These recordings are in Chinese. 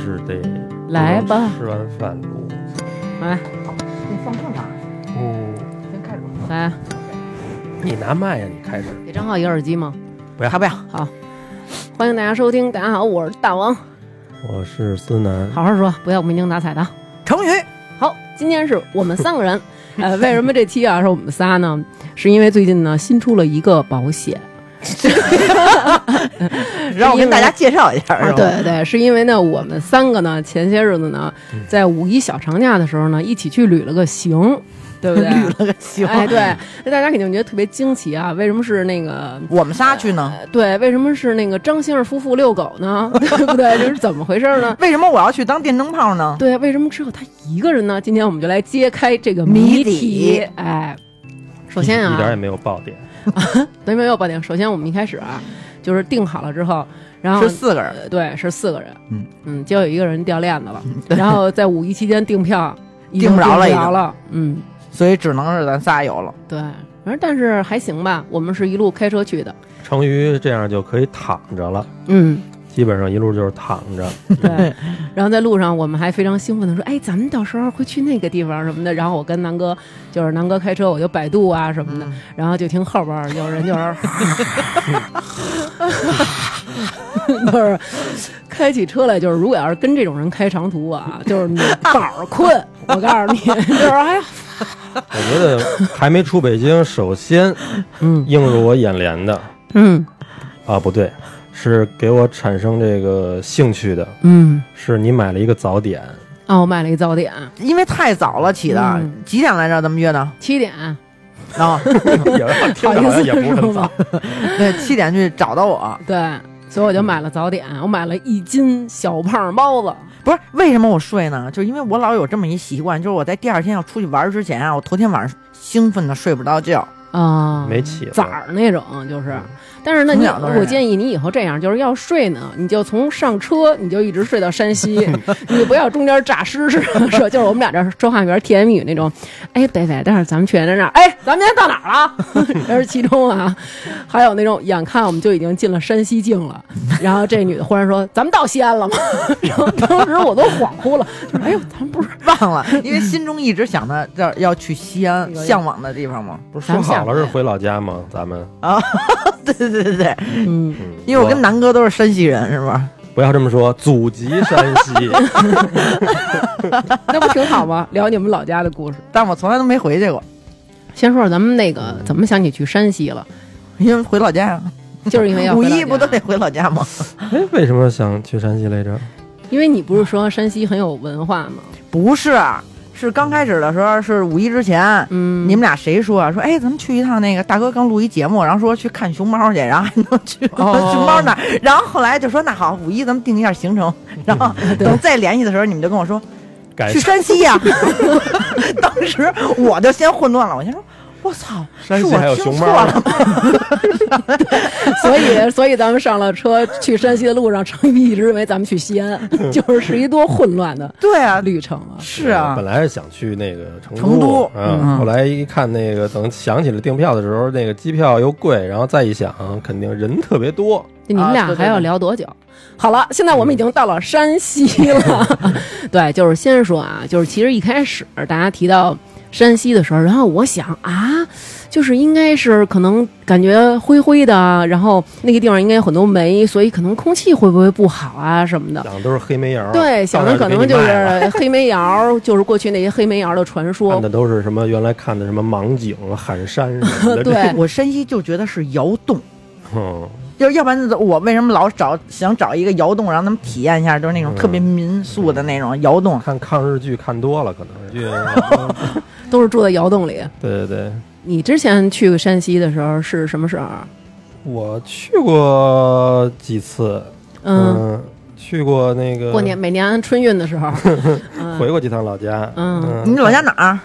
是得来吧，吃完饭录。来你放这吧，嗯，先开始吧。来，你拿麦呀、你开始。给张浩一个耳机吗？不要好不要？好，欢迎大家收听，大家好，我是大王，我是思南，好好说，不要无精打采的。成语，好，今天是我们三个 人，呃，为什么这期啊是我们仨呢？是因为最近呢新出了一个保险，让我跟大家介绍一下，是吧？啊对对，是因为呢我们三个呢前些日子呢在五一小长假的时候呢一起去旅了个行，对 不对？捋了个 形。哎，对，那大家肯定觉得特别惊奇啊！为什么是那个我们仨去呢？呃对，为什么是那个张先生夫妇遛狗呢？ 对不对？这是怎么回事呢？为什么我要去当电灯泡呢？对，为什么只有他一个人呢？今天我们就来揭开这个谜谜底题。哎，首先一点也啊，没有爆点。没没有爆点。首先，我们一开始啊，就是定好了之后，然后是四个人，呃对是四个人，嗯嗯，就有一个人掉链子了，然后在五一期间订票已经订不着了订已经了，嗯，所以只能是咱仨有了。对。反正但是还行吧，我们是一路开车去的，成鱼这样就可以躺着了，嗯，基本上一路就是躺着。对，然后在路上我们还非常兴奋的说：“哎，咱们到时候会去那个地方什么的。”然后我跟南哥，就是南哥开车，我就百度啊什么的，然后就听后边儿有人就是，就是开起车来，就是如果要是跟这种人开长途啊，就是你板儿困，我告诉你，就是 哎呀，我觉得还没出北京，首先 嗯映入我眼帘的嗯啊，不对，是给我产生这个兴趣的，嗯，是你买了一个早点，啊，我买了一早点，因为太早了起的嗯，几点来着？咱们约的？七点，啊， 也听好着意好像思也不是很说 早吧。？对，七点去找到我。对，所以我就买了早点，我买了一斤小胖包子。不是为什么我睡呢？就是因为我老有这么一习惯，就是我在第二天要出去玩之前啊，我头天晚上兴奋的睡不着觉。啊，没起嗯来崽儿那种，就是。但是那你从小都是这我样建议你以后这样，就是要睡呢，你就从上车你就一直睡到 山西，你不要中间诈尸似的说，就是我们俩这儿说话里边甜言蜜语那种。哎，北北，但是咱们去那那儿，哎，咱们今天到哪儿了？ 这是其中啊，还有那种眼看我们就已经进了山西境了，然后这女的忽然说：“咱们到西安了吗？” 然后当时我都恍惚了，就是哎呦，咱们不是忘 了，因为心中一直想着要要去西安，有点向往的地方嘛。不是咱说们 下好了回是回老家吗？咱们， 对对对对对，嗯，嗯，因为我跟南哥都是山西人，是吧？不要这么说，祖籍山 西。那不挺好吗？聊你们老家的故事。但我从来都没回去过，先说说咱们那个嗯怎么想起去山西了，因为回老家呀。就是因为要 五回老一家不都得？回老家吗？ 哎，为什么想去山西来着？因为你不是说山西很有文化吗？不是啊，是刚开始的时候，是五一之前，嗯，你们俩谁说啊？说哎，咱们去一趟那个大哥刚录一节目，然后说去看熊猫去，然后还能去哦 熊猫那儿。然后后来就说那好，五一咱们定一下行程，嗯然后等再联系的时候，你们就跟我说改去山西呀、 当时我就先混乱了，我先说。我操！山是西还有我听熊错猫了吗？所以所以咱们上了车去山西的路上，程宇一直认为咱们去西安， 就是是一多混乱的对 啊，旅程啊。是啊本，来是想去那个成都，成都嗯，嗯后来一看那个，等想起了订票的时候，那个机票又贵，然后再一想，肯定人特别多。你们啊俩对对还要对聊多久？好了，现在我们已经到了山西 了。对，就是先说啊，就是其实一开始大家提到山西的时候，然后我想啊，就是应该是可能感觉灰灰的，然后那个地方应该有很多煤，所以可能空气会不会不好啊什么的。想的都是黑煤窑，对，想的到可那儿能给就你卖了是黑煤窑，就是过去那些黑煤窑的传看说。的都是什么原来看的什么盲井、喊山什么的。 对这我山西就觉得是窑洞，嗯，就是要不然我为什么老找想找一个窑洞让他们体验一下，就是那种嗯特别民宿的那种窑洞。看抗日剧看多了，可能是剧。 嗯都是住在窑洞里。对对对，你之前去山西的时候是什么时候？啊我去过几次，嗯，去过那个过年，每年春运的 时候，嗯嗯回过几趟老家，嗯你老家哪儿？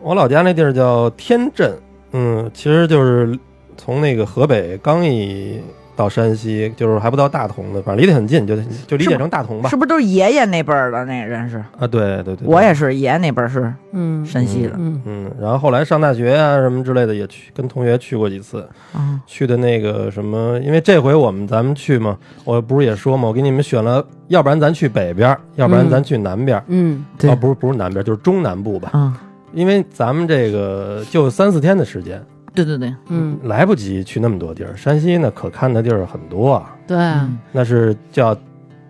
我老家那地儿叫天镇，嗯，其实就是从那个河北刚一到山西，就是还不到大同呢，反正离得很近，就就理解成大同吧是。不是都是爷爷那辈儿的那人是？啊，对对对，我也是，爷爷那辈儿是嗯山西的。嗯，嗯，然后后来上大学啊什么之类的，也去跟同学去过几次，嗯去的那个什么，因为这回我们咱们去嘛，我不是也说嘛，我给你们选了，要不然咱去北边儿，要不然咱去南边儿。嗯，对啊，不是不是南边儿，就是中南部吧，嗯，因为咱们这个就三四天的时间，对对对，嗯，来不及去那么多地儿。山西呢，可看的地儿很多啊，对，嗯那是叫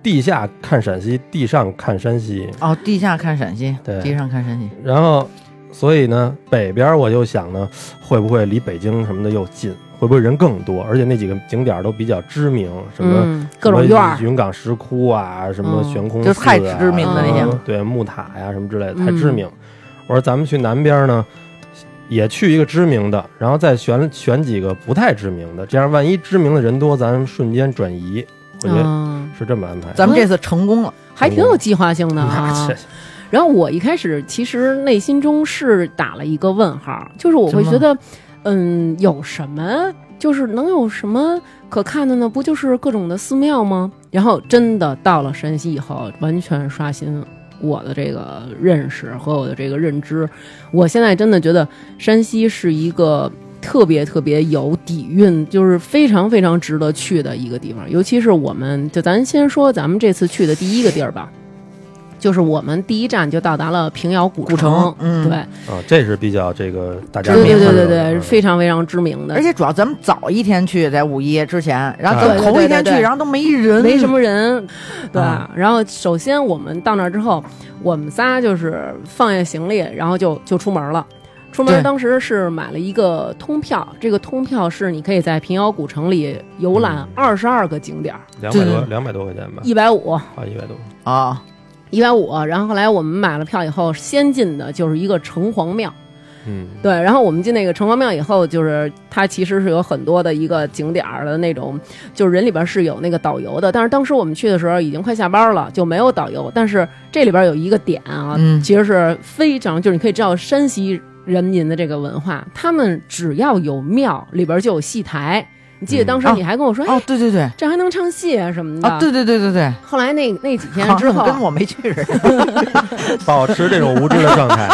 地下看陕西，地上看山西。哦，地下看陕西，对地上看山西，然后，所以呢，北边我就想呢，会不会离北京什么的又近，会不会人更多？而且那几个景点都比较知名，什么、嗯各种院儿什，么云冈石窟啊，什么嗯悬空、啊就是太知名的那些嗯对木塔呀、什么之类的，嗯太知名。我说咱们去南边呢，也去一个知名的，然后再选选几个不太知名的，这样万一知名的人多，咱们瞬间转移。我觉得嗯嗯，是这么安排的。咱们这次成功了。还挺有计划性 的啊那。这然后我一开始其实内心中是打了一个问号，就是我会怎觉么得，嗯，有什么就是能有什么可看的呢？不就是各种的寺庙吗？然后真的到了山西以后，完全刷新我的这个认识和我的这个认知。我现在真的觉得山西是一个。特别特别有底蕴，就是非常非常值得去的一个地方，尤其是我们就咱先说咱们这次去的第一个地儿吧，就是我们第一站就到达了平遥古古城嗯对，啊，这是比较这个大家对对明白对的对对，嗯是非常非常知名的，而且主要咱们早一天去，在五一之前，然后咱们啊头一嗯对对对天去，对对然后都没人，没什么人，对嗯啊吧。然后首先我们到那儿之后，我们仨就是放下行李，然后就就出门了。出对门当时是买了一个通票，这个通票是你可以在平遥古城里游览嗯二十二个景点儿，两百多对两百多块钱吧，一百五，花一百多。啊。一百五。然后后来我们买了票以后，先进的就是一个城隍庙。嗯，对，然后我们进那个城隍庙以后，就是它其实是有很多的一个景点儿的那种，就是人里边是有那个导游的，但是当时我们去的时候已经快下班了，就没有导游。但是这里边有一个点啊，嗯其实是非常，就是你可以知道山西人民的这个文化，他们只要有庙里边就有戏台。你记得当时嗯你还跟我说，哦哎，，对对对，这还能唱戏啊什么的。啊，对对哦对对对。后来那那几天好之像后， 跟我没去似 的，保持这种无知的状态，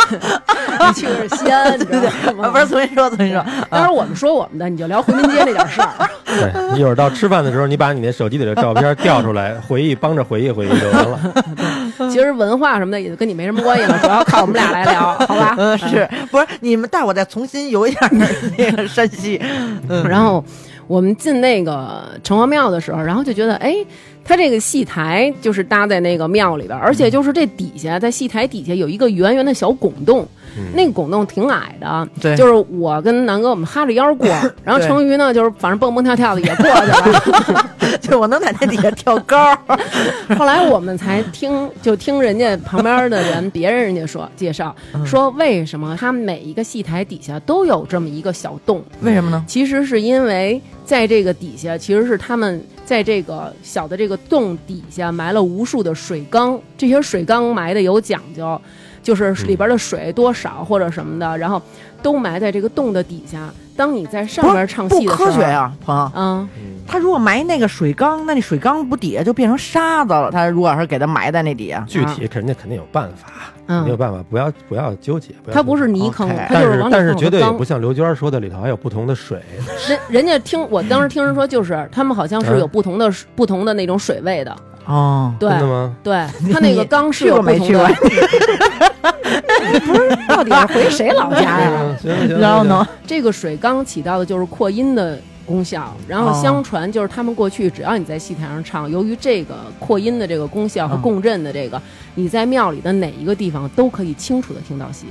你 去的是西安，你知道吗？啊 不是，重新说，重新说，当时我们说我们的，你就聊回民街那点事儿。对，一会儿到吃饭的时候，你把你那手机里的照片调出来，回忆帮着回忆回忆就完了。嗯其实文化什么的也跟你没什么关 系了，主要靠我们俩来聊，好吧？嗯，是不是？你们带我再重新游一下那个山西，然后我们进那个城隍庙的时候，然后就觉得，哎，它这个戏台就是搭在那个庙里边，而且就是这底下，在戏台底下有一个圆圆的小拱洞，那个拱洞挺矮的，嗯对就是我跟南哥我们哈着腰过，然后对成瑜呢就是反正蹦蹦跳跳的也过去 了。就我能在那底下跳高，后来我们才听，就听人家旁边的人，别人人家说介绍嗯说，为什么它每一个戏台底下都有这么一个小洞？为什么呢？其实是因为在这个底下，其实是他们在这个小的这个洞底下埋了无数的水缸，这些水缸埋的有讲究，就是嗯里边的水多少或者什么的，然后都埋在这个洞的底下。当你在上不面是唱不戏的时候，科学啊呀，朋友。嗯，他如果埋那个水缸，那那水缸不底下就变成沙子了。他如果要是给它埋在那底下，具体肯定肯定有办法，嗯肯定有办法，不要不要纠结。要纠结啊它不是泥坑 OK，它但就是往里但是放绝个对也缸不。像刘娟说的里头还有不同的水，人人家听我当时听人说，就是他们好像是有不同的、不同的那种水位的，哦，对啊真的吗？ 对，他那个缸是去有过不没同去过的。？不是，到底是回谁老 家呀？嗯行行行然后呢？这个水缸起到的就是扩音的功效，然后哦相传就是他们过去只要你在戏台上唱，由于这个扩音的这个功效和嗯共振的这个，你在庙里的哪一个地方都可以清楚的听到戏，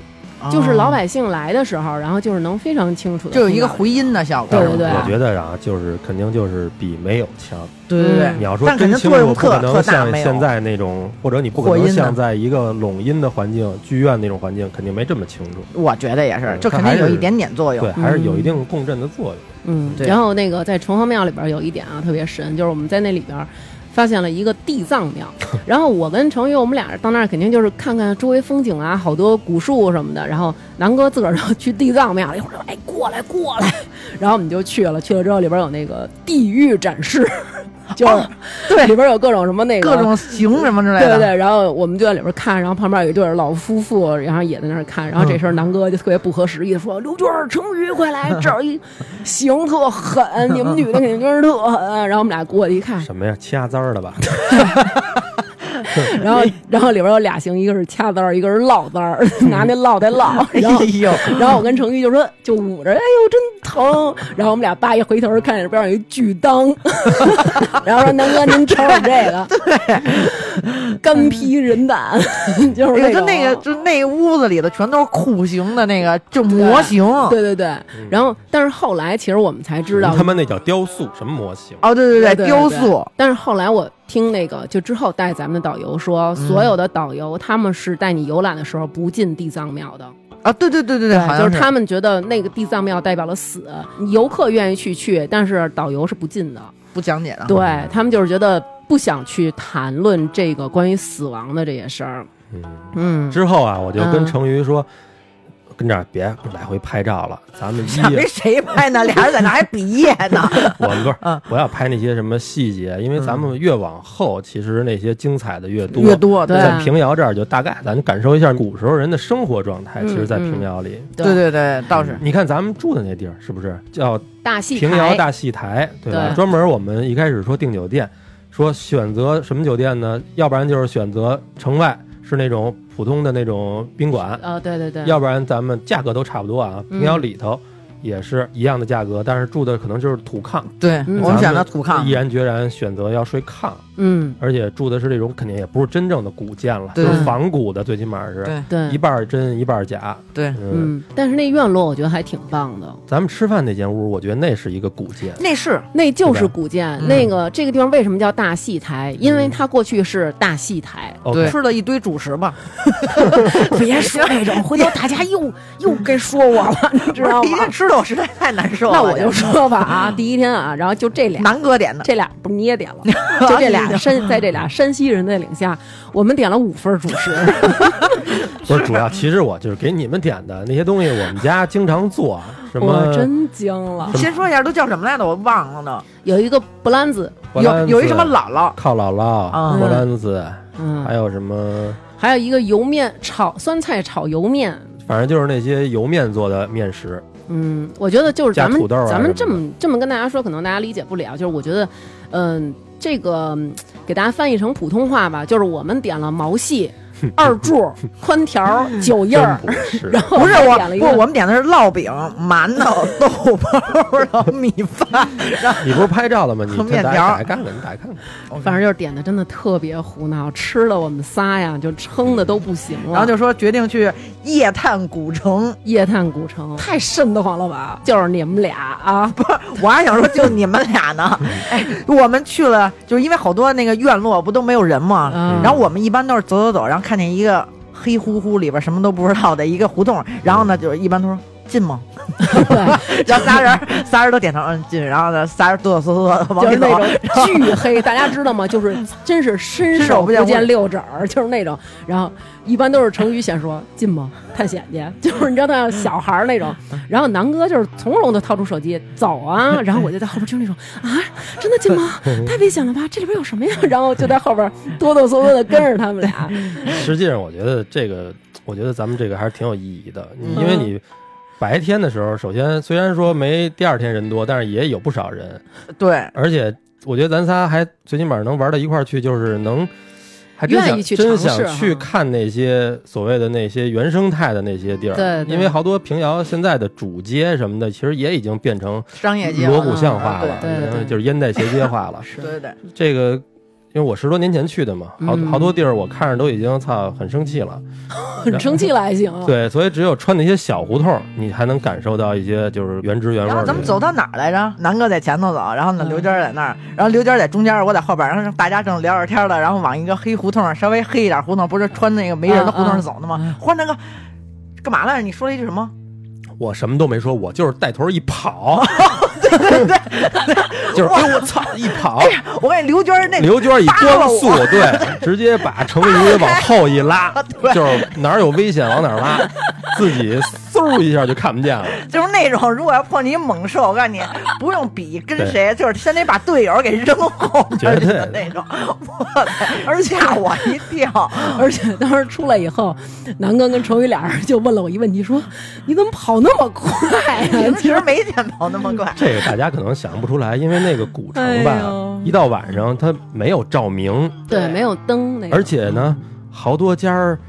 就是老哦，百姓来的时候，然后就是能非常清楚的，就有一个回音的效果。对但是对对我觉得啊，就是肯定就是比没有强。对对对你要说嗯但肯真定清作楚，用不可特能特大像没有现在那种，或者你不可扩能音的像在一个拢音的环境、剧院那种环境，肯定没这么清楚。我觉得也是嗯，就它肯定还有是一点点作用对，。还是有一定共振的作用。嗯，对然后那个在城隍庙里边有一点啊特别神，就是我们在那里边发现了一个地藏 庙。然后我跟程宇，我们俩到那儿肯定就是看看周围风景啊，好多古树什么的。然后南哥自个儿就去地藏庙了，一会儿就哎过来过来，然后我们就去了。去了之后里边有那个地狱展示， 就是、哦对里边有各种什么那个各种刑什么之类对的，对对，然后我们就在里边看，然后旁边有一对老夫妇，然后也在那儿看，然嗯后这时候南哥就特别不合时宜的说：“刘娟儿、程宇，快来，这儿 一行特狠，你们女的肯定就是特狠。”然后我们俩过去一看，什么呀？掐簪儿的吧？然后然后里边有俩行，一个是掐簪儿，一个是烙簪 儿，拿那烙在烙，然后哎呦，然后我跟程昱就说，就捂着，哎呦真疼。然后我们俩叭一回头，看见边上有一巨裆，然后说南哥您瞅瞅这 个，对，干皮人胆， 就是哎那呦，就种那个，就那个屋子里的全都是酷刑的那个，就模型。对对对。然后，但是后来其实我们才知道嗯他，们那叫雕塑，什么模型？哦，对对对对雕塑。但是后来我听那个，就之后带咱们的导游说，所有的导游他们是带你游览的时候不进地藏庙的，啊，对对对对对，好就像是他们觉得那个地藏庙代表了死，游客愿意去去，但是导游是不进的。不讲解的。对他们就是觉得不想去谈论这个关于死亡的这些事儿。嗯。嗯，之后啊，我就跟嗯程昱说，跟这儿别来回拍照了，咱们一没谁拍呢，俩人在那还比耶呢。我们不是嗯不要拍那些什么细节，因为咱嗯们越往后，其实那些精彩的越多。 越多，对在平遥这儿就大概咱感受一下古时候人的生活状态。嗯其实，在嗯平遥里，对对嗯对，倒是你看咱们住的那地儿是不是叫大戏平遥台大戏台，对吧？对专门我们一开始说订酒店，说选择什么酒店呢？要不然就是选择城外是那种普通的那种宾馆，呃，对对对，要不然咱们价格都差不多啊。嗯平遥里头也是一样的价格，但是住的可能就是土炕，对嗯我们选咱的们土炕毅。然决然选择要睡炕，嗯，而且住的是这种肯定也不是真正的古建了，就对是仿古的，最起码是对一对，半儿真一半儿假。对，嗯，嗯，但是那院落我觉得还挺棒的，咱们吃饭那间屋，我觉得那是一个古建。那是那就是对吧嗯古建。嗯那个这个地方为什么叫大戏台？因为它过去是大戏台。 OK，吃了一堆主食 吧，别说这种，哎回头大家又又该说我了，你知道不是一哎吗天？吃 的我实在太难受了。那我就说吧啊，第一天啊，然后就这俩南哥点的，这俩不是你也 点了，就这俩山，在这俩山西人的领下，我们点了五份主食。不是主要，其实我就是给你们点的那些东西，我们家经常做什么我真惊了你，先说一下都叫什么来着？我忘了都。有一个布兰子，荷有兰有一什么子姥姥，靠姥姥、嗯荷兰子，嗯还，有什么，还有一个油面炒酸菜炒油面，反正就是那些油面做的面食。嗯，我觉得就是咱加们、土豆啊咱们这什么这么跟大家说，可能大家理解不了，就是我觉得，嗯、这个嗯给大家翻译成普通话吧，就是我们点了毛细、二 柱、宽条、酒印儿真。不是， 然后不是还我点了，一不个是我们点的是烙饼、馒头、豆包，然后米饭。 你不是拍照 了吗？你和面打条打开看看，你打开看看。反正就是点的真的特别胡闹，吃的我们仨呀就撑的都不行了，然后就说决定去夜探古城，夜探古城，太瘆得慌了吧？就是你们俩 啊，我还想说就你们俩呢。嗯哎，我们去了，就是因为好多那个院落不都没有人吗？嗯然后我们一般都是走走走，然后看见一个黑乎乎里边什么都不知道的一个胡同，然后呢，就是一般都说进吗？ 对，然后仨人仨人都点头嗯进，然后呢�á人哆哆嗦嗦地往就里是走，那种巨黑，大家知道吗？就是真是伸伸手手不不见五见指六指儿，就是那种。然后一般都是成语先说进吗？探险去，就是你知道那小孩儿那种。然后南哥就是从容的掏出手机走啊，然后我就在后边听那种啊，真的进 吗？太危险了吧，这里边有什么呀？然后就在后边哆哆嗦嗦的跟着他们 俩。 实际上，我觉得这个，我觉得咱们这个还是挺有意义的，你因为你。白天的时候，首先虽然说没第二天人多，但是也有不少人，对。而且我觉得咱仨还最起码能玩到一块儿去，就是能还真愿想意去真尝试想去哈看那些所谓的那些原生态的那些地儿。对对因为好多平遥现在的主街什么的，其实也已经变成商业街锣鼓巷化嗯了，啊对对然后对。就是烟袋斜街化了对对对，这个。因为我十多年前去的嘛，好嗯好多地儿我看着都已经操很生气了，很生气了还行。嗯对，所以只有穿那些小胡同，你才能感受到一些就是原汁原味然儿后的。咱们走到哪儿来着？南哥在前头走，然后呢，嗯刘娟儿在那儿，然后刘娟儿在中间，我在后边儿，然后大家正聊着天儿的，然后往一个黑胡同儿，稍微黑一点胡同儿，不是穿那个没人的胡同嗯嗯儿走的吗？忽然那个干嘛来着？你说了一句什么？ 我什么都没说，我就是带头一跑，对就是哎呦我操一跑，我感觉刘娟儿那刘娟以扒拉光我速对，直接把程云云往后一 拉，就是哪儿有危险往哪儿拉，自己嗖一下就看不见了。就是那种，如果要碰你猛兽，我告诉你，不用比跟对谁，就是先得把队友给扔后边去绝的那种。哇塞，而且吓我一 跳，而且当时出来以后，南哥跟程宇俩人就问了我一问题，说你怎么跑那么快啊呀、平时没见跑那么快。这个大家可能想不出来，因为那个古城哎吧呦，一到晚上它没有照明，对，没有灯那种，而且呢，好多家儿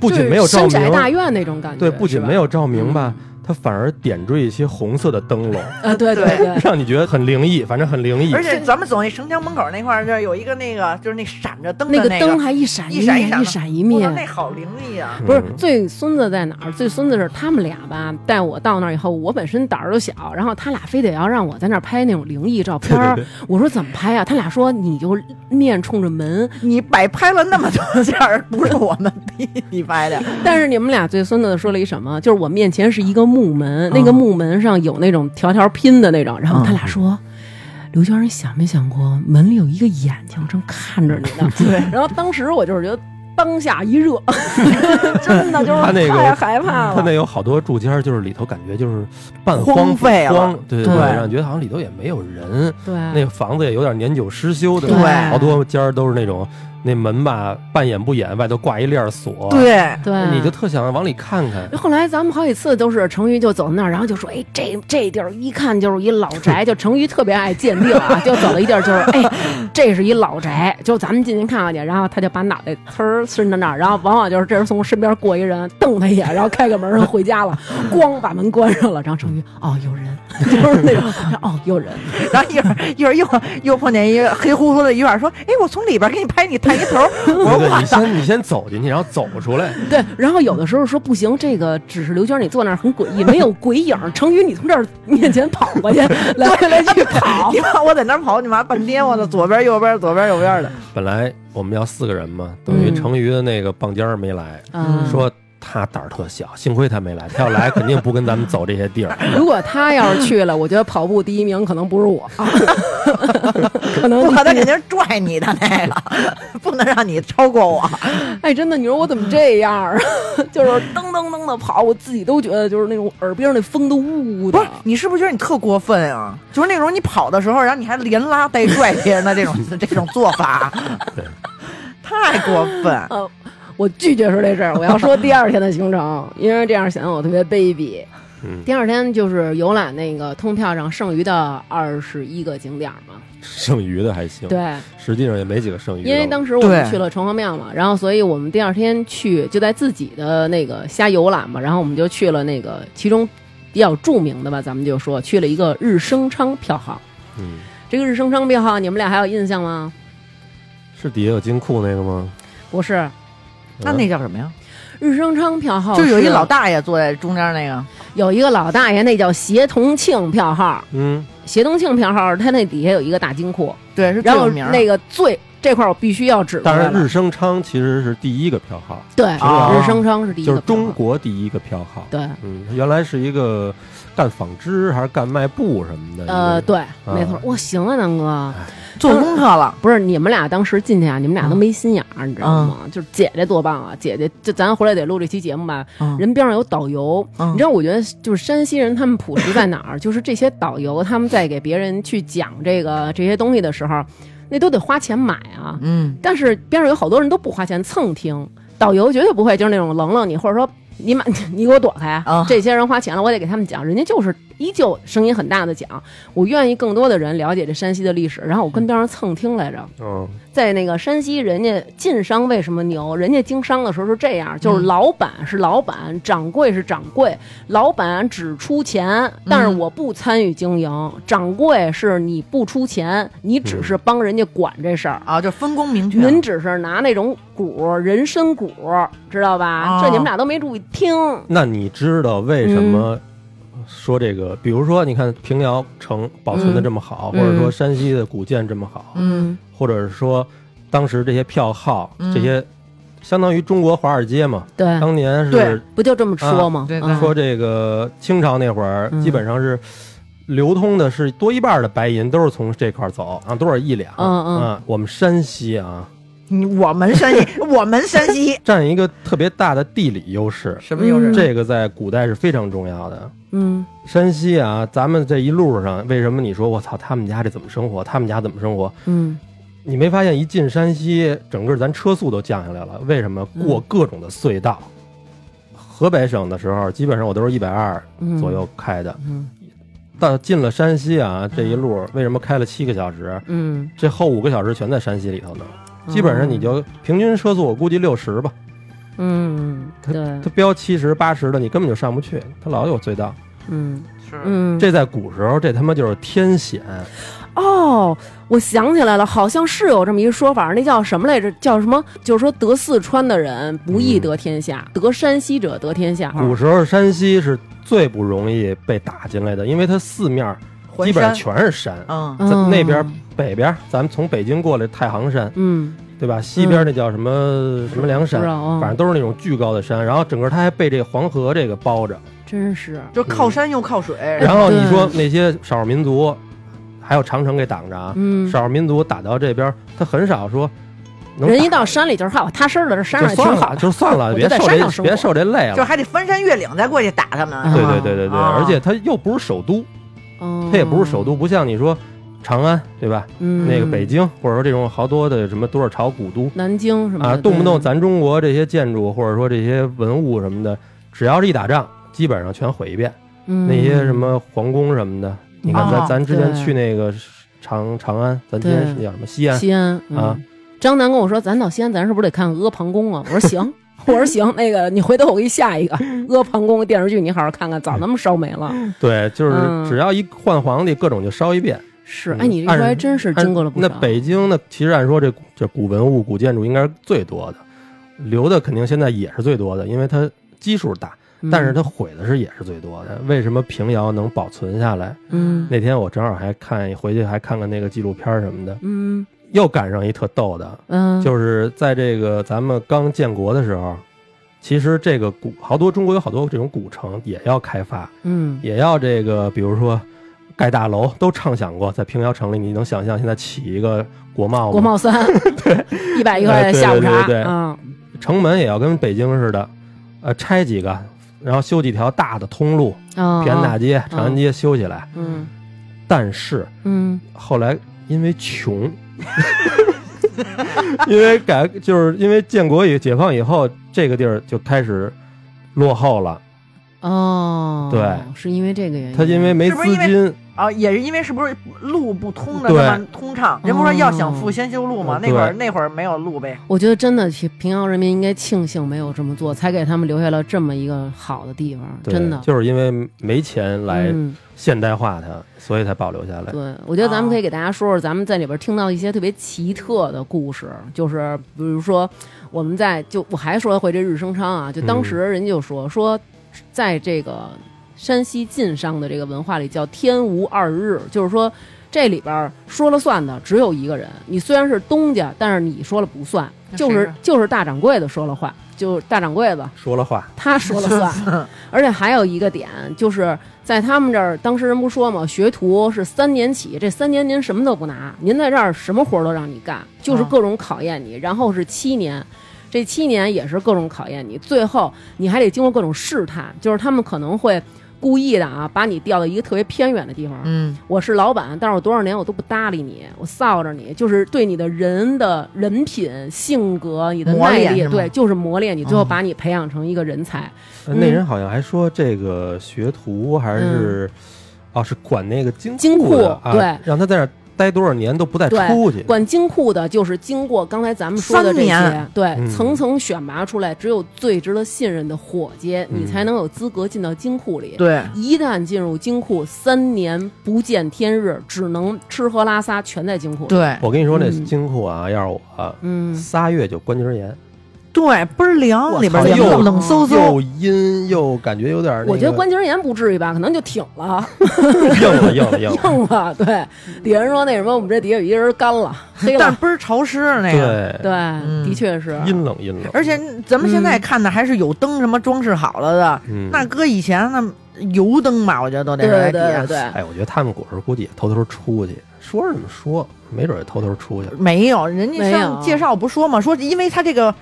嘖不嗯就仅是没有照深宅大明，院那种感觉，对，不仅是吧嗯没有照明吧，它反而点缀一些红色的灯笼，啊，对对呃对对， 让你觉得很灵异，反正很灵异而。且咱们走那城墙门口那块儿，就是有一个那个，就是那闪着灯 的那个那灯还一闪一闪闪一闪的一闪一我灭说，那好灵异啊！不是嗯最孙子在哪儿？最孙子是他们俩吧？带我到那儿以后，我本身胆儿就小，然后他俩非得要让我在那儿拍那种灵异照片 儿。对对我说怎么拍呀、啊他俩说你就面冲着门，你摆拍了那么多下儿，不是我们逼你拍的，但是你们俩最孙子的说了一什么？就是我面前是一个木门，那个木门上有那种条条拼的那种。然后他俩说：“刘娟，你想没想过门里有一个眼睛正看着你呢？” 对。然后当时我就是觉得当下一热， 真的就是他那个太害怕它了那。有好多住家，就是里头感觉就是半荒荒废了荒对对对让你觉得好像里头也没有人，对，那个房子也有点年久失修的，嗯对好多家儿都是那种那门吧半掩不掩，外头挂一链儿锁，，对，对，你就特想往里看看。后来咱们好几次都是成瑜就走到那儿，然后就说：“哎，这这地儿一看就是一老宅。”就成瑜特别爱鉴定啊，就走到一地儿就是：“哎，这是一老宅，就咱们进去看看去。”然后他就把脑袋呲儿伸到那儿，然后往往就是这人从身边过一人，瞪他一眼，然后开个门就回家了，咣把门关上了。然后成瑜哦有人，就是那种哦有人，然后一会儿一会儿又又碰见一个黑乎乎的一院，说：“哎，我从里边给你拍，你探一头。”我对说：“对，我你操先你先走进去，然后走出来，对。然后有的时候说不行，这个只是刘娟你坐那儿很诡异，没有鬼影。成瑜你从这儿面前跑过去，来回来去跑！”。你看我在那儿跑，你妈半天，我操，左边右边左边右 边的，本来我们要四个人嘛，等于嗯成瑜的那个棒尖儿没来，嗯说他胆儿特小，幸亏他没来，他要来肯定不跟咱们走这些 地儿。如果他要是去了，我觉得跑步第一名可能不是我， 可能我他肯定拽你的那个， 不能让你超过我。哎，真的，你说我怎么这样儿？ 就是噔噔噔的跑，我自己都觉得就是那种耳边那风都呜呜的不啊是。你是不是觉得你特过分啊？就是那种你跑的时候，然后你还连拉带拽别人的这种 这种做法对，嗯太过分。呃，我拒绝说这事儿，我要说第二天的行程，因为这样显得我特别卑鄙。嗯第二天就是游览那个通票上剩余的二十一个景点儿嘛，剩余的还行，对，实际上也没几个剩余的了。嗯因为当时我们对去了城隍庙嘛，然后所以我们第二天去就在自己的那个瞎游览嘛，然后我们就去了那个其中比较著名的吧，咱们就说去了一个日升昌票号。嗯，这个日升昌票号你们俩还有印象吗？是底下有金库那个吗？不是，那那叫什么呀？日升昌票哦号就是有一是老大爷坐在中间那个，有一个老大爷，那叫协同庆票号。嗯，协同庆票号，它那底下有一个大金库，对，是最然有后名儿。那个最这块儿我必须要指出当来然日了。升昌其实是第一个票号，对，啊日升昌是第一个就票是号，中国第一个票号。对。嗯，它原来是一个干纺织还是干卖布什么的。呃，一个，对，没错啊。哇，行啊，南哥，做功课了，不是你们俩当时进去啊，你们嗯俩都没心眼儿，你知道吗？就是姐姐多棒啊！姐姐，就咱回来得录这期节目吧。嗯人边上有导游，嗯你知道，我觉得就是山西人他们朴实在哪儿？ 就是这些导游他们在给别人去讲这个这些东西的时候，那都得花钱买啊。嗯，但是边上有好多人都不花钱蹭听，导游绝对不会就是那种冷冷你，或者说你买 你给我躲开啊这些人花钱了，我得给他们讲，人家就是依旧声音很大的讲，我愿意更多的人了解这山西的历史，然后我跟边上蹭听来着，嗯，在那个山西，人家晋商为什么牛？人家经商的时候是这样，嗯就是老板是老板，掌柜是掌柜，老板只出钱，嗯但是我不参与经营，掌柜是你不出钱，你只是帮人家管这事儿。嗯啊，就分工明确。您只是拿那种鼓人参鼓，知道吧？哦这你们俩都没注意听。那你知道为什嗯么说这个？比如说，你看平遥城保存的这么好，嗯或者说山西的古建这么好，嗯，或者是说当时这些票号，嗯这些相当于中国华尔街嘛，嗯对，当年对啊是不就这么说吗？对嗯对说这个清朝那会儿，嗯基本上是流通的是多一半的白银都是从这块儿走啊，都是一两。嗯嗯啊，我们山西啊，你我们山 西，我们山西占一个特别大的地理优势，什么优势？这个在古代是非常重要的。嗯山西啊，咱们这一路上，为什么你说我操他们家这怎么生活？他们家怎么生活？嗯你没发现一进山西，整个咱车速都降下来了？为什么？嗯过各种的隧道。河北省的时候，基本上我都是一百二嗯左右开的。嗯到进了山西啊，这一路为什么开了七个小时？嗯，这后五个小时全在山西里头呢。基本上你就平均车速，我估计六十吧。嗯对它标七十、八十的，你根本就上不去，它老有隧道。嗯是嗯这在古时候，这他妈就是天险。哦，我想起来了，好像是有这么一说法，那叫什么来着？叫什么？就是说得四川的人不易得天下，得山西者得天下。古时候山西是最不容易被打进来的，因为它四面儿基本上山，全是山。嗯，在嗯那边北边，咱们从北京过来太行山，嗯，对吧？西边那叫什么、什么梁不知山，道啊，反正都是那种巨高的山。然后整个它还被这黄河这个包着。真是啊就靠山又靠水，然后你哎对说那些少数民族，还有长城给挡着啊，嗯。少数民族打到这边，他很少说能人打一到山里就是嗨，我踏实了，这山就上也挺算好了，的。就算了，我别就在受山上这生别活受这累就了。还得翻山越岭再过去打他们。对啊对对对对，啊而且它又不是首都，嗯它也不是首都，不像你说长安对吧？嗯那个北京，或者说这种好多的什么多少朝古都南京什么啊，的，动不动对咱中国这些建筑或者说这些文物什么的，只要是一打仗，基本上全毁一遍。嗯那些什么皇宫什么的，你看咱哦咱之前对去那个长长安，咱今天是对叫什么西安？西安啊。嗯张楠跟我说，咱到西安，咱是不是得看阿房宫啊？ 我说行，我说行，那个你回头我给你下一个阿房宫电视剧，你好好看看，早他妈烧没了。对，就是嗯只要一换皇帝，各种就烧一遍。是，嗯哎，你这一说还真是经过了不那少。北京呢，其实按说这古这古文物、古建筑应该是最多的，留的肯定现在也是最多的，因为它基数大，嗯但是它毁的是也是最多的。为什么平遥能保存下来？嗯那天我正好还看回去还看看那个纪录片儿什么的，嗯又赶上一特逗的，嗯，就是在这个咱们刚建国的时候，其实这个古好多中国有好多这种古城也要开发，嗯也要这个比如说盖大楼，都畅想过在平遥城里，你能想象现在起一个国贸吗？国贸三对一百一块哎钱对 下午对茶对对哦啊，城门也要跟北京似的，呃，拆几个，然后修几条大的通路，啊平安大街、长安街修起来。嗯但是嗯后来因为穷， 因为改就是因为建国以解放以后，这个地儿就开始落后了。哦，对，是因为这个原因。他因为没资是不是因为金，啊，也是因为是不是路不通的对那么通畅？人不是说要想富哦先修路吗？嗯那会儿对那会儿没有路呗。我觉得真的平平遥人民应该庆幸没有这么做，才给他们留下了这么一个好的地方，对真的。就是因为没钱来嗯，现代化它，所以才保留下来。对，我觉得咱啊们可以给大家说说咱们在里边听到一些特别奇特的故事，就是比如说我们在就我还说回这日升昌啊，就嗯当时人家就说、说，在这个山西晋商的这个文化里叫天无二日，就是说这里边说了算的只有一个人，你虽然是东家，但是你说了不算，那就谁是呀就是大掌柜的说了话，就大掌柜的说了话，他说了 算。而且还有一个点，就是在他们这儿，当时人不说嘛，学徒是三年起，这三年您什么都不拿，您在这儿什么活儿都让你干，就是啊各种考验你，然后是七年。这七年也是各种考验你，最后你还得经过各种试探，就是他们可能会故意的啊，把你调到一个特别偏远的地方，嗯，我是老板，但是我多少年我都不搭理你，我臊着你，就是对你的人的人品、性格、你的磨耐练力，是吗对，就是磨练你，最后哦把你培养成一个人才。呃嗯那人好像还说这个学徒还是哦，是管那个金嗯金库的啊对让他在那儿待多少年都不带对出去。管金库的就是经过刚才咱们说的这三些年，对，嗯层层选拔出来，只有最值得信任的伙计，嗯你才能有资格进到金库里。对，一旦进入金库，三年不见天日，只能吃喝拉撒全在金库里。对，我跟你说，那嗯金库啊，要是我嗯，仨月就关节炎，对，倍我儿凉，里边操凉又冷飕飕。又阴又感觉有点儿那个，我觉得关节炎不至于吧，可能就挺了， 硬了硬了硬了，硬了。对，嗯底下人说那什么，我们这底下有一人干 了，黑但嗯了。倍儿潮湿哎那个，对，对，的确是。阴冷阴冷，而且咱们现在看的还是有灯什么装饰好了的，嗯那搁以前那油灯吧，我觉得都得对是在对底对下对，哎，我觉得他们果实估计也偷偷出去，说是这么说，没准儿也偷偷出去了。没有，人家没上有介绍不说嘛，说因为他这个，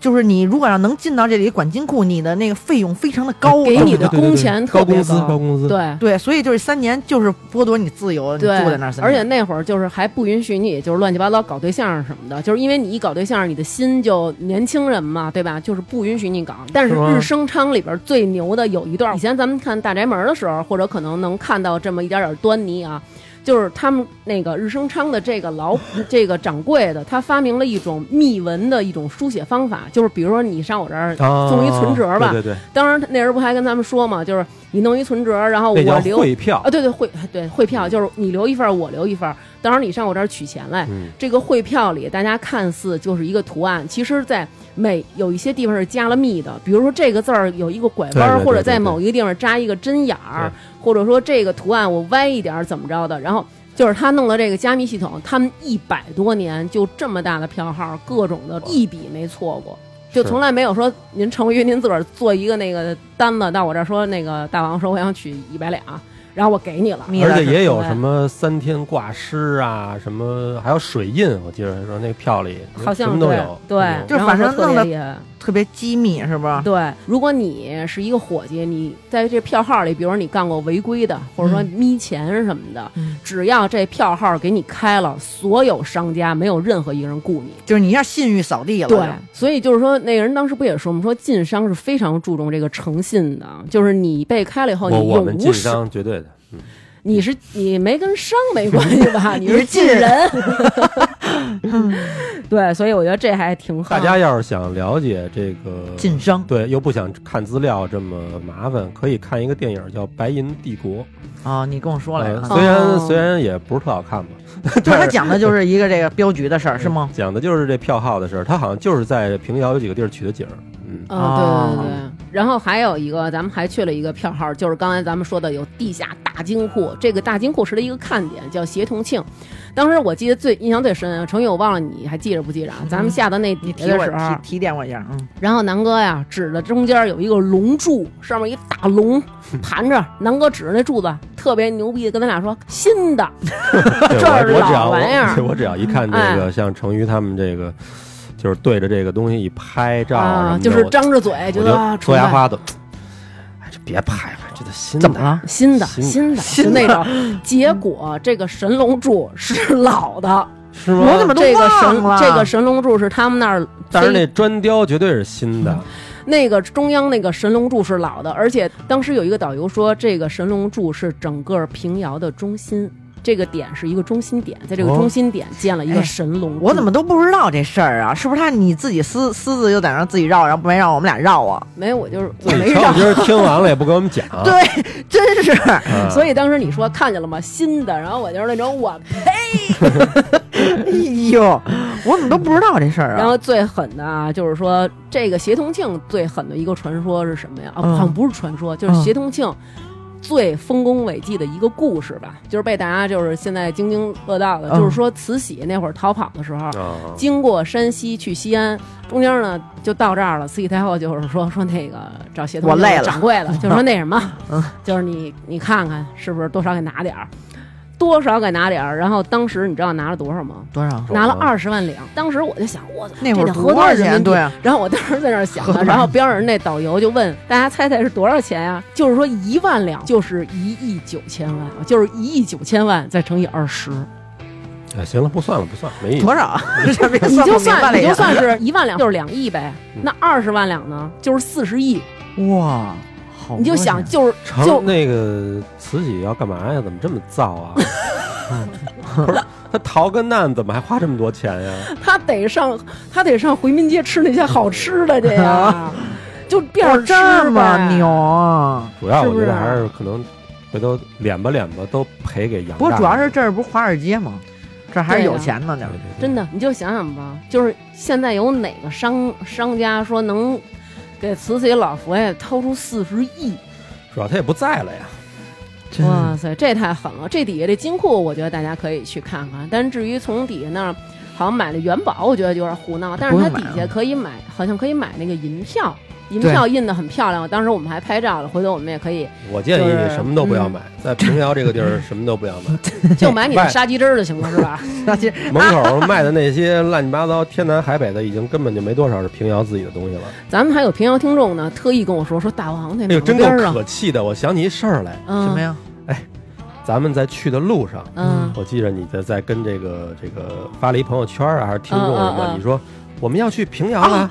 就是你如果要能进到这里管金库，你的那个费用非常的高，给你的对对对对工钱高特别工资高高工资，对对，所以就是三年就是剥夺你自由，你对坐在那儿，三而且年。那会儿就是还不允许你，就是乱七八糟搞对象什么的，就是因为你一搞对象，你的心就年轻人嘛，对吧？就是不允许你搞。但是是吗日升昌里边最牛的有一段，以前咱们看大宅门的时候，或者可能能看到这么一点点端倪啊。就是他们那个日升昌的这个 老这个掌柜的，他发明了一种密文的一种书写方法，就是比如说你上我这儿啊，送一存折吧对对对，当时那人不还跟咱们说嘛，就是你弄一存折，然后那我叫留汇票啊，。对对汇对汇票，就是你留一份儿，我留一份儿。当然你上我这儿取钱来，嗯，这个汇票里大家看似就是一个图案，其实在每有一些地方是加了密的，比如说这个字儿有一个拐弯对儿，对对或者在某一个地方扎一个针眼儿，或者说这个图案我歪一点儿怎么着的，然后。就是他弄了这个加密系统，他们一百多年就这么大的票号，各种的一笔没错过。就是从来没有说您成于您自个儿做一个那个单子到我这儿说那个大王说我想取一百两，然后我给你了。密而的且是也有对什么三天挂失啊，什么还有水印，我记得说那个票里好像什么都有，嗯对，对就然后反正说特弄别得厉害。特别机密是不是？对，如果你是一个伙计，你在这票号里，比如说你干过违规的，或者说嗯咪钱什么的，嗯只要这票号给你开了，所有商家没有任何一个人雇你。就是你一下信誉扫地了。对，所以就是说，那个人当时不也说吗？说晋商是非常注重这个诚信的，就是你被开了以后，你我我们永晋无时，商绝对的，嗯你是你没跟商没关系 吧？你你是是晋晋人。 对，所以我觉得这还挺好。大家要是想了解这个晋商对，又不想看资料这么麻烦，可以看一个电影叫《白银帝国》。哦，你跟我说来呃着，虽然哦虽然也不是特好看吧，嗯就是他讲的就是一个这个镖局的事儿，啊是吗？讲的就是这票号的事儿。他好像就是在平遥有几个地儿取的景儿。嗯，啊，对对对。然后还有一个，咱们还去了一个票号，就是刚才咱们说的有地下大金库。这个大金库是它一个看点，叫协同庆。当时我记得最印象最深，啊程宇，我忘了你还记着不记着啊？嗯咱们下到那底你提下的我时候提，提点我一下，嗯，然后南哥呀指着中间有一个龙柱，上面一大龙盘着，南哥指着那柱子特别牛逼的跟咱俩说 新的，对这儿我我只要老玩意儿嗯我我只要一看这个，像成瑜他们这个，就是对着这个东西一拍照什么啊，的就是我张着嘴我觉就得啊戳牙崇拜花子。哎，这别拍了，这都新的怎么了？新的新新的就那种，结果这个神龙柱是老的，是我吗？怎么都这个忘神了这个神龙柱是他们那儿，但是那砖雕绝对是新的，那个中央那个神龙柱是老的，而且当时有一个导游说，这个神龙柱是整个平遥的中心，这个点是一个中心点，在这个哦中心点建了一个神龙柱哎我怎么都不知道这事儿啊？是不是他你自己私私自又在那儿自己绕，然后没让我们俩绕啊？没有？我就是我自嗯没己瞧上我。今儿听完了也不跟我们讲。对，真是哎啊，所以当时你说看见了吗？新的，然后我就是那种我哎呦，我怎么都不知道这事儿然啊？后最狠的啊，就是说这个协同庆最狠的一个传说是什么呀？啊，嗯好像不是传说，就是协同庆最丰功伟绩的一个故事吧，就是被大家就是现在津津乐道的，嗯就是说慈禧那会儿逃跑的时候。啊经过山西去西安，中间呢就到这儿了。慈禧太后就是说说那个找协同我庆累的了掌柜 的，就说那什么，嗯 就是你你看看是不是多少给拿点儿，多少给拿点儿。然后当时你知道拿了多少吗？多少？拿了二十万两，当时我就想，我操，那会这得儿合多少人钱？民币对。啊，然后我当时在那儿 想合多呢，少然后边上那导游就问大家猜猜是多少钱呀、就是说一万两就是一亿九千万，啊就是一亿九千万再乘以二十，哎，行了，不算了，不算了，没意思。多少？ 这别你就不明白算了你就也算 是一万两就是两亿呗嗯。那二十万两呢，就是四十亿，哇，好你就多想钱就是就成那个慈禧要干嘛呀？怎么这么造 啊？不是他逃个难，怎么还花这么多钱呀？他得上他得上回民街吃那些好吃的去 呀，就变哇着吃这么呗牛啊！主要我觉是不得是还是可能回头敛吧敛吧，都赔给杨大爷。不过主要是这儿不是华尔街吗？这还是对有啊钱呢，对点儿对对真的，你就想想吧，就是现在有哪个商商家说能给慈禧老佛爷掏出四十亿？主要他也不在了呀。 真 哇塞，这太狠了！这底下这金库，我觉得大家可以去看看。但是至于从底下那儿，好像买的元宝，我觉得有点胡闹。但是它不底用买下了可以买，好像可以买那个银票，银对票印的很漂亮。当时我们还拍照了，回头我们也可以我建议就是嗯什么都不要买，在平遥这个地儿什么都不要买， 就买你的外杀鸡汁儿就行了，是吧？那其实嗯门口卖的那些乱七八糟、天南海北的，已经根本就没多少是平遥自己的东西了。咱们还有平遥听众呢，特意跟我说说大王那哎呦，哪真够边儿啊？可气的！我想起一事儿来，嗯，什么？呀？咱们在去的路上，嗯，我记着你在在跟这个这个发了一朋友圈啊，还是听众什嗯嗯么，嗯哦你说我们要去平遥了，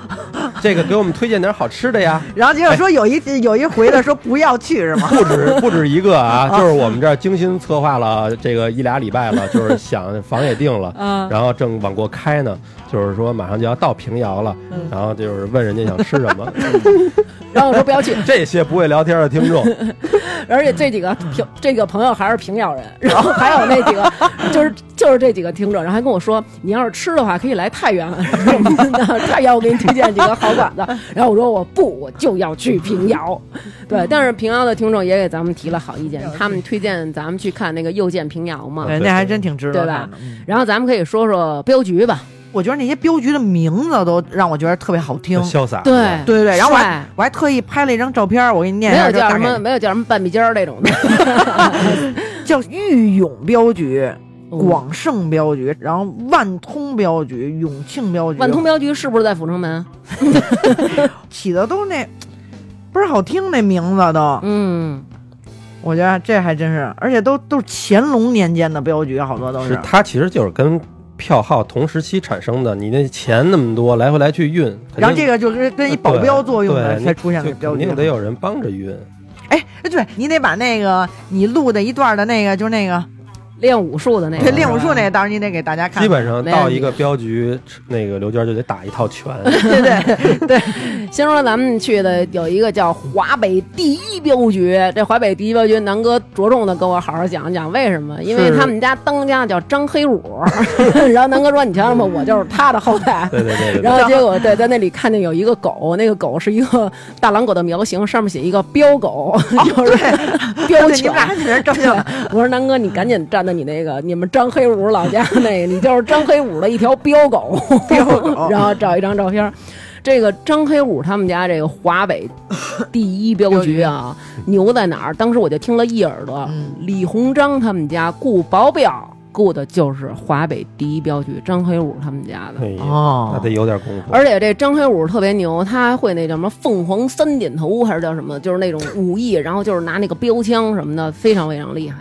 这个给我们推荐点好吃的 呀。然后结果说有一有一回的说不要去是 吗？不止不止一个啊，哦就是我们这儿精心策划了这个一俩礼拜 了，就是想房也定了，嗯然后正往过开呢，就是说马上就要到平遥了，嗯然后就是问人家想吃什么， 然后我说不要去，这些不会聊天的听 众，而且这几个平这个朋友还是平遥人， 然后还有那几个就是就是这几个听众，然后还跟我说，你要是吃的话可以来太 原什么的，太原我给你推荐几个好馆子。然后我说我不，我就要去平遥。对，但是平遥的听众也给咱们提了好意见，他们推荐咱们去看那个又见平遥嘛。嗯对，哎那还真挺值得对吧看的。嗯然后咱们可以说说镖局吧，我觉得那些镖局的名字都让我觉得特别好听。潇洒。对对对对，然后我帅还我还特意拍了一张照片，我给你念哎没有一下，就叫大什概么没有叫什么半壁尖儿那 种的，叫豫勇镖局、哦广盛镖局，然后万通镖局、永庆镖局，万通镖局是不是在阜成门？起的都是那不是好听那名字都，嗯，我觉得这还真是，而且都都是乾隆年间的镖局，啊好多都是它其实就是跟票号同时期产生的，你那钱那么多，来回来去运，肯定然后这个就是跟一保镖作用的对才出现就的镖肯局定。得有人帮着运。哎，对你得把那个你录的一段的那个，就是那个练武术的那个对是吧，练武术那个，到时候你得给大家嗯看基。本上没问题到一个镖局，那个刘娟就得打一套拳。对对，先说咱们去的有一个叫华北第一镖局，这华北第一镖局，南哥着重的跟我好好讲一讲为什么？因为是他们家当家叫张黑五， 然后南哥说你瞧瞧吧，我就是他的后 代。对对对对然对，后结果对，在那里看见有一个狗，那个狗是一个大狼狗的苗型，上面写一个标 狗，就是对标你犬们。俩还在那照 相， 我说南哥，你赶紧站在你那个你们张黑五老家那个，你就是张黑五的一条标狗，标 狗然后找一张照片儿。这个张黑五他们家这个华北第一镖局啊，牛在哪儿？当时我就听了一耳朵，嗯李鸿章他们家雇保镖雇的就是华北第一镖局张黑五他们家的。哎呀哦那得有点功夫。而且这张黑五特别牛，他还会那叫什么凤凰三点头，还是叫什么，就是那种武艺，然后就是拿那个标枪什么的，非常非常厉害。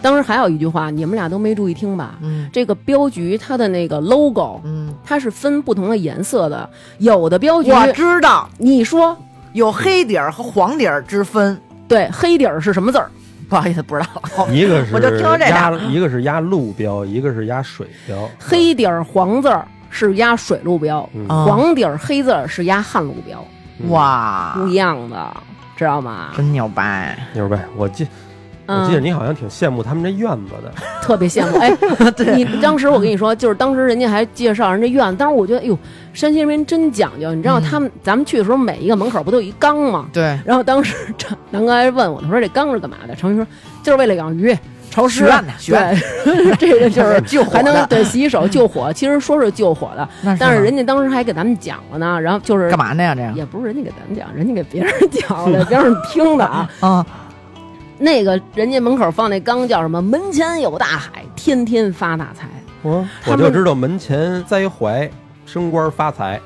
当时还有一句话，你们俩都没注意听吧？嗯这个镖局它的那个 logo，嗯，它是分不同的颜色的，有的镖局，我知道你说有黑底儿和黄底儿之分，对，黑底儿是什么字儿？不好意思，不知 道。一个是我就听说这压俩，一个是压路标，一个是压水标。黑底儿黄字儿是压水路标，嗯啊黄底儿黑字儿是压旱路标，嗯哇，不一样的，知道吗？真牛掰！牛呗，我记我记得嗯，你好像挺羡慕他们这院子的。特别羡 慕。哎，你当时我跟你说，就是当时人家还介绍人家院子，当时我觉得，哎呦，山西人民真讲究。你嗯知道他们、咱们去的时候，每一个门口不都有一缸吗？对，然后当时这南哥还问我，他说这缸是干嘛的？程宇说就是为了养鱼，潮湿。学哦院的啊学院 对，这个就是 救火还能的，对洗 手救火，其实说是救火的，那是但是吗人家当时还给咱们讲了呢，然后就是干嘛呢呀？这样也不是人家给咱们讲，人家给别人讲 的，别人听的啊。啊，那个人家门口放那缸叫什么？门前有大海，天天发大财。他我们就知道门前栽槐，升官发财。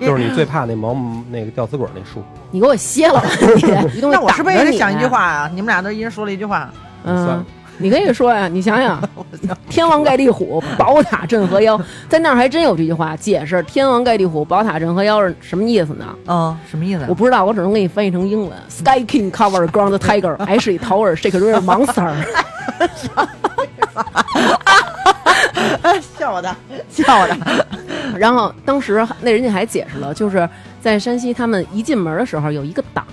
就是你最怕那毛那个吊死鬼那树，你给我歇了吧， 你！一动那我是不是也挡着得你想一句？话啊？你们俩都一人说了一句话，算了嗯，你可以说呀，你想想， 天王盖地虎，宝塔镇河妖，在那儿还真有这句话解释“天王盖地虎，宝塔镇河妖”是什么意思呢？嗯，什么意思 我？不知道，我只能给你翻译成英文。Sky King cover ground tiger, Ashley tower shake rear monster。 笑我的，笑我的，哎 然后当时那人家还解释了，就是在山西，他们一进门的时候有一个档，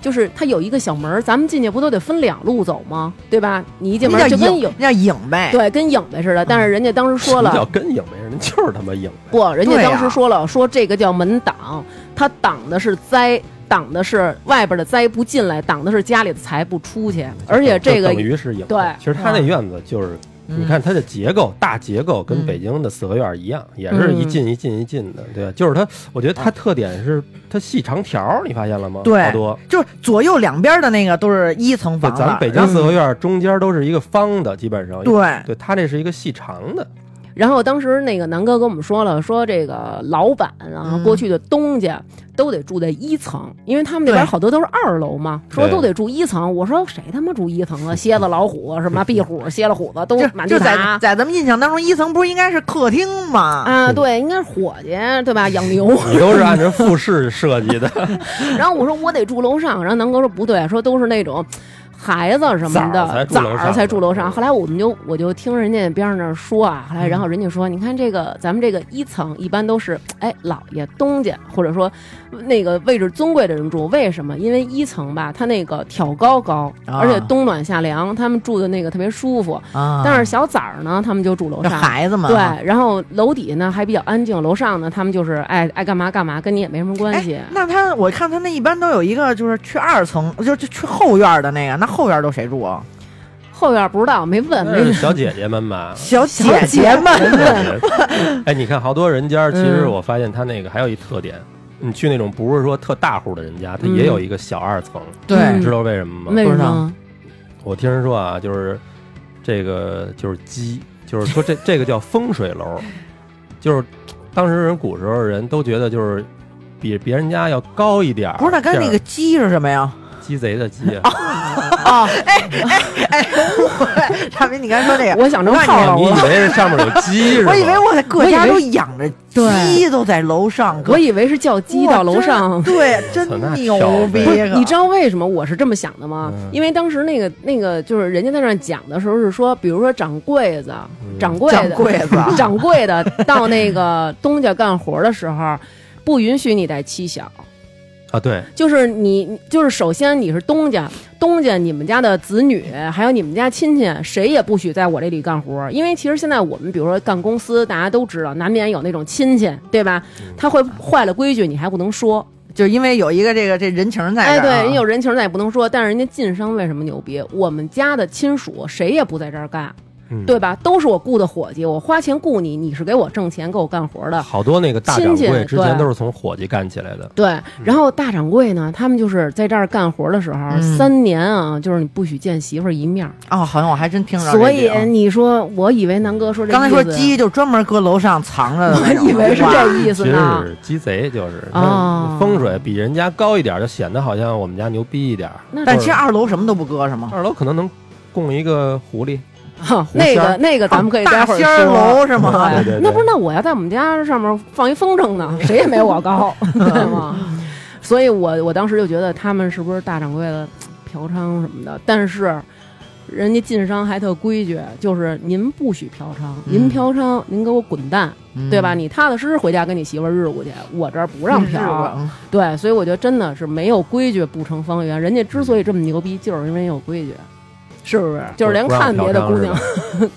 就是它有一个小门儿，咱们进去不都得分两路走吗？对吧？你一进那门叫就跟有影，那叫影呗。对，跟影子似的。但是人家当时说哎嗯什么了叫，跟影没人，人就是他妈影呗。不，人家对当啊时说了，说这个叫门挡，它挡的是灾，挡的是外边的灾不进来，挡的是家里的财不出去。而且就这个等于是影。对其实他那院子就是，嗯你看它的结构，大结构跟嗯北京的四合院一样，也是一进一进一进的，对吧？就是它，我觉得它特点是它细长条，你发现了吗？啊对好多。就是左右两边的那个都是一层对房子，咱们北京然后四合院中间都是一个方的，基本上。嗯对对，它这是一个细长的，然后当时那个南哥跟我们说了，说这个老板啊，嗯过去的东家都得住在一层，因为他们那边对好多都是二楼嘛，说对都得住一层。我说谁他妈住 一层啊？蝎子、老虎什么壁虎、蝎子、虎子都就满就地在爬在咱们印象当中，一层不是应该是客厅吗？啊！嗯对，应该是伙计对吧？养牛。你都是按照复式设计的，然后我说我得住楼上，然后南哥说不对，说都是那种。孩子什么崽儿才的，住崽楼上儿才住楼上。嗯后来我们就我就听人家边上那儿说啊，后来嗯然后人家说，你看这个咱们这个一层一般都是哎老爷东家或者说那个位置尊贵的人住，为什么？因为一层吧，它那个挑高高，啊而且冬暖夏凉，他们住的那个特别舒服。啊但是小崽儿呢，他们就住楼这上。孩子嘛，对，然后楼底呢还比较安静，楼上呢他们就是爱爱干嘛干嘛，跟你也没什么关哎系。那他我看他那一般都有一个就是去二层，就就去后院的那个，那后院都谁住啊？后院不知道，没问，那是没小姐姐们 吧？小姐姐们，嗯们。哎，你看好多人家，其实嗯我发现他那个还有一特点，你去那种不是说特大户的人家，他嗯也有一个小二层，对，你嗯知道为什么吗？为什不知么道？我听人说啊，就是这个就是鸡，就是说这这个叫风水楼， 就是当时人古时候人都觉得就是比别人家要高一点儿，不是那跟那这个样鸡是什么呀？鸡贼的鸡啊， 啊，哎哎哎， 大明，你刚才说这个，我想成我看炮哎你楼了，以为上面有 鸡是吗？我以为我在各家都养着鸡，对都在楼上，我以为是叫鸡到楼哇上。 对，真操那牛巧逼呗不是，啊，你知道为什么我是这么想的吗？嗯因为当时那个那个就是人家在那儿讲的时候是说，比如说掌柜子，嗯掌柜掌的，柜 子啊掌柜的到那个东家干活的时候，不允许你带妻小。啊，对，就是你，就是首先你是东家，东家你们家的子女，还有你们家亲戚，谁也不许在我这里干活儿。因为其实现在我们比如说干公司，大家都知道，难免有那种亲戚，对吧？他会坏了规矩，你还不能说。就因为有一个这个这人情在哎，这对儿啊，，人有人情咱也不能说。但是人家晋商为什么牛逼？我们家的亲属谁也不在这儿干，嗯对吧？都是我雇的伙计，我花钱雇你，你是给我挣钱给我干活的。好多那个大掌亲柜戚之前对都是从伙计干起来的，对，然后大掌柜呢，他们就是在这儿干活的时候，嗯三年啊，就是你不许见媳妇儿一面儿。哦，好像我还真听着这句啊。所以你说，我以为南哥说这刚才说意思，鸡就专门搁楼上藏着的那种，我以为是哇这意思其实呢。是鸡贼，就是哦风水比人家高一点，就显得好像我们家牛逼一点。那但是其实二楼什么都不搁，是吗？二楼可能能供一个狐狸，哈 那仙个儿那个，咱们可以待啊大会儿仙儿说。楼是吗？对对对对那不是那我要在我们家上面放一风筝 呢，谁也没我高，对吗？所以我我当时就觉得他们是不是大掌柜的嫖娼什么的？但是人家晋商还特规矩，就是您不许嫖娼，您嗯嫖娼您给我滚蛋，对吧？嗯？你踏踏实实回家跟你媳妇儿日过去，我这儿不让是嫖。吧？嗯对，所以我觉得真的是没有规矩不成方圆。人家之所以这么牛逼，就是因为有规矩，是不是？就是连不让看别的嫖娼姑是娘吧，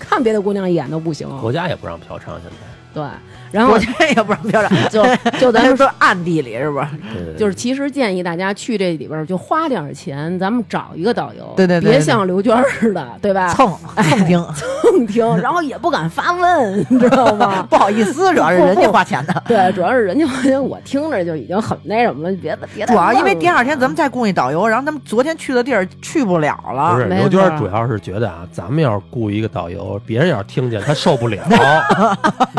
看别的姑娘一眼都不哦行。国家也不让嫖娼，现在对，然后我这也不让标准， 就就咱咱们就说，说暗地里是吧？对对对就是其实建议大家去这里边儿就花点儿钱，咱们找一个导游，对对对别对像刘娟儿似的，对 吧？蹭蹭听，蹭听，然后也不敢发问，你知道吗？ 不好意思，主要是人家花钱 的。对，主要是人家发现我听着就已经很那什么了，别的别的。主要因为第二天咱们再雇一导游，然后他们昨天去的地儿去不了了。不是啊没刘娟错主要是觉得啊，咱们要是雇一个导游，别人要是听见他受不 了，你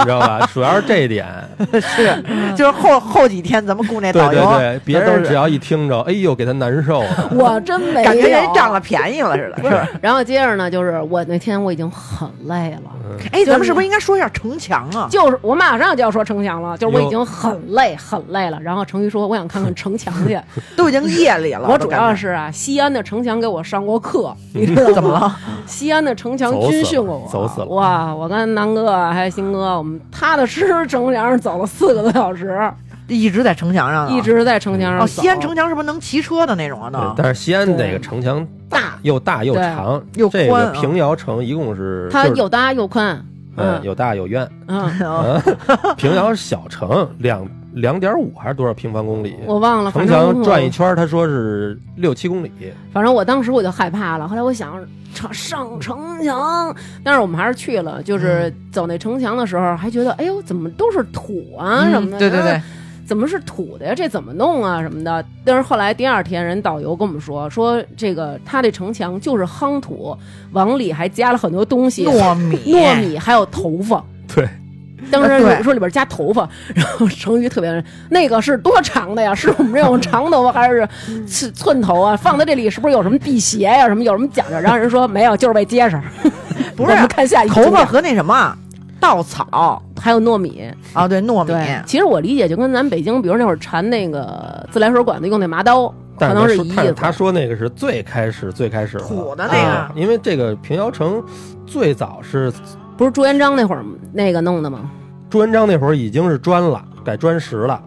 知道吧？主要是这一点， 是，就是后后几天咱们雇那对导对游，对，别都人只要一听着，哎呦，给他难 受的。我真没有感觉人占了便宜了似的。是，然后接着呢，就是我那天我已经很累了，哎，咱们是不是应该说一下城墙啊？就是我马上就要说城墙了，就是我哟已经很累很累了。然后程昱说我想看看城墙 去，都已经夜里 了，我主要都是啊，西安的城墙给我上 过课，你知道吗？ 怎么了？西安的城墙军训过我，走死了走死了啊哇，我跟南哥还有新哥，我们踏踏实实城墙上走了四个多小时。一直在城墙上啊，一直在城墙上哦，走。西安城墙是不是能骑车的那种啊？对呢，但是西安那个对城墙大，又大又对长，又这宽个啊平遥城一共是它就是又大又宽，嗯嗯有大有院， 嗯，哦啊，平遥小城两两点五还是多少平方公里？我忘了，城反正墙我转一圈儿，他说是六七公里。反正我当时我就害怕了，后来我想上上城墙，但是我们还是去了。嗯就是走那城墙的时候，还觉得哎呦，怎么都是土啊什么的，嗯对对对，，怎么是土的呀？这怎么弄啊什么的？但是后来第二天，人导游跟我们说，说这个他这城墙就是夯土，往里还加了很多东西，糯米，糯，米还有头发。 对，当时啊对有说里边加头发，然后成语特别那个是多长的呀？是我们这种长头发还是寸寸头啊？放在这里是不是有什么辟邪呀、什么有什么讲究？然后人说没有，就是为结实。不是啊我们看下一个头发和那什么稻草还有糯米。啊，对，糯米，对，其实我理解就跟咱们北京，比如那会儿缠那个自来水管子用那麻刀，但是他可能是说一他意他思。说那个是最开始最开始的土的那个啊因为这个平遥城最早是不是朱元璋那会儿那个弄的吗？朱元璋那会儿已经是砖了，改砖石了。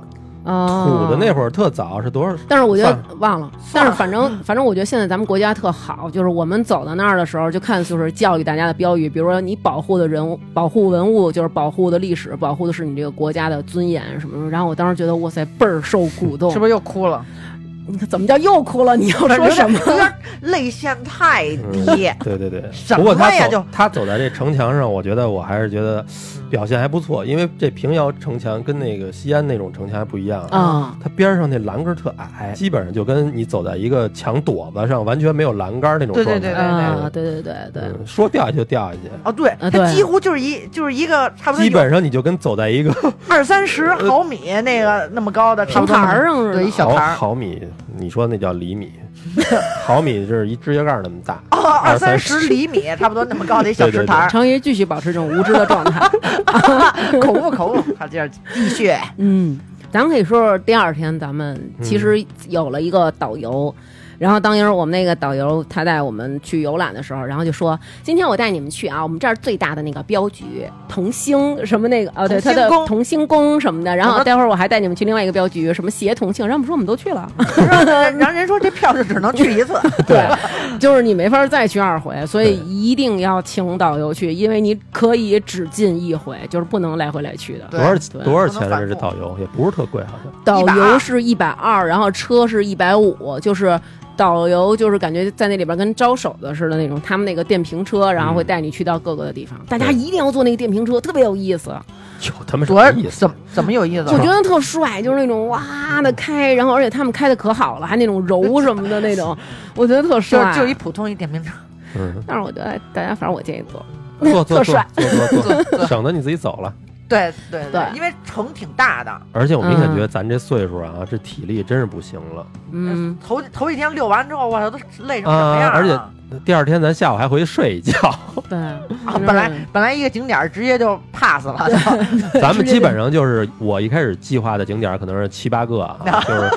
哦土的那会儿特早是多少？但是我觉算得忘了，但是反正反正我觉得现在咱们国家特好，就是我们走到那儿的时候，就看就是教育大家的标语，比如说你保护的人物、保护文物，就是保护的历史，保护的是你这个国家的尊严什么什么。然后我当时觉得哇塞，倍儿受鼓动，是不是又哭了？你看怎么叫又哭了？你 要说什么？有点泪腺太低，对对对什，么不过他呀走就他走在这城墙上，我觉得我还是觉得表现还不错，因为这平遥城墙跟那个西安那种城墙还不一样哦啊它边上那栏杆儿特矮，基本上就跟你走在一个墙垛子上，完全没有栏杆儿那种对状对态。对啊，对对对对，嗯说掉下去就掉下去，哦，对，啊它对几乎就是一就是一个差不多基有本呃上你就跟走在一个二三十毫米那个那么高的平长台儿，啊上是对，一吧小毫台啊儿，毫米，你说那叫厘米，毫米就是一指甲盖儿那么大。哦，二三二十厘米差不多那么高的一小对对池对台儿，成爷继续保持这种无知的状态。口误口误，好，接着继续，嗯，咱可以说说第二天咱们其实有了一个导游。然后当时我们那个导游他带我们去游览的时候，然后就说：“今天我带你们去啊，我们这儿最大的那个镖局同兴什么那个哦，对，他同兴的宫同兴宫什么的。然什后么待会儿我还带你们去另外一个镖局，什么协同庆。然后我们说我们都去了，然后然后人说这票是只能去 一次， 对，就是你没法再去二回，所以一定要请导游去，因为你可以只进一回，就是不能来回来去的。对多少对多少不能钱反来着？这复导游也不是特贵，好像导游120是一百二，然后车是一百五，就是导游就是感觉在那里边跟招手的似的那种，他们那个电瓶车，然后会带你去到各个的地方。嗯大家对一定要坐那个电瓶车，特别有意思，有他妈什多少么意思怎？么怎么有意思我？觉得特帅，就是那种哇的开，然后而且他们开的可好了，还那种揉什么的那 种，我觉得特就帅。就一，普通一电瓶车，嗯，但是我觉得大家反正我建议坐，坐坐坐特帅坐坐 坐，省得你自己走了。对对对因为城挺大的，而且我明显嗯觉得咱这岁数啊，这体力真是不行了。嗯，头头一天遛完之后，我操，都累成什么样啊了？而且第二天咱下午还回去睡一觉，对，嗯啊，本来本来一个景点儿直接就 pass 了， 咱们基本上就是我一开始计划的景点儿可能是七八个 啊，就是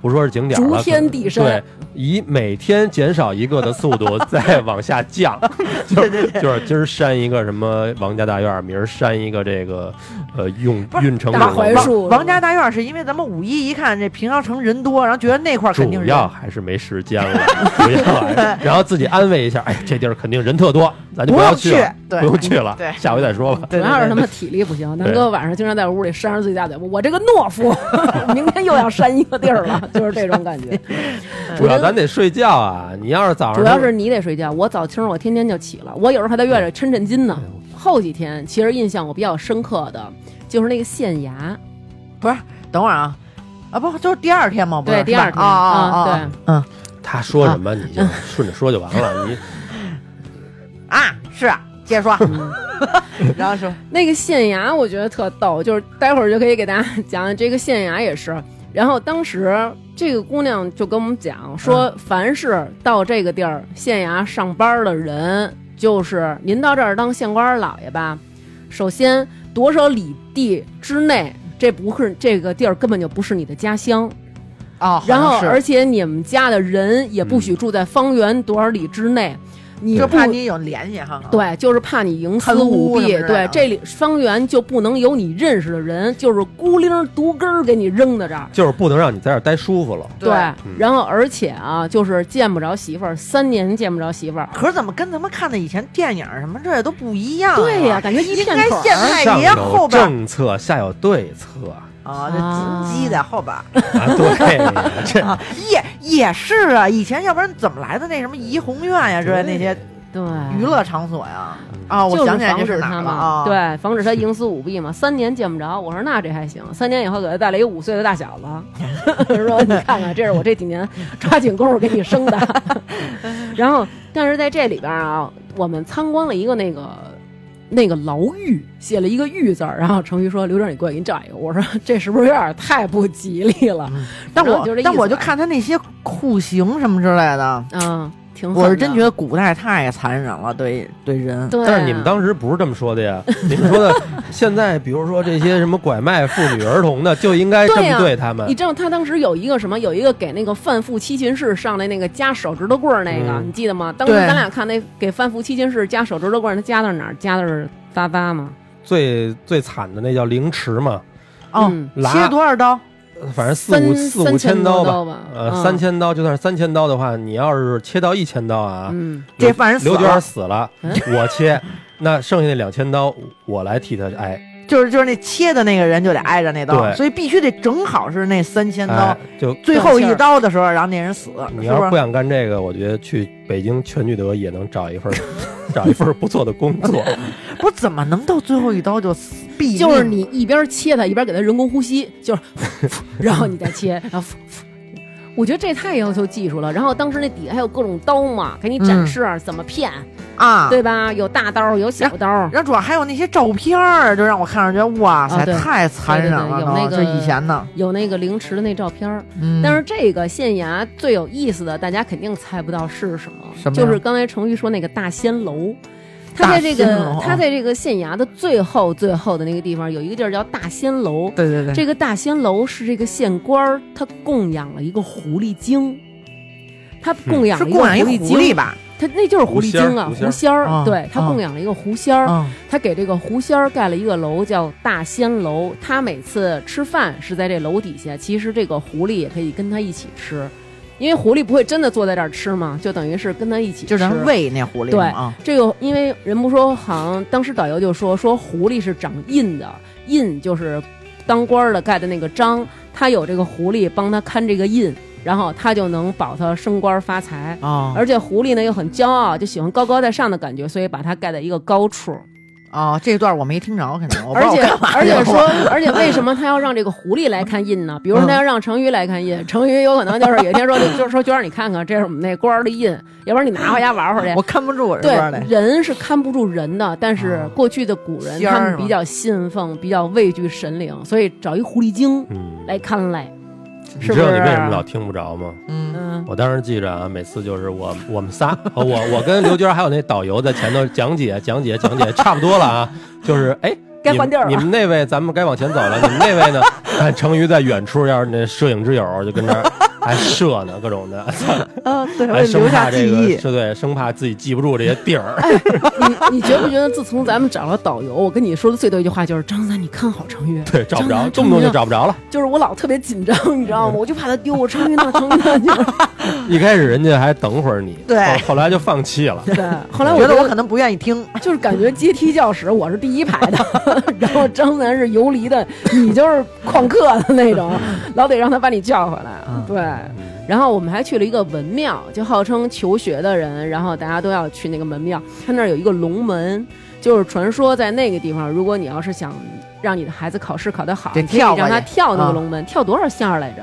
不说是景点儿了，逐天递升可能对，以每天减少一个的速度再往下 降， 对对对。就是今儿删一个什么王家大院儿，明儿删一个这个呃运不是运城大永槐隆树王家大院是因为咱们五一一看这平遥城人多，然后觉得那块儿肯定主是要还是没时间了， 主要还 是然后自己安慰一下，哎，这地儿肯定人特多，咱就不要用去去了，，对不用去了，对下回再说吧。主对，要是他们妈体力不行，南哥晚上经常在屋里扇着自己大嘴巴，我这个懦 夫，明天又要扇一个地儿了，就是这种感觉。主要咱得睡觉啊，你要是早上主要是你得睡觉，我早清儿我天天就起了，我有时候还在院里抻抻筋呢。嗯后几天其实印象我比较深刻的就是那个县衙，等会儿啊，啊不就是第二天吗？不是对，第二是吧天啊啊啊对，他说什么你就顺着说就完了，你啊啊是啊，接着说，嗯 然后说那个县衙我觉得特逗，就是待会儿就可以给大家 讲讲这个县衙也是。然后当时这个姑娘就跟我们讲嗯说，凡是到这个地儿县衙上班的人，就是您到这儿当县官老爷吧，首先多少里地之内，这不是这个地儿根本就不是你的家乡。哦，好然像后，是而且你们家的人也不许住在方圆多少里之内。你这就不怕你有联系哈。，对，就是怕你营私啊贪舞污弊什么。之类对的，啊这里方圆就不能有你认识的人，就是孤零独根儿给你扔到这儿。就是不能让你在这儿待舒服了。对嗯然后而且啊，就是见不着媳妇儿，三年见不着媳妇儿。可是怎么跟咱们看的以前电影什么这都不一样啊？对呀感觉一应片该腿儿现太上爷有后边儿政策，下有对策啊啊，这金鸡在后边儿。啊！ 对，这啊，也也是啊，以前要不然怎么来的那什么怡红院呀之类那些对，娱乐场所呀？嗯啊，我就是想起来防这止是哪他儿了嘛，啊？，对，防止他营私舞弊嘛。三年见不着，我说那这还行，三年以后给他带来一五岁的大小 子，说你看看，这是我这几年抓紧功夫给你生的。 然后，但是在这里边啊，我们参观了一个那个。那个牢狱写了一个“狱”字儿，然后程昱说：“刘正，你过来给你找一个。”我说：“这是不是有点太不吉利了但然后我就这意思嗯但我就看他那些酷刑什么之类的，？”嗯，挺狠的我是真觉得古代太残忍了，对对人。对啊。但是你们当时不是这么说的呀？你们说的现在，比如说这些什么拐卖妇女儿童的，就应该这对呀么对他们你。知道他当时有一个什么？有一个给那个范富七进士上来那个夹手指头棍儿那个，嗯你记得吗？当时对咱俩看那给范富七进士夹手指头棍儿，他夹到哪儿？夹的是渣渣吗？最最惨的那叫凌迟嘛，哦，嗯剌切多少刀？反正四五三四三五千千多吧，刀吧嗯呃，三千刀就算是三千刀的话，你要是切到一千刀啊，嗯，这犯人死刘了娟，死了嗯，我切，那剩下那两千刀我来替他哎挨，就是就是那切的那个人就得挨着那刀，对所以必须得正好是那三千刀哎，，就最后一刀的时候，然后那人死，你是要不是是不？想干这个，我觉得去北京全聚德也能找一份儿， 找一份儿不错的工 作。不是怎么能到最后一刀就死？毙就是命你一边切它，一边给它人工呼吸，就是， 然后你再 切，然后。我觉得这太要求技术了。然后当时那底下还有各种刀嘛，给你展嗯示怎么骗，啊！对吧？有大刀，有小刀。然后主要还有那些照片儿，就让我看上觉得哇啊塞，对太残忍了对对都，对有那个这以前呢。有那个凌迟的那照片儿，嗯但是这个县衙最有意思的，大家肯定猜不到是什么，什么呀就是刚才程昱说那个大仙楼。他大在这仙个楼啊他在这个县衙的最后最后的那个地方，有一个地儿叫大仙楼。对对对，这个大仙楼是这个县官儿他供养了一个狐狸精，他供养嗯是了供养一个狐狸狐精，狸吧？他那就是狐狸精啊，狐狐仙儿。儿对他啊供养了一个狐仙儿，嗯，他给这个狐仙儿盖了一个楼，叫大仙楼。他每次吃饭是在这楼底下，其实这个狐狸也可以跟他一起吃，因为狐狸不会真的坐在这儿吃嘛，就等于是跟他一起吃。就是能喂那狐狸对嘛啊。这个，因为人不说，好像当时导游就说，说狐狸是长印的，印就是当官儿的盖的那个章，他有这个狐狸帮他看这个印，然后他就能保他升官发财。哦而且狐狸呢又很骄傲，就喜欢高高在上的感觉，所以把它盖在一个高处。哦，这段我没听着，可能我不而知哦道我且干嘛而去且了说， 而且为什么他要让这个狐狸来看 印呢？比如说他要让成鱼来看印，成鱼有可能就是有一天说， 就是说娟儿，你看看，这是我们那官儿的印，要不然你拿回家玩会儿去我。看不住我这对段嘞，。人是看不住人的，但是啊过去的古人仙儿他是们吧比较信奉，比较畏惧神灵，所以找一狐狸精嗯，来看来，你是知不是？道你为什么老听不着吗？啊嗯，嗯，我当时记着啊，每次就是我我们仨，和我我跟刘娟还有那导游在前头讲解讲解讲解，差不多了啊，就是哎。该换地儿了你们。你们那位，咱们该往前走了。你们那位呢？看成瑜在远处，要是那摄影之友就跟这儿还射呢，各种的， 啊，对，我 还得生留怕下这记个忆。是对，生怕自己记不住这些地 儿。 你你觉不觉得自从咱们找了导游，我跟你说的最多一句话就是张三，你看好成鱼，对，找不张着，三动不动成就鱼找不着了。就是我老特别紧张，你知道吗？我就怕他丢我成云那成云那就是一开始人家还等会儿你，对后后来就放弃了。 对。后来我觉得就啊我可能不愿意听， 就是感觉阶梯教室我是第一排的， 然后张楠是游离的，你就是旷课的那种，老得让他把你叫回来。嗯对，然后我们还去了一个文庙，就号称求学的人，然后大家都要去那个门庙，他那儿有一个龙门，就是传说在那个地方，如果你要是想让你的孩子考试考得好，得你可以跳让过他去跳那个啊龙门，跳多少下儿来着？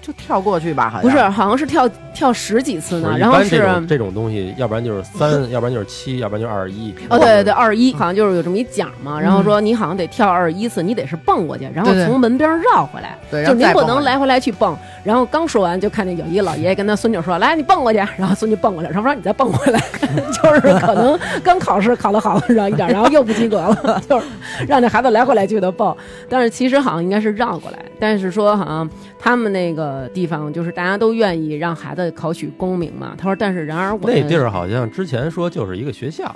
就跳过去吧，好像不是，好像是跳跳十几次不呢，是然后一般是这种这种东西，要不然就是三，要不然就是七，要不然就是二十一。哦，对对对，，二十一好像就是有这么一讲嗯嘛，然后说你好像得跳二十一次，你得是蹦过去，然后对对从门边绕回来，对就然后您再不蹦能回来来回来去蹦。然后刚说完，就看见有一个老爷爷跟他孙女说：“来，你蹦过去。”然后孙女蹦过来，然后说：“你再蹦回来。” 就是可能刚考试考得好上一点，然后又不及格了， 就是让这孩子来回来去的蹦。但是其实好像应该是绕过来，但是说好像他们那个地方就是大家都愿意让孩子的考取功名嘛。他说，但是然而我那地们儿好像之前说就是一个学校，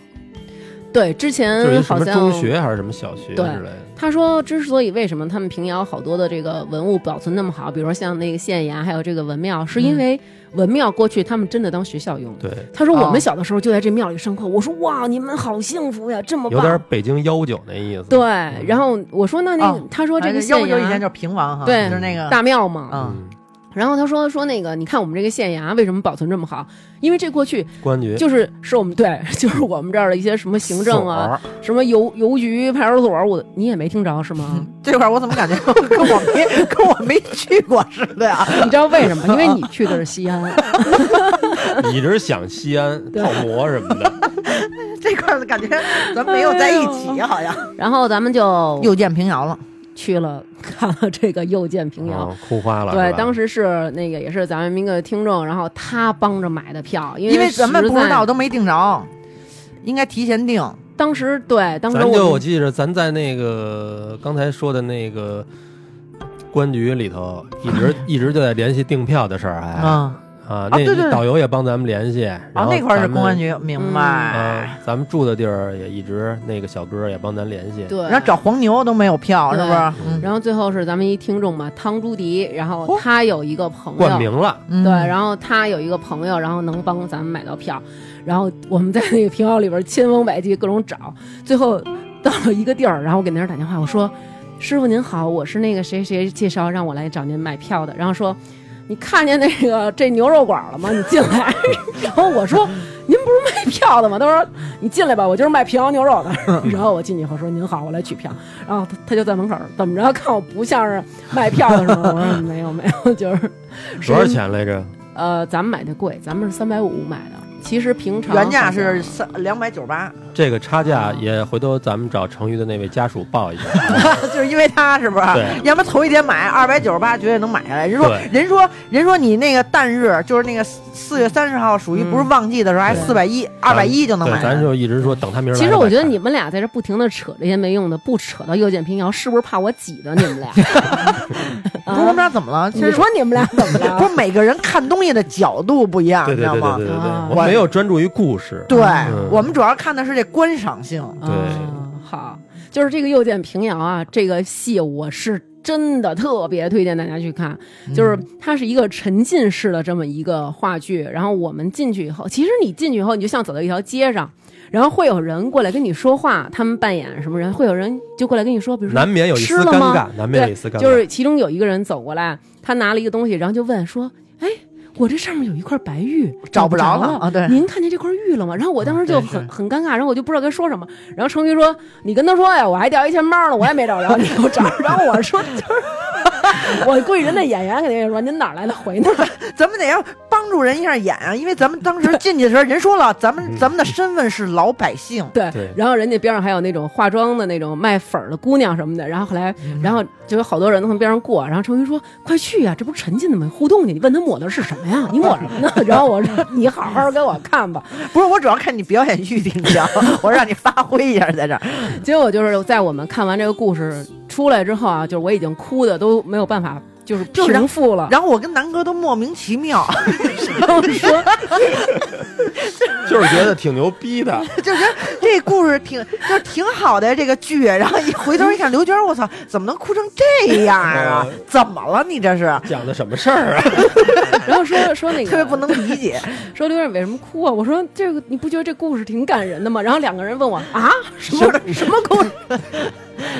对之就是一前什嗯好么像中学还是什么小学之对类的，他说，之所以为什么他们平遥好多的这个文物保存那么好，比如说像那个县衙，还有这个文庙，是嗯因为文庙过去他们真的当学校用。对，他说哦我们小的时候就在这庙里上课，我说哇，你们好幸福呀，这么有点棒。北京幺九那意思。对，啊然后我说那那个哦他说这个县嗯要不就以前衙叫平王哈，对就是那个大庙嘛，嗯嗯，然后他说说那个你看我们这个县衙为什么保存这么好？因为这过去公安局就是是我们对， 就是我们这儿的一些什么行政啊，哦所儿，什么邮邮局、派出所，我你也没听着是吗？嗯这块儿我怎么感觉 跟我没跟我没去过似的啊呀？你知道为什么？因为你去的是西安。 你一直想西安对泡馍什么的，这块儿感觉咱没有在一哎起，好像然后咱们就又见平遥了。去了看了这个又见平遥。嗯哭花了。对，当时时是那个也是咱们一个听众，然后他帮着买的票，因因为咱们实不知在道，都没订着，应该提前订。当时对，当时咱就我我记着咱在那个刚才说的那个公安局里头，一 直一直就在联系订票的事儿，还啊嗯，对对那对导游也帮咱们联系，然啊，后那块儿是咱们公安。局，明白。嗯，咱们住的地儿也一直那个小哥也帮咱联系，对，然后找黄牛都没有票，是不是？嗯然后最后是咱们一听众嘛，汤朱迪，然后嚯他有一个朋冠友名。了，嗯，对，然后他有一个朋友，然后能帮咱们买到票，然后我们在那个平遥里边千方百计各种找，最后到了一个地儿，然后我给那人打电话，我说：“师傅您好，我是那个谁谁介绍让我来找您买票的。”然后说：“你看见那个这牛肉馆了吗？你进来。”然后我说：“您不是卖票的吗？”他说：“你进来吧，我就是卖平遥牛肉的。”然后我进去以后说：“您好，我来取票。”然后他他就在门口怎么着看我不像是卖票的时候，我说：“没有没有，就是多嗯少钱啊来着？呃，咱们买的贵，咱们是三百五买的。其实平常原价好是像三两百九十八，这个差价也回头咱们找成昱的那位家属报一 下。就是因为他是不是？对要不头一天买二百九十八，绝对能买下来。人说对人说人说你那个旦日，就是那个四月三十号，属于不是旺季的时候，还对四百一，二百一就能对买下来。咱就一直说等他明儿来其了再看。实我觉得你们俩在这不停的扯这些没用的，不扯到右键平遥，是不是怕我挤着你们 俩？不是我们啊俩怎么了？其你实说你们俩怎么不了？是每个人看东西的角度不一样，对你知对道对对吗对？对啊对，我没有专注于故事。对嗯我们主要看的是这观赏性。对啊好，就是这个右键平遥啊，这个戏我是真的特别推荐大家去看，就是它是一个沉浸式的这么一个话剧。然后我们进去以后，其实你进去以后，你就像走到一条街上，然后会有人过来跟你说话，他们扮演什么人，会有人就过来跟你说，比如说难免有一吃丝了尴吗尬，难免有一丝尴尬。就是其中有一个人走过来，他拿了一个东西，然后就问说：“哎，我这上面有一块白玉，找不不着着了啊对啊您看见这块玉了吗？”然后我当时就对是很很尴尬，然后我就不知道该说什么。然后程昱说：“你跟他说呀，我还掉一钱包呢，我也没找着，你给我找。”然后我说：“就是， 我估计人家演员肯定也说您哪儿来的回哪儿。咱们得要帮助人一下演啊，因为咱们当时进去的时候，人说了，咱们咱们的身份是老百姓”。对对然后人家边上还有那种化妆的那种卖粉儿的姑娘什么的。然后后来，嗯然后就有好多人从边上过，然后程昱说：“快去呀、这不是沉浸的吗？互动去，你问他抹的是什么呀？你抹什么呢？” 然后我说：“你好好给我看吧。”不是，我主要看你表演欲挺强，我让你发挥一下 在这儿。结果就是在我们看完这个故事出来之后啊，就是我已经哭的都没有办法，就是就是平复了。然后我跟南哥都莫名其妙， 然后说， 就是觉得挺牛逼的，就觉得这故事挺就是挺好的这个剧。然后一回头一看，刘娟，我操，怎么能哭成这样 啊嗯？怎么了？你这是讲的什么事儿啊？ 然后说说那个 特别不能理解。说刘远为什么哭啊？我说这个你不觉得这故事挺感人的吗？然后两个人问我啊什么什么故事？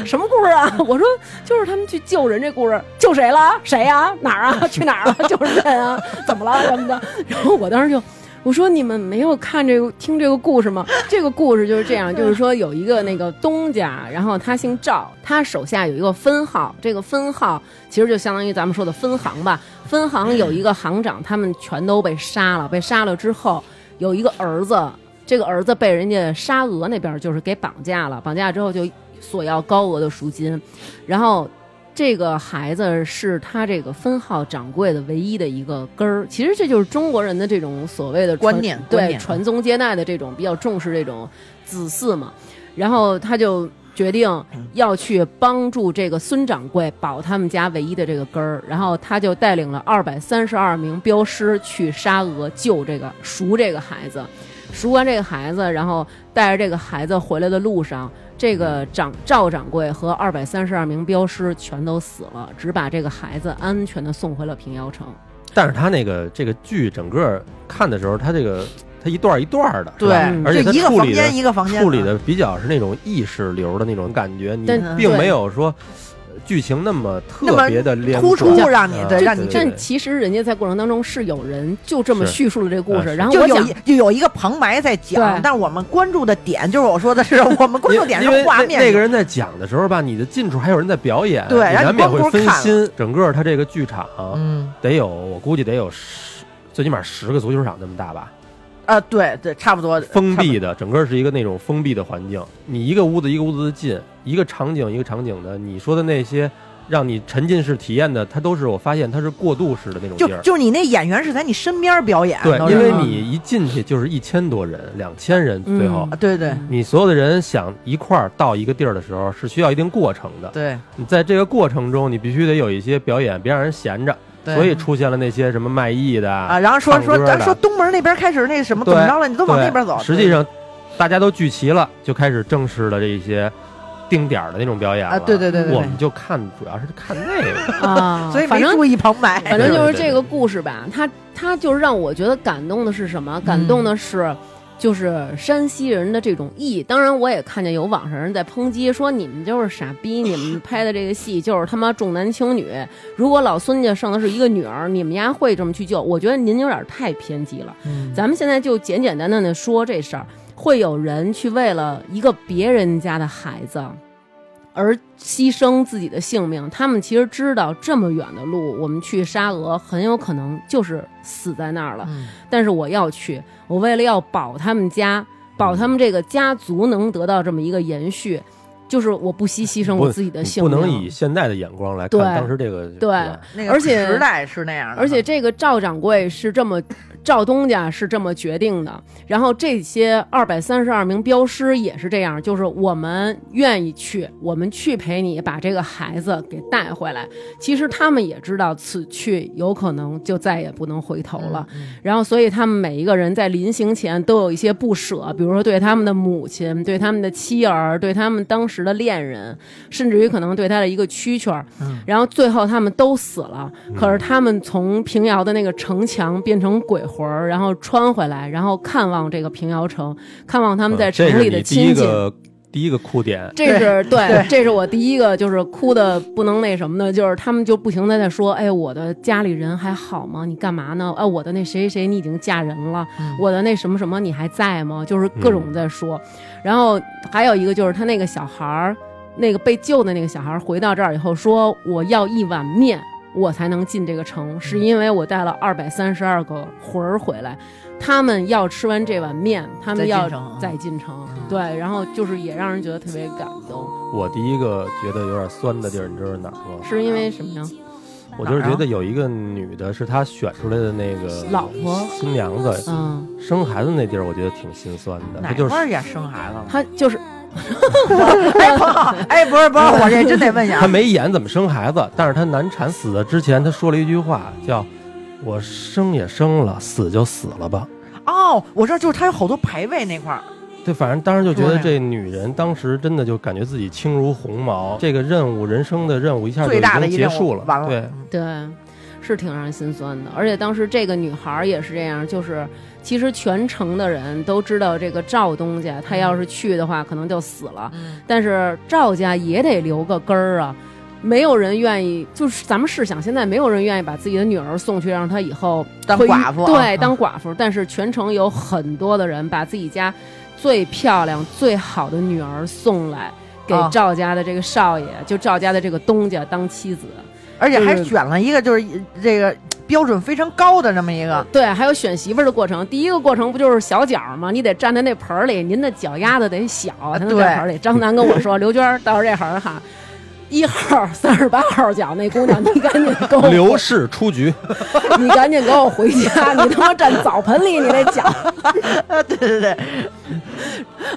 什么故事啊？ 我说就是他们去救人这故事，救谁了？谁呀、哪儿啊？ 去哪儿了？就是人啊？怎么了什么的？ 然后我当时就。我说你们没有看这个听这个故事吗？这个故事就是这样，就是说有一个那个东家，然后他姓赵，他手下有一个分号，这个分号其实就相当于咱们说的分行吧。分行有一个行长，他们全都被杀了，被杀了之后有一个儿子，这个儿子被人家沙俄那边就是给绑架了，绑架之后就索要高额的赎金，然后这个孩子是他这个分号掌柜的唯一的一个根儿。其实这就是中国人的这种所谓的传观念观啊对念传宗接代的这种比较重视这种子嗣嘛。然后他就决定要去帮助这个孙掌柜保他们家唯一的这个根儿，然后他就带领了二百三十二名镖师去沙俄救这个赎这个孩子，赎完这个孩子，然后带着这个孩子回来的路上，这个掌赵掌柜和二百三十二名镖师全都死了，只把这个孩子安全的送回了平遥城。但是他那个这个剧整个看的时候，他这个他一段一段的，是吧嗯而且就他一个处房理的间一个房间啊处理的比较是那种意识流的那种感觉，你但并对没有说呃剧情那么那特么别的连突出贯让你啊对这让你这去。但其实人家在过程当中是有人就这么是叙述了这个故啊事，是然后嗯就我有讲一就有一个旁白在讲对，但我们关注的点就是我说 的是我们关注点因为是画那面。那个人在讲的时候吧，你的近处还有人在表演，对你然后难你免光会顾分看了心。整个他这个剧场嗯得有，我估计得有十，最起码十个足球场那么大吧，啊，对对，差不多封闭的，整个是一个那种封闭的环境。你一个屋子一个屋子的进，一个场景一个场景的，你说的那些让你沉浸式体验的，它都是我发现它是过渡式的那种就地儿。就是你那演员是在你身边表演，对都，是因为嗯你一进去就是一千多人、两千人，最后啊对对你所有的人想一块儿到一个地儿的时候，是需要一定过程的。对你在这个过程中，你必须得有一些表演，别让人闲着。对，所以出现了那些什么卖艺的啊，，然后说唱说歌咱的说东门那边开始那什么对怎么着了，你都往对那边走。实际上，大家都聚齐了，就开始正式的这一些定点儿的那种表演了啊，对对对对我对们，就看，主要是看那个。啊， 所以反没正注意旁白。 反正就对对是对这个故事吧，它它就是让我觉得感动的是什么？感嗯动的是。就是山西人的这种义，当然我也看见有网上人在抨击说你们就是傻逼，你们拍的这个戏就是他妈重男轻女。如果老孙家生的是一个女儿，你们家会这么去救？我觉得您有点太偏激了。嗯咱们现在就简简单单的说这事儿，会有人去为了一个别人家的孩子而牺牲自己的性命。他们其实知道这么远的路，我们去沙俄很有可能就是死在那儿了。嗯但是我要去，我为了要保他们家，保他们这个家族能得到这么一个延续，就是我不惜牺牲我自己的你性不命。能以现在的眼光来看对当时这个，对吧那个而且时代是那样的，嗯而且这个赵掌柜是这么，赵东家是这么决定的。然后这些二百三十二名镖师也是这样，就是我们愿意去，我们去陪你把这个孩子给带回来。其实他们也知道此去有可能就再也不能回头了。然后，所以他们每一个人在临行前都有一些不舍，比如说对他们的母亲、对他们的妻儿、对他们当时的恋人，甚至于可能对他的一个蛐蛐儿。嗯然后最后他们都死了，可是他们从平遥的那个城墙变成鬼魂儿，然后穿回来，然后看望这个平遥城，看望他们在嗯这是城里你的第一亲戚。个第一个哭点。这是对，这是我第一个就是哭的不能那什么的，就是他们就不停的在说，哎，我的家里人还好吗？你干嘛呢？哎，我的那谁谁谁你已经嫁人了，我的那什么什么你还在吗？就是各种在说。然后还有一个就是他那个小孩儿，那个被救的那个小孩儿回到这儿以后说，我要一碗面。我才能进这个城，是嗯因为我带了二百三十二个魂儿回来，他们要吃完这碗面，他们再进要城啊再进城，对，然后就是也让人觉得特别感动，我第一个觉得有点酸的地儿，你知道是哪儿吗？是因为什么呀？我就是哪儿啊觉得有一个女的，是她选出来的那个老婆新娘子，嗯，生孩子那地儿，我觉得挺心酸的。她哪就是块儿也生孩 子了？她就是哎，彭浩，哎，不是不是，我这真得问一下 他，没演怎么生孩子，但是他难产死的之前，他说了一句话，叫“我生也生了，死就死了吧哦，我知道，就是他有好多排位那块儿，”。对，反正当时就觉说得呀这女人当时真的就感觉自己轻如鸿毛，这个任务人生的任务一下就最已大的经一结任务束了。完了， 对，嗯对，是挺让人心酸的。而且当时这个女孩儿也是这样，就是其实全城的人都知道这个赵东家，他要是去的话，可能就死了。嗯但是赵家也得留个根儿啊，没有人愿意，就是咱们试想，现在没有人愿意把自己的女儿送去，让她以后当会寡妇啊对，嗯当寡妇。但是全城有很多的人把自己家最漂亮、最好的女儿送来给哦赵家的这个少爷，就赵家的这个东家当妻子。而且还就是选了一个就是这个标准非常高的这么一个，对，还有选媳妇儿的过程。第一个过程不就是小脚儿吗？你得站在那盆儿里，您的脚丫子得小，才能对在盆儿里。张楠跟我说，刘娟儿到时候这行儿哈，一号、三十八号讲那姑娘，你赶紧给我，刘氏出局，你赶紧给我回家，你他妈站澡盆里，你那脚，对对对，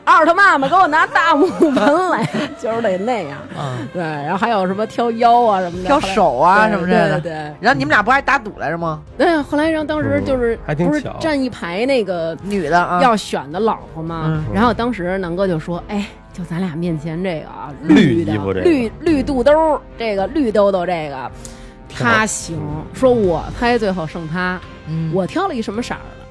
二他妈妈给我拿大木盆来，就是得那样。嗯，对，然后还有什么啊挑腰啊什么的，挑后来手啊什么之类的。对对然后你们俩不还打赌来着吗？对，对后来让当时就是嗯还挺不是巧站一排那个女的啊，要选的老婆嘛嗯。然后当时南哥就说：“哎，就咱俩面前这个啊，绿的衣服这个绿绿肚兜儿，这个绿兜兜这个，挺好他行。说我猜最后剩他，嗯我挑了一什么色儿的？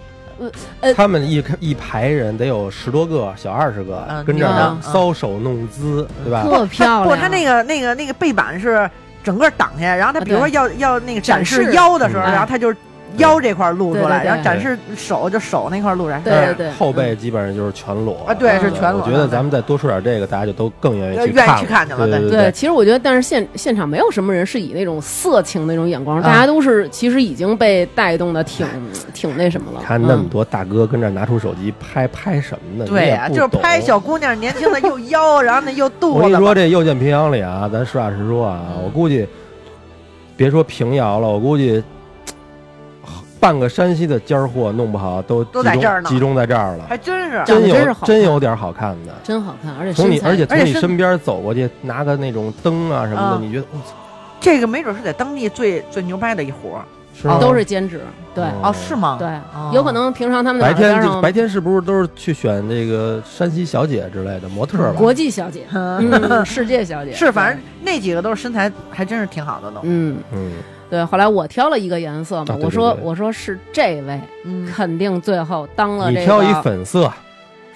呃他们一一排人得有十多个，小二十个嗯，跟这嗯儿搔首弄姿，对吧？特漂亮。不，他那个那个那个背板是整个挡下，然后他比如说啊对要要那个展展示示腰的时候，嗯然后他就是腰这块露出对对来，对然后展示手就手那块露出来。对对对后背基本上就是全裸啊对是全裸我觉得咱们再多说点这个，大家就都更愿意去愿意看去看去了对对对对，，其实我觉得，但是现现场没有什么人是以那种色情那种眼啊光，大家都是其实已经被带动 的挺挺那什么了。嗯看那么多大哥跟这儿拿出手机拍拍什么呢？嗯对呀，呀，就是拍小姑娘年轻 的又腰，然后那又我肚子。跟你说，这右键平遥里啊，咱实话实说啊，嗯我估计，别说平遥了，我估计半个山西的尖儿货弄不好都都在集中这儿呢集中在这儿了，还真是长得真真是有好看真有点好看的。真好看，而且从身你材而且而从且你身身边走过去，拿个那种灯啊什么啊的，你觉得我操，这个没准是在当地最最牛掰的一活儿是吗都是兼职，对哦哦，是吗？对哦，有可能平常他们在白天边就上白天是不是都是去选这个山西小姐之类的模特儿吧？国际小姐，嗯，嗯，世界小姐是，反正那几个都是身材还真是挺好的都对。嗯，嗯，对。后来我挑了一个颜色嘛啊，对我说对对我说是这位，嗯，肯定最后当了你这挑一个粉色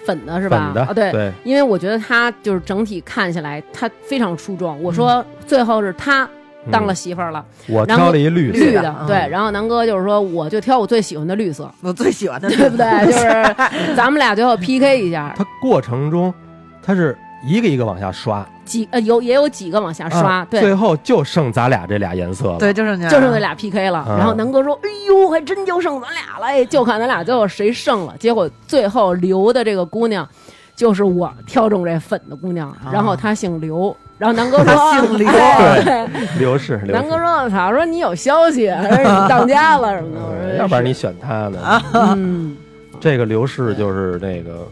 粉的是吧粉？的啊，，对。因为我觉得她就是整体看起来，她非常出众。我说最后是她当了嗯媳妇儿了，我然挑后了一绿绿色，啊的嗯对。然后南哥就是说，我就挑我最喜欢的绿 色，我最喜欢的对不对？就是咱们俩最后 PK 一下，它过程中它是一个一个往下刷，几呃有也有几个往下刷，啊对，最后就剩咱俩这俩颜色了。对，就是那样，就剩那俩 PK 了。嗯然后南哥说：“哎呦，还真就剩咱俩了，哎，就看咱俩最后谁胜了。”结果最后留的这个姑娘，就是我挑中这粉的姑娘，啊然后她姓刘。然后南哥 说：“她姓刘哎对 刘氏，刘南氏哥，说：“操，说你有消息，还是你当家了什么的？”我说嗯：“ 要不然你选他呢？嗯，这个刘氏就是那个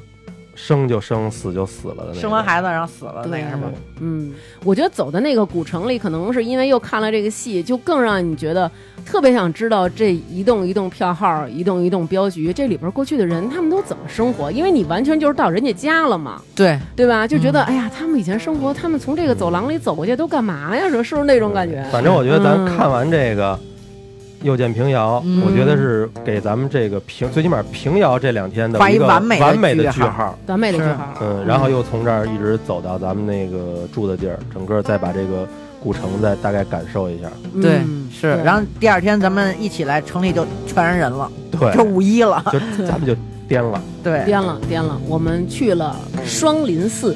生就生，死就死了的那个。生完孩子然后死了那个是吗？嗯，我觉得走的那个古城里，可能是因为又看了这个戏，就更让你觉得特别想知道这一栋一栋票号、一栋一栋镖局，这里边过去的人他们都怎么生活？因为你完全就是到人家家了嘛，对，对吧？就觉嗯得、哎呀，他们以前生活，他们从这个走廊里走过去都干嘛呀？说是不是那种感觉？反正我觉得咱嗯看完这个《又见平遥》嗯我觉得是给咱们这个平，最起码平遥这两天的画一一个完美的完美的句句号号。完美的是句号，啊嗯，然后又从这儿一直走到咱们那个住的地儿，整个再把这个古城再大概感受一下。嗯对，嗯是。然后第二天咱们一起来，城里就全是人了，对，就五一了。就咱们就颠了。对，嗯颠了颠了，我们去了双林寺。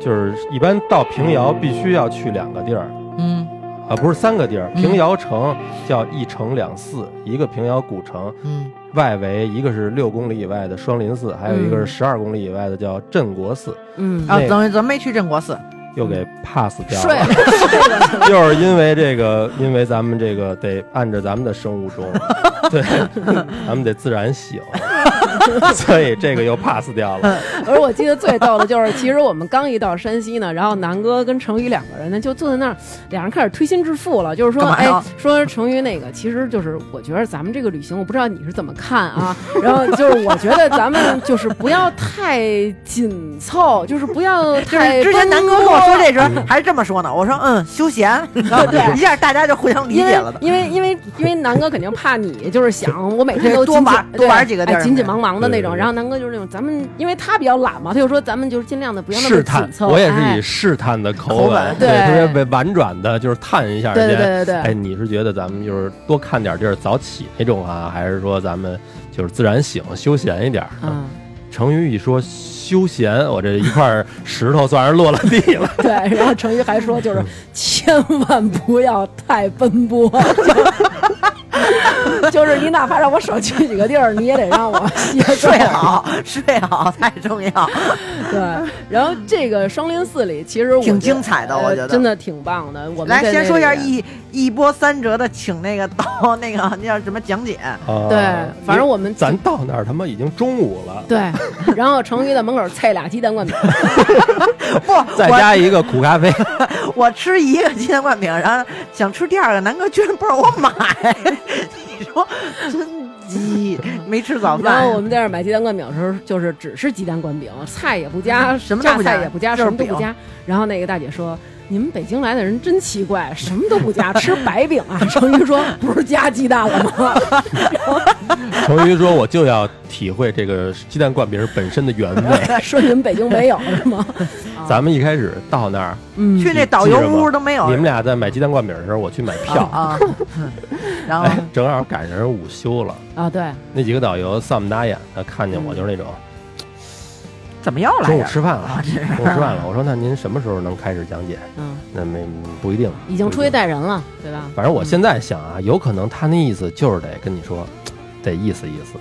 就是一般到平遥必须要去两个地儿嗯啊，不是三个地儿。嗯平遥城叫一城两寺，一个平遥古城嗯外围，一个是六公里以外的双林寺，还有一个是十二公里以外的叫镇国寺，嗯，啊那，个等于咱没去镇国寺，又给 pass 掉睡 了，又是因为这个，因为咱们 这个得按着咱们的生物钟，对，咱们得自然醒。所以这个又 pass 掉了。 而我记得最逗的就是，其实我们刚一到山西呢，然后南哥跟成宇两个人呢就坐在那儿，俩人开始推心置腹了，就是说，干嘛哎呀，说成宇那个，其实就是我觉得咱们这个旅行，我不知道你是怎么看 啊，然后就是我觉得咱们就是不要太紧凑，就是不要 就是太之前奔南哥跟我波说这时候还是这么说呢，我说嗯休闲，然后 对一下大家就互相理因为解了的。因为因为因为南哥肯定怕你，就是想我每天都 多紧紧玩多对玩几个地儿哎紧紧忙忙的那对对种。对然后南哥就是那种，咱们因为他比较懒嘛，他就说咱们就是尽量的不要那么试探紧，凑。我也哎是以试探的口口吻吻，对，对特别委婉转的，就是探一下对人对家。对对对，哎，你是觉得咱们就是多看点地儿早起那种啊，还是说咱们就是自然醒休闲一点？嗯，成语一说休闲，我这一块石头算是落了地了。对。然后成宇还说，就是千万不要太奔波。就 就是你哪怕让我少去几个地儿，你也得让我 歇睡会儿好，睡好太重要，对，然后这个双林寺里其实我挺觉得精彩的，我呃觉得。真的挺棒的。我们来，在先那说一下里一一波三折的，请那个到那个那叫什么讲解，啊 对，反正我们咱到那儿他妈已经中午了，对，然后成瑜在门口菜俩鸡蛋灌饼，不，再我加一个苦咖 啡。我吃一个鸡蛋灌饼，然后想吃第二个，南哥居然不让我买， 你说真鸡，没吃早然后我饭。们在这儿买鸡蛋灌饼的时候，就是只是鸡蛋灌饼，菜也不嗯加，什么都不加榨菜也不加，什就是么都不加。然后那个大姐说。你们北京来的人真奇怪，什么都不加，吃白饼啊！成瑜说：“不是加鸡蛋了吗 成语说我就要体会这个鸡蛋灌饼本身的原 味。？”说你们北京没有是吗？ 咱们一开始到那儿，嗯，啊去那导游屋都没有你们俩在买鸡蛋灌饼的时候，我去买票，啊，然后哎，正好赶上午休了。啊，对，那几个导游丧门大眼的看见我，嗯就是那种怎么又来中午着？吃饭了 啊这，中午吃饭了。我说那您什么时候能开始讲解？嗯，那没不一定，已经出去带。带人嗯了，对吧？反正我现在想啊，有可能他那意思就是得跟你说，得意思意思，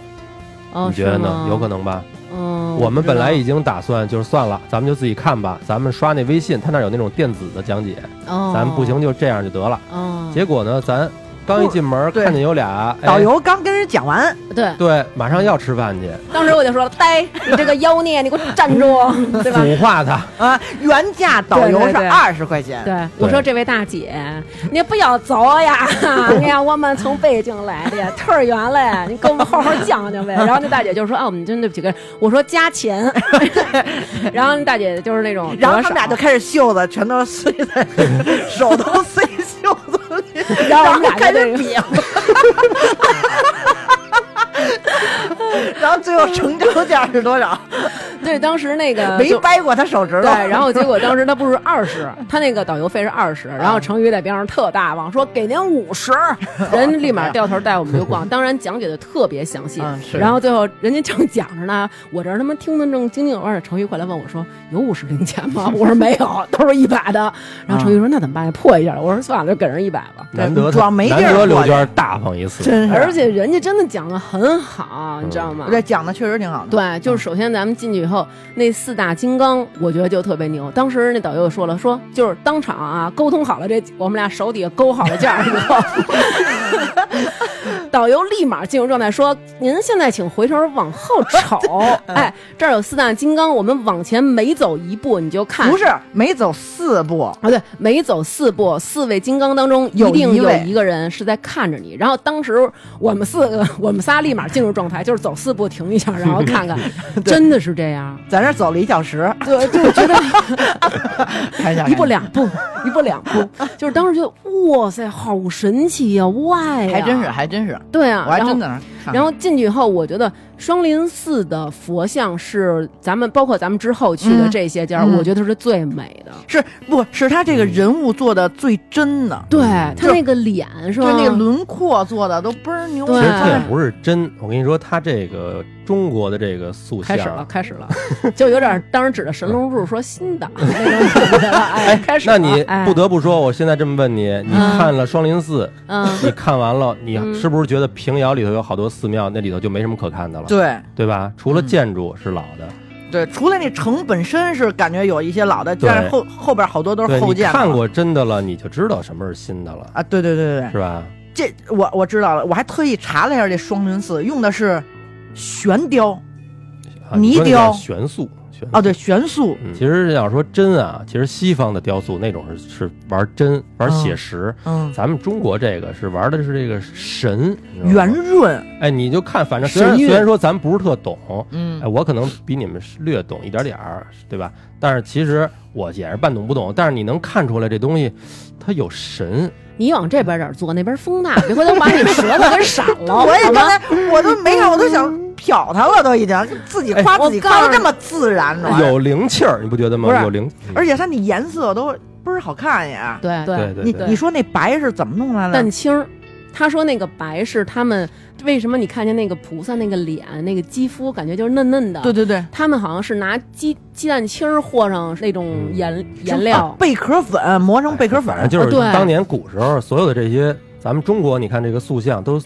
哦，你觉得呢？有可能，能吧？嗯，我们不知本来道已经打算就是算了，咱们就自己看吧。咱们刷那微信，他那儿有那种电子的讲解，哦，咱们不行就这样就得了。哦，结果呢，咱刚一进门对看见有俩哎导游刚跟人讲完，对，对，马上要吃饭去，当时我就说了，呆，你这个妖孽，你给我 站住，嗯对吧？腐化他。啊，原价导游是对对对二十块钱，对，我说这位大姐，你不要走呀！ 哎呀，我们从北京来的，呀，忒儿远嘞，你跟我们好好讲 讲呗。然后那大姐就说：“啊，我们真对不起。”我说加钱。然后那大姐就是那种，然后他们俩就开始袖子全都 塞在，手都塞袖子里，然后我们俩就开那始种比划。然后最后成交价是多少？对，当时那个没呃就掰过他手指头。对，然后结果当时他不是二 十，他那个导游费是二十，然后成宇在边上特大方说给您五 十，人立马掉头带我们就逛，当然讲解的特别详细嗯，是然后最后人家正讲着呢，我这儿他妈听得正津津有味的，成宇过来问我说有五十零钱吗？我说没有，都是一百 的。然后成宇说那怎么办呀？破一下，我说算了，就给人一百吧。难得主他要没地儿难得过刘去娟大方一次， 真而且人家真的讲的很好，你知道吗？这讲的确实挺好的。对，就是首先咱们进去以后，那四大金刚，我觉得就特别牛。当时那导游就说了，说就是当场啊沟通好了这，我们俩手底下勾好了价儿以后， 导游立马进入状态说：“您现在请回头往后 瞅，嗯哎，这儿有四大金刚，我们往前每走一步你就看。”不是没走四步，啊，对，每走四步，四位金刚当中一有定一有位一个人是在看着你。然后当时我们四个， 我们仨立马进入状态，就是走四步停 一下，然后看看，真的是这样。在那走了一 小时，对，就觉得看一下一步两 步，一步两步，就是当时就哇塞，好神奇呀、哇哎呀，还真是，还真是，对啊，我还然后真在那儿看看。然后进去以后，我觉得双林寺的佛像是咱们包括咱们之后去的嗯这些家，嗯我觉得是最美的。是不是他这个人物做的最真的，对他就那个脸是嗯就吧？那个轮廓做的都倍儿牛对其实这也叉。不是真。我跟你说，他这个中国的这个塑开像啊始了，开始了，就有点当时指着神龙柱说新的那种感觉 了。哎，开始嗯那了。你哎不得不说，我现在这么问你，你嗯看了双林 寺，嗯，你看完了，你嗯是不是觉得平遥里头有好多寺庙，那里头就没什么可看的了，对对吧？除了建筑是老的，对，除了那城本身是感觉有一些老的，对但是后后边好多都是对后你建的。看过真的了，你就知道什么是新的了，啊？对对对嗯对对，是吧？这我我知道了，我还特意查了一下这双林寺，用的是悬雕，啊啊，你泥说那叫雕悬塑，悬哦，对，悬塑，嗯，其实要说真啊，其实西方的雕塑那种是是玩真玩写实，嗯，咱们中国这个是玩的是这个神你知道嗯吗圆润，哎，你就看，反正虽然神韵虽然说咱不是特懂，哎，嗯我可能比你们略懂一点点儿，对吧？但是其实我也是半懂不懂，但是你能看出来这东西它有神，你往这边点儿坐，那边风大，别回头把 你舌头给闪了。 我也好刚吗才我都没看，我都想瞟他了，都已经自己夸哎自己我告夸的诉这么自然了，有灵气儿，你不觉得吗不？是有灵，而且它那颜色都倍儿好看呀。对嗯对你对对，你说那白是怎么弄来的蛋？清儿。他说那个白是他们为什么你看见那个菩萨那个脸那个肌肤感觉就是嫩嫩的，对对对，他们好像是拿鸡鸡蛋清儿和上那种嗯颜颜料啊，贝壳粉磨成贝壳粉哎反，正就是哦对当年古时候所有的这些，咱们中国你看这个塑像都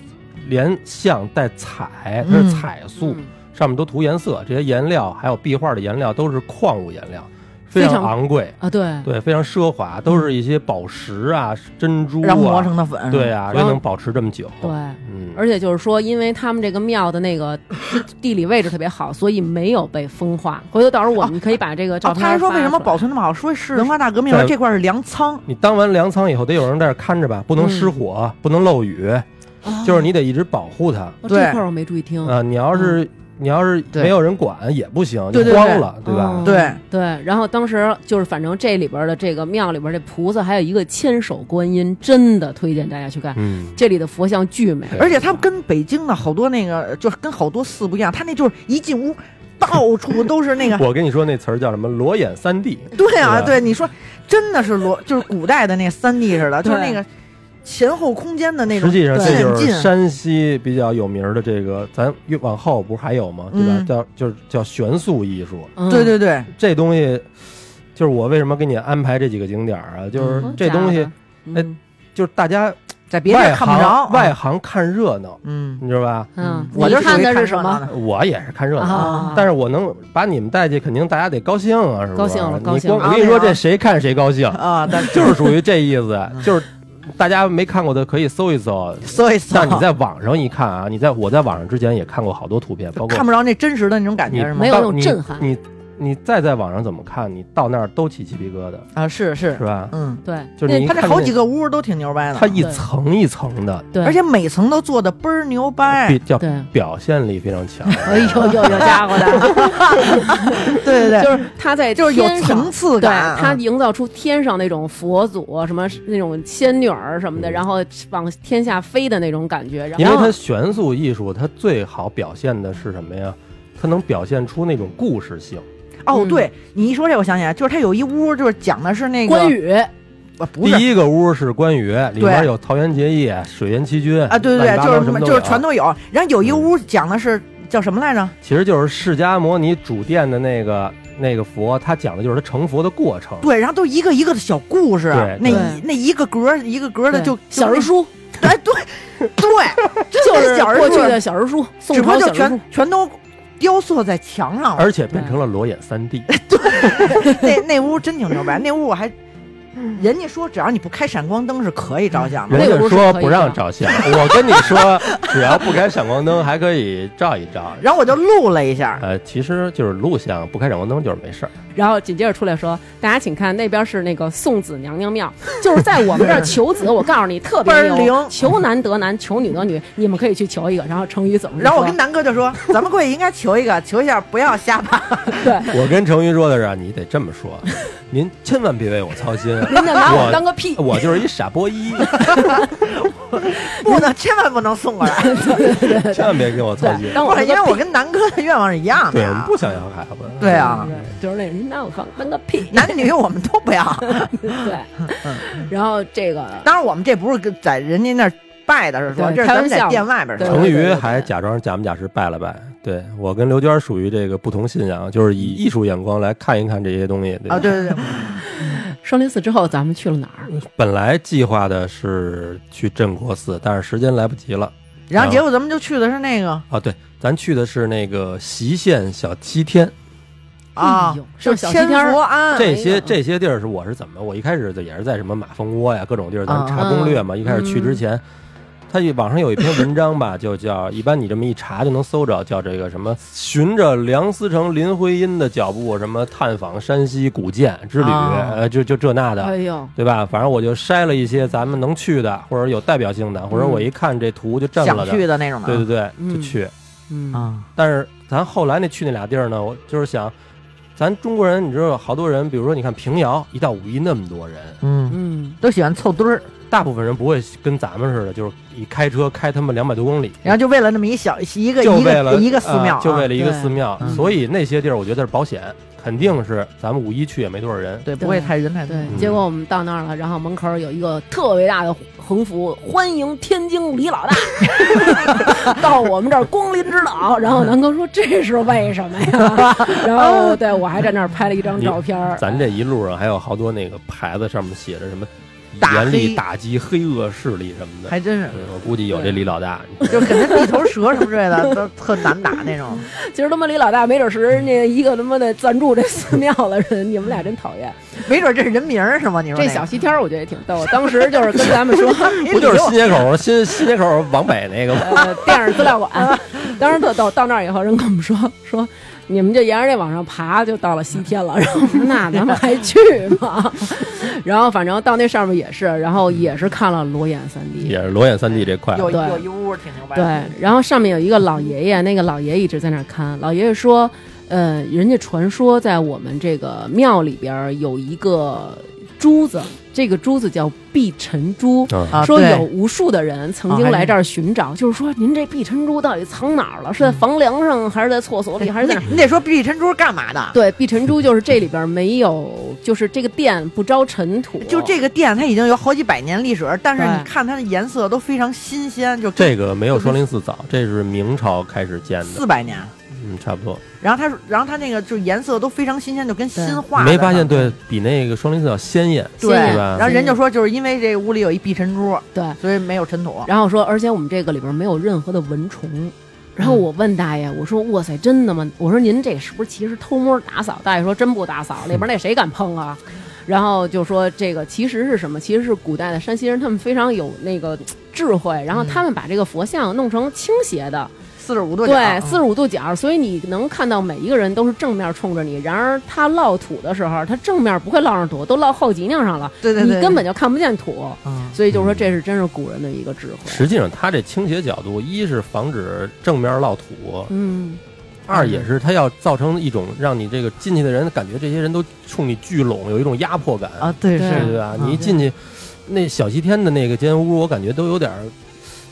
连像带彩，它嗯是彩塑，嗯上面都涂颜色，这些颜料还有壁画的颜料都是矿物颜料，非非常昂贵，啊，对，对，非常奢华，都是一些宝石啊、珍珠然后磨啊，成的粉，对，啊，然所以后能保持这么久。对，嗯，而且就是说，因为他们这个庙的那个 地地理位置特别好，所以没有被风化。回头到时候我们可以把这个照啊哦，片他还说为什么发出来保存那么好，说是文文化化大革命了在这块是粮仓，你当完粮仓以后，得有人在这儿看着吧，不能失火，不能漏雨，就是你得一直保护它。哦对这块儿我没注意听。啊，你要是你要是嗯对没有人管也不行，对嗯就对荒对了，对吧哦？对，对，然后当时就是，反正这里边的这个庙里边这菩萨，还有一个千手观音，真的推荐大家去看。嗯，这里的佛像巨美，对，而且它跟北京的好多那个就是跟好多寺不一样，它那就是一进屋到处都是那个我跟你说那词儿叫什么“裸眼三 D”， 对啊，对对你说真的是罗，就是古代的那三 D 似的，就是那个前后空间的那种实渐进，际上这就是山西比较有名儿的这个，咱越往后不是还有吗？对吧？嗯叫就是叫悬塑艺术，嗯对对对，这东西就是我为什么给你安排这几个景点儿啊？就是嗯这东西，哎嗯就是大家在别地外儿看不着啊行外行看热闹，嗯，你知道吧？嗯，我就你属看于的是热什么？闹的？我也是看热闹，啊嗯但是我能把你们带去，肯定大家得高兴啊，是不是？高兴了啊高兴你光了我跟你说，这谁看谁高 兴，啊，但就是属于这意思，就是大家没看过的可以搜一 搜。所以操但你在网上一看啊，你在我在网上之前也看过好多图片，包括看不着那真实的那种感你觉是吗没？有那到种你震撼你你再在网上怎么看，你到那儿都起鸡皮疙瘩，啊，是是是，吧？嗯，对就是你一它这看好那几个屋都挺牛掰的，它一层一层的，对，而且每层都做的倍儿牛掰比，叫哎对，表现力非常强。 哎呦呦呦，家伙的， 对对对，就是他在就是有天上层次感，啊对他营造出天上那种佛祖什么那种仙女儿什么的，嗯然后往天下飞的那种感觉，然后因为它悬塑艺术，它最好表现的是什么呀？它能表现出那种故事性。哦，嗯对你一说这，我想起来，就是他有一屋，就是讲的是那个关羽啊不第是一个屋是关羽，里面有桃园结义、水淹七军啊，对对乱对，七八就糟是什么都就是有嗯全都有。然后有一个屋讲的是叫什么来着？其实就是释迦摩尼主殿的那个那个佛，他讲的就是他成佛的过程。对，然后都一个一个的小故事对，那对一那一个格儿一个格儿的对就小人， 书，就哎，对对，真就的是小人过书去的小人书，宋只不朝过就小人书全。全都雕塑在墙上了。而且变成了裸眼三 D，那那屋真挺牛掰，那屋我还。嗯人家说，只要你不开闪光灯是可以照相 的。人那个家屋是说可以不让的照相，我跟你说，只要不开闪光灯还可以照一照。然后我就录了一下，呃，其实就是录像，不开闪光灯就是没事儿。 然后紧接着出来说：“大家请看，那边是那个送子娘娘庙， 就是在我们这儿求子。我告诉你，特别 倍儿牛，灵求男得男，求女得女，你们可以去求一个。”然后成语怎嗯么说？然后我跟南哥就说：“咱们过去应该求一个，求一下，不要瞎 拍。我跟程云说的是啊，你得这么说，您千万别为我操心，人家拿我我当个屁，我就是一傻波 一，不能，千万不能送过来。”千万别给我操心对，。当不我当是，因为个我屁，跟南哥的愿望是一样的对，啊我们呀。不想要孩子。啊对啊，就是那人拿我当当个 屁，男女我们都 不要。对，然后这个当然，我们这不是跟在人家那儿拜的，是说对这是开咱玩们在笑店外边儿对说。成瑜还假装假模假式拜了拜。对我跟刘娟属于这个不同信仰，就是以艺术眼光来看一看这些东西。嗯啊，对对对，嗯双林寺之后，咱们去了哪儿？本来计划的是去镇国寺，但是时间来不及了。然后结果咱们就去的是那个啊，对，咱去的是那个习县小七天，啊哎呦，就是小西千天儿佛庵，这哎些呀这些地儿是我是怎么？我一开始也是在什么马蜂窝呀，各种地儿，咱啊查攻略嘛。一开始去之前，它有网上有一篇文章吧，就叫一般你这么一查就能搜着，叫这个什么“循着梁思成、林徽因的脚步，什么探访山西古建之旅”，啊呃，就就这那的，哎呦，对吧？反正我就筛了一些咱们能去的，或者有代表性的，或者我一看这图就震了嗯想的，去的那种的，对对对，嗯就去。嗯，啊，但是咱后来那去那俩地儿呢，我就是想，咱中国人你知道，好多人，比如说你看平遥，一到五一那么多人，嗯，嗯，都喜欢凑堆儿，大部分人不会跟咱们似的，就是一开车开他们两百多公里，然后就为了那么一小一个就一为了个一个寺庙啊，啊就为了一个寺庙对，嗯所以那些地儿我觉得是保险，肯定是咱们五一去也没多少人。啊对，不会太人太多。对。嗯结果我们到那儿了，然后门口有一个特别大的横幅：“欢迎天津李老大 到我们这儿光临指导。”然后南哥说：“这是为什么呀？”然后对我还在那儿拍了一张照片儿。咱这一路上还有好多那个牌子，上面写着什么打严黑厉打击黑恶势力什么的。还真是，嗯我估计有这李老大，就可能地头蛇什么之类的 都特难打那种。其实他妈李老大没准是人家一个他妈的赞助这寺庙的人，你们俩真讨厌。没准这是人名儿是吗？你说这那个小西天儿我觉得也挺逗，当时就是跟咱们说，不就是新街口新新街口往北那个吗？呃，电影资料馆，当时特逗。到那儿以后，人跟我们说说，你们就沿着这往上爬，就到了西天了。然后我说那咱们还去吗？ 然后反正到那上面也是，然后也是看了裸眼三 D。也是裸眼三 D 这块，有对有一屋挺牛掰对的，，然后上面有一个老爷爷，那个老爷爷一直在那儿看。老爷爷说，呃，人家传说在我们这个庙里边儿有一个珠子，这个珠子叫碧尘珠。嗯啊说对哦有无数的人曾经来这儿寻找，就是说您这碧晨珠到底藏哪儿了？嗯是在房梁上，还是在厕所里，还是在哪儿？你你得说碧珍珠是干嘛的？对，碧晨珠就是这里边没有，就是这个店不招尘土，就这个店它已经有好几百年历史，但是对你看它的颜色都非常新鲜，就这个没有双林寺早，这是明朝开始建的，四百年。嗯，差不多。然后它，然后它那个就颜色都非常新鲜，就跟新画的。没发现对比那个双林寺要鲜艳，鲜对艳是吧然后人就说，就是因为这屋里有一碧珍珠，对。所以没有尘土。然后说，而且我们这个里边没有任何的蚊嗯虫。然后我问大爷，我说：“哇塞，真的吗？”我说：“您这是不是其实偷摸打扫？”大爷说：“真不打 扫，里边那谁敢碰啊？”然后就说这个其实是什么？其实是古代的山西人，他们非常有那个智慧，嗯然后他们把这个佛像弄成倾斜的，四十五度角，啊对，四十五度角，所以你能看到每一个人都是正面冲着你。然而他烙土的时候，他正面不会烙上土，都烙后脊梁上了，对对对，你根本就看不见土。嗯所以就是说，这是真是古人的一个智慧。实际上，它这倾斜角度，一是防止正面落土，嗯，二也是它要造成一种让你这个进去的人感觉这些人都冲你聚拢，有一种压迫感，啊，对对对是，吧？嗯你一进去，那小西天的那个间屋，我感觉都有点儿，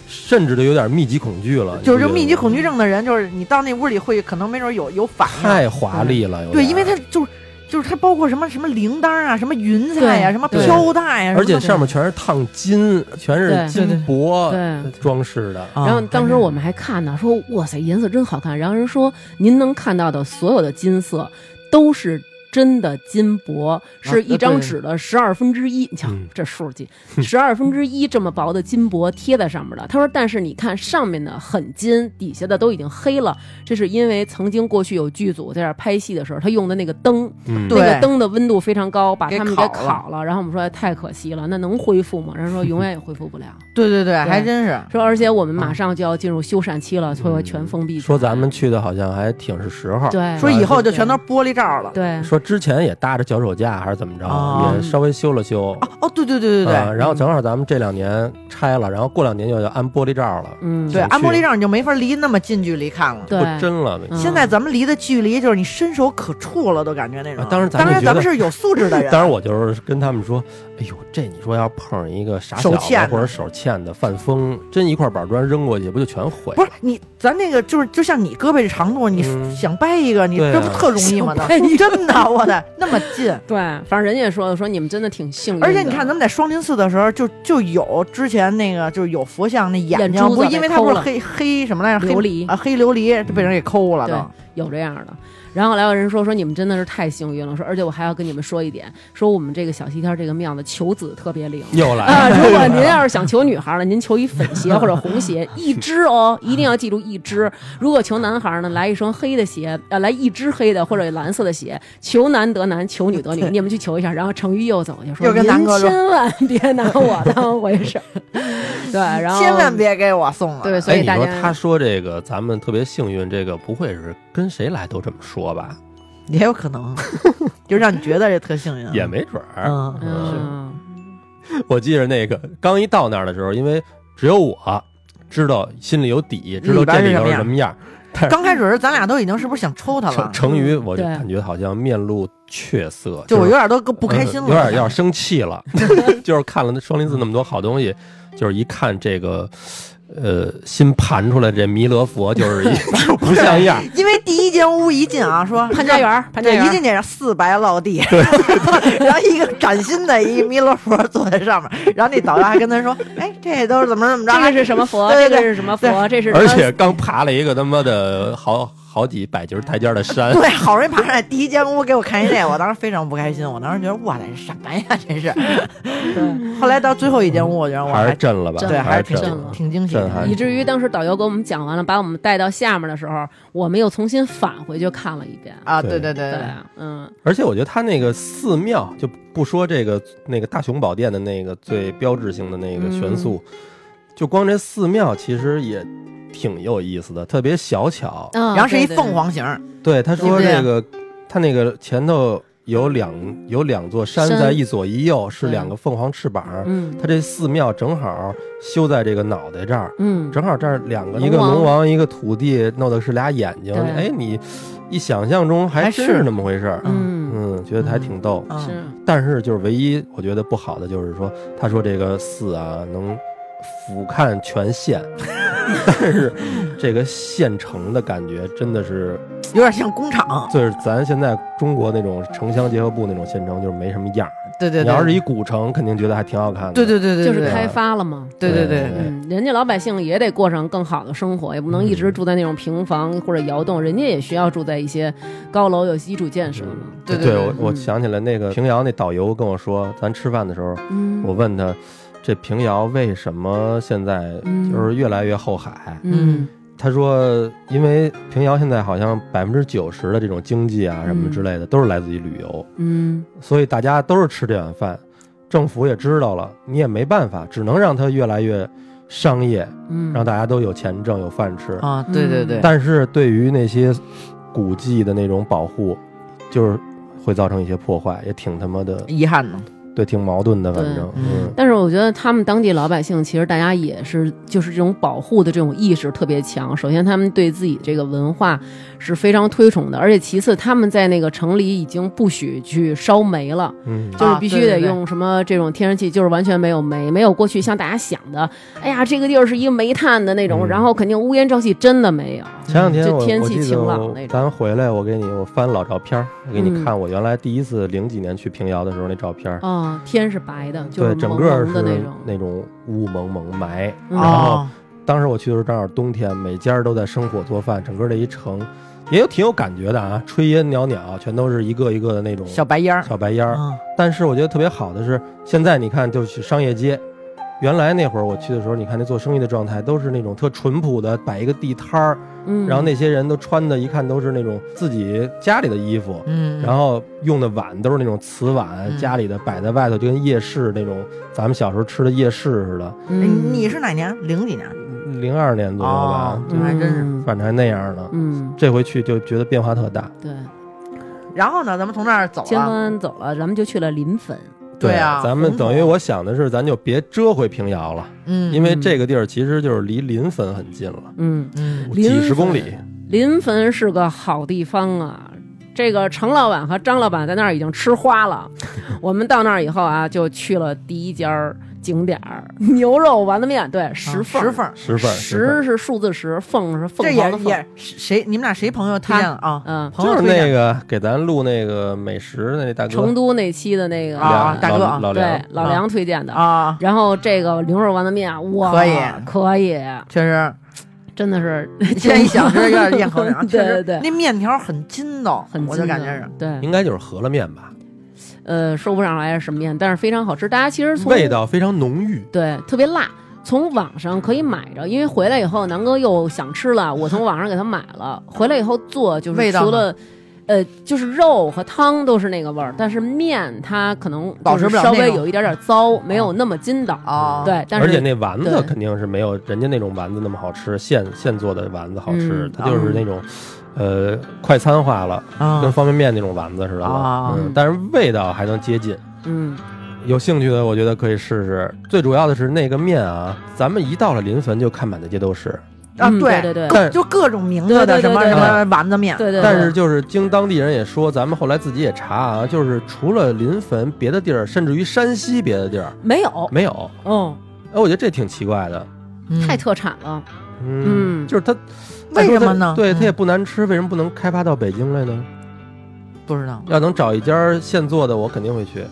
甚至都有点密集恐惧了，就你是就不觉得吗密集恐惧症的人，就是你到那屋里会可能没准有有反应，太华丽了，有对，点儿因为它就是就是它包括什么什么铃铛啊，什么云彩呀、对什么对飘带呀、而且什么的上面全是烫金，全是对金箔对。装饰的，啊然后当时我们还看呢，说哇塞，颜色真好看。然后人说，您能看到的所有的金色都是真的金箔，啊是一张纸的十二分之一。你瞧嗯这数 计，十二分之一这么薄的金箔贴在上面的。他说，但是你看上面的很金，底下的都已经黑了。这是因为曾经过去有剧组在这儿拍戏的时候，他用的那个灯，嗯，对那个灯的温度非常高，把给他们给烤了烤了。然后我们说哎太可惜了，那能恢复吗？人家说永远也恢复不了。对对对，还对真是。说，而且我们马上就要进入修缮期了，所以全封闭起来。嗯说咱们去的好像还挺是时候，对说以后就全都哎对玻璃罩了。对说之前也搭着脚手架还是怎么着，啊哦也稍微修了修。哦哦，对对对对对，啊，然嗯后正好咱们这两年拆了，然后过两年又要安玻璃罩了，嗯对，想安玻去璃罩你就没法离那么近距离看了。对不真了。嗯现在咱们离的距离就是你伸手可触了，都感觉那种。啊当然咱当们然觉咱们得是有素质的人。 当然，我就是跟他们说，哎呦，这你说要碰上一个傻小手子欠的或者手欠的犯疯，真一块板砖扔过去，不就全毁不？是你，咱那个就是就像你胳膊这长度，你嗯想掰一个，你对啊这不特容易吗？想那掰一个真的，我的那么 近。对，反正人家也说了，说你们真的挺幸运的。而且你看，咱们在双林寺的时候，就就有之前那个就是有佛像那眼眼睛珠，子不是因为它被不抠是了黑黑什么来着？黑琉璃啊，黑琉璃就被人给抠了都。有这样的。然后后来有人说说你们真的是太幸运了，说而且我还要跟你们说一点，说我们这个小西天这个庙的求子特别灵。又 来啊，了，如果您要是想求女孩呢，您求一粉鞋或者红鞋，一只哦，一定要记住一只。如果求男孩呢，来一双黑的鞋，呃，来一只黑的或者蓝色的鞋。求男得男，求女得女，你们去求一下。然后成语又走过去说：“又跟南您哥说千万别拿我当回事儿。”对，然后千万别给我送了。对，所哎，以你大说家他说这个，咱们特别幸运，这个不会是跟谁来都这么说吧？也有可能，啊 就让你觉得这特幸运，也没准儿。嗯，嗯，我记着那个刚一到那儿的时候，因为只有我知道心里有底，知道这里头是什么样儿。刚开始咱俩都已经是不是想抽他成了？成宇，我就对感觉好像面露怯色，就我是有点都不开心了，嗯有点要生气 了。就是看了那双林寺那么多好东西，就是一看这个，呃，新盘出来这弥勒佛，就是 一就不像样儿。 因为第一间屋一进啊，说潘家园儿，潘家对，园一儿，进去四白落地， 然后一个崭新的一弥勒佛坐在上面，然后那导游还跟他说：“哎，这都是怎么怎么着这个是什么佛？对对这个对是什么佛？这是而且刚爬了一个他妈的好好几百级台阶儿的？”山，啊对，好容易爬上来第一间屋给我看一这，我当时非常不开心，我当时觉得哇塞，这什么呀，这是。对后来到最后一间屋，我觉得我还是还震了吧？震对，还还是是挺震震了了。挺惊喜震撼的。以至于当时导游给我们讲完了，把我们带到下面的时候，我们又重新返回去看了一遍。啊，对对对对对对，，嗯，而且我觉得他那个寺庙，就不说这个那个大雄宝殿的那个最标志性的那个悬塑，就光这寺庙其实也挺有意思的，特别小巧。然然后是一凤，凰形儿，对，啊他说对这个他那个前头有两有两座山啊山在一左一右，是对两个凤凰翅膀。嗯他这寺庙正好修在这个脑袋这儿，嗯，正好这儿两个，龙一个龙王王，一个土地，弄的是俩眼睛。对哎，你一想象中还还真是是那么回事儿。嗯嗯，觉得还挺逗。嗯是但是就是唯一我觉得不好的就是说，他说这个寺啊能俯瞰全县， 但是这个县城的感觉真的是，有点像工厂。就是咱现在中国那种城乡结合部那种县城，就是没什么样儿。对对对，你要是一古城，肯定觉得还挺好看的。对对对对，就是对开发了嘛。对对对，嗯，人家老百姓也得过上更好的生活，也不能一直住在那种平房或者窑洞，人家也需要住在一些高楼有基础建设嘛。对对对我对我嗯想起来那个平遥那导游跟我说，咱吃饭的时候，嗯，我问他，这平遥为什么现在嗯就是越来越后海？嗯他说，因为平遥现在好像百分之九十的这种经济啊什么之类的，都是来自于旅游，嗯所以大家都是吃这碗饭。政府也知道了，你也没办法，只能让它越来越商业，嗯，哦让大家都有钱挣、有饭吃。啊，对对对，但是对于那些古迹的那种保护，就是会造成一些破坏，也挺他妈的，遗憾呢。对，挺矛盾的，反哎对正，嗯嗯，但是我觉得他们当地老百姓，其实大家也是就是这种保护的这种意识特别强。首先，他们对自己这个文化是非常推崇的，而且其次，他们在那个城里已经不许去烧煤了，嗯，就是啊必须对得对对用什么这种天然气，就是完全没有煤，没有过去像大家想的，哎呀，这个地儿是一个煤炭的那种，嗯然后肯定乌烟瘴气，真的没有。前两天就我嗯天我气记得晴朗我那种咱回来，我给你我翻老照片儿，我给你嗯看我原来第一次零几年去平遥的时候那照片儿。哦，天是白的，就是对，整蒙个蒙是的那种。那种雾蒙蒙霾。嗯然后哦，当时我去的时候正好冬天，每家儿都在生火做饭，整个这一城也有挺有感觉的啊，炊烟袅袅，全都是一个一个的那种小白烟儿，小白烟儿。嗯但是我觉得特别好的是，现在你看就是商业街。原来那会儿我去的时候，你看那做生意的状态都是那种特淳朴的，摆一个地摊儿，嗯，然后那些人都穿的，一看都是那种自己家里的衣服，嗯，然后用的碗都是那种瓷碗，嗯家里的摆在外头，就跟夜市那种咱们小时候吃的夜市似的。哎嗯你是哪年？零几年？零二年左右吧哦，那还真是嗯反正还那样呢。嗯，这回去就觉得变化特大。对。然后呢，咱们从那儿走江了，安走了，咱们就去了临汾。对啊咱们红头等于我想的是，咱就别折回平遥了，嗯，因为这个地儿其实就是离临汾很近了，嗯，嗯，临汾几十公里。临汾是个好地方啊。这个程老板和张老板在那儿已经吃花了。 我们到那儿以后啊，就去了第一家儿景点儿——牛肉丸子面。对，石缝凤，石缝啊儿，十分石是数字石，凤是这凤凰也的凤。也谁？你们俩谁朋友推荐了啊？嗯，朋就友是推荐那个给咱录那个美食那大哥，成都那期的那个梁啊大哥老老对梁，老梁推荐的。啊，然后这个牛肉丸子面，哇，可以可以，确实真的是 现在一想就是有点咽口水啊。对确实对对那面条很筋道，很我就惊感的觉是。对，应该就是饸饹面吧，呃，说不上来是什么面，但是非常好吃。大家其实从味道非常浓郁。对，特别辣。从网上可以买着，因为回来以后南哥又想吃了，我从网上给他买了。回来以后做就味是道呢除了，呃，就是肉和汤都是那个味儿，但是面它可能保就持是不了稍那微种有一点点糟，没有那么筋道。哦，，对，但是而且那丸子对肯定是没有人家那种丸子那么好吃，现现做的丸子好吃，嗯它就是那种，呃，快餐化了，跟啊嗯，方便面那种丸子似的了啊，嗯，但是味道还能接近。嗯，有兴趣的，我觉得可以试试。最主要的是那个面啊，咱们一到了临汾就看满大街都是，啊嗯对对对各 就各种名字的对对对什么对什对么丸子面，对对，但对是就是经当地人也说，咱们后来自己也查啊，就是除了临汾，别的地儿，甚至于山西别的地儿没有，没有。嗯，哎，我觉得这挺奇怪的。嗯太特产了，嗯就是它为什么呢？对，它嗯哎也不难吃，为什么不能开发到北京来呢？不知道。要能找一家现做的，我肯定会去。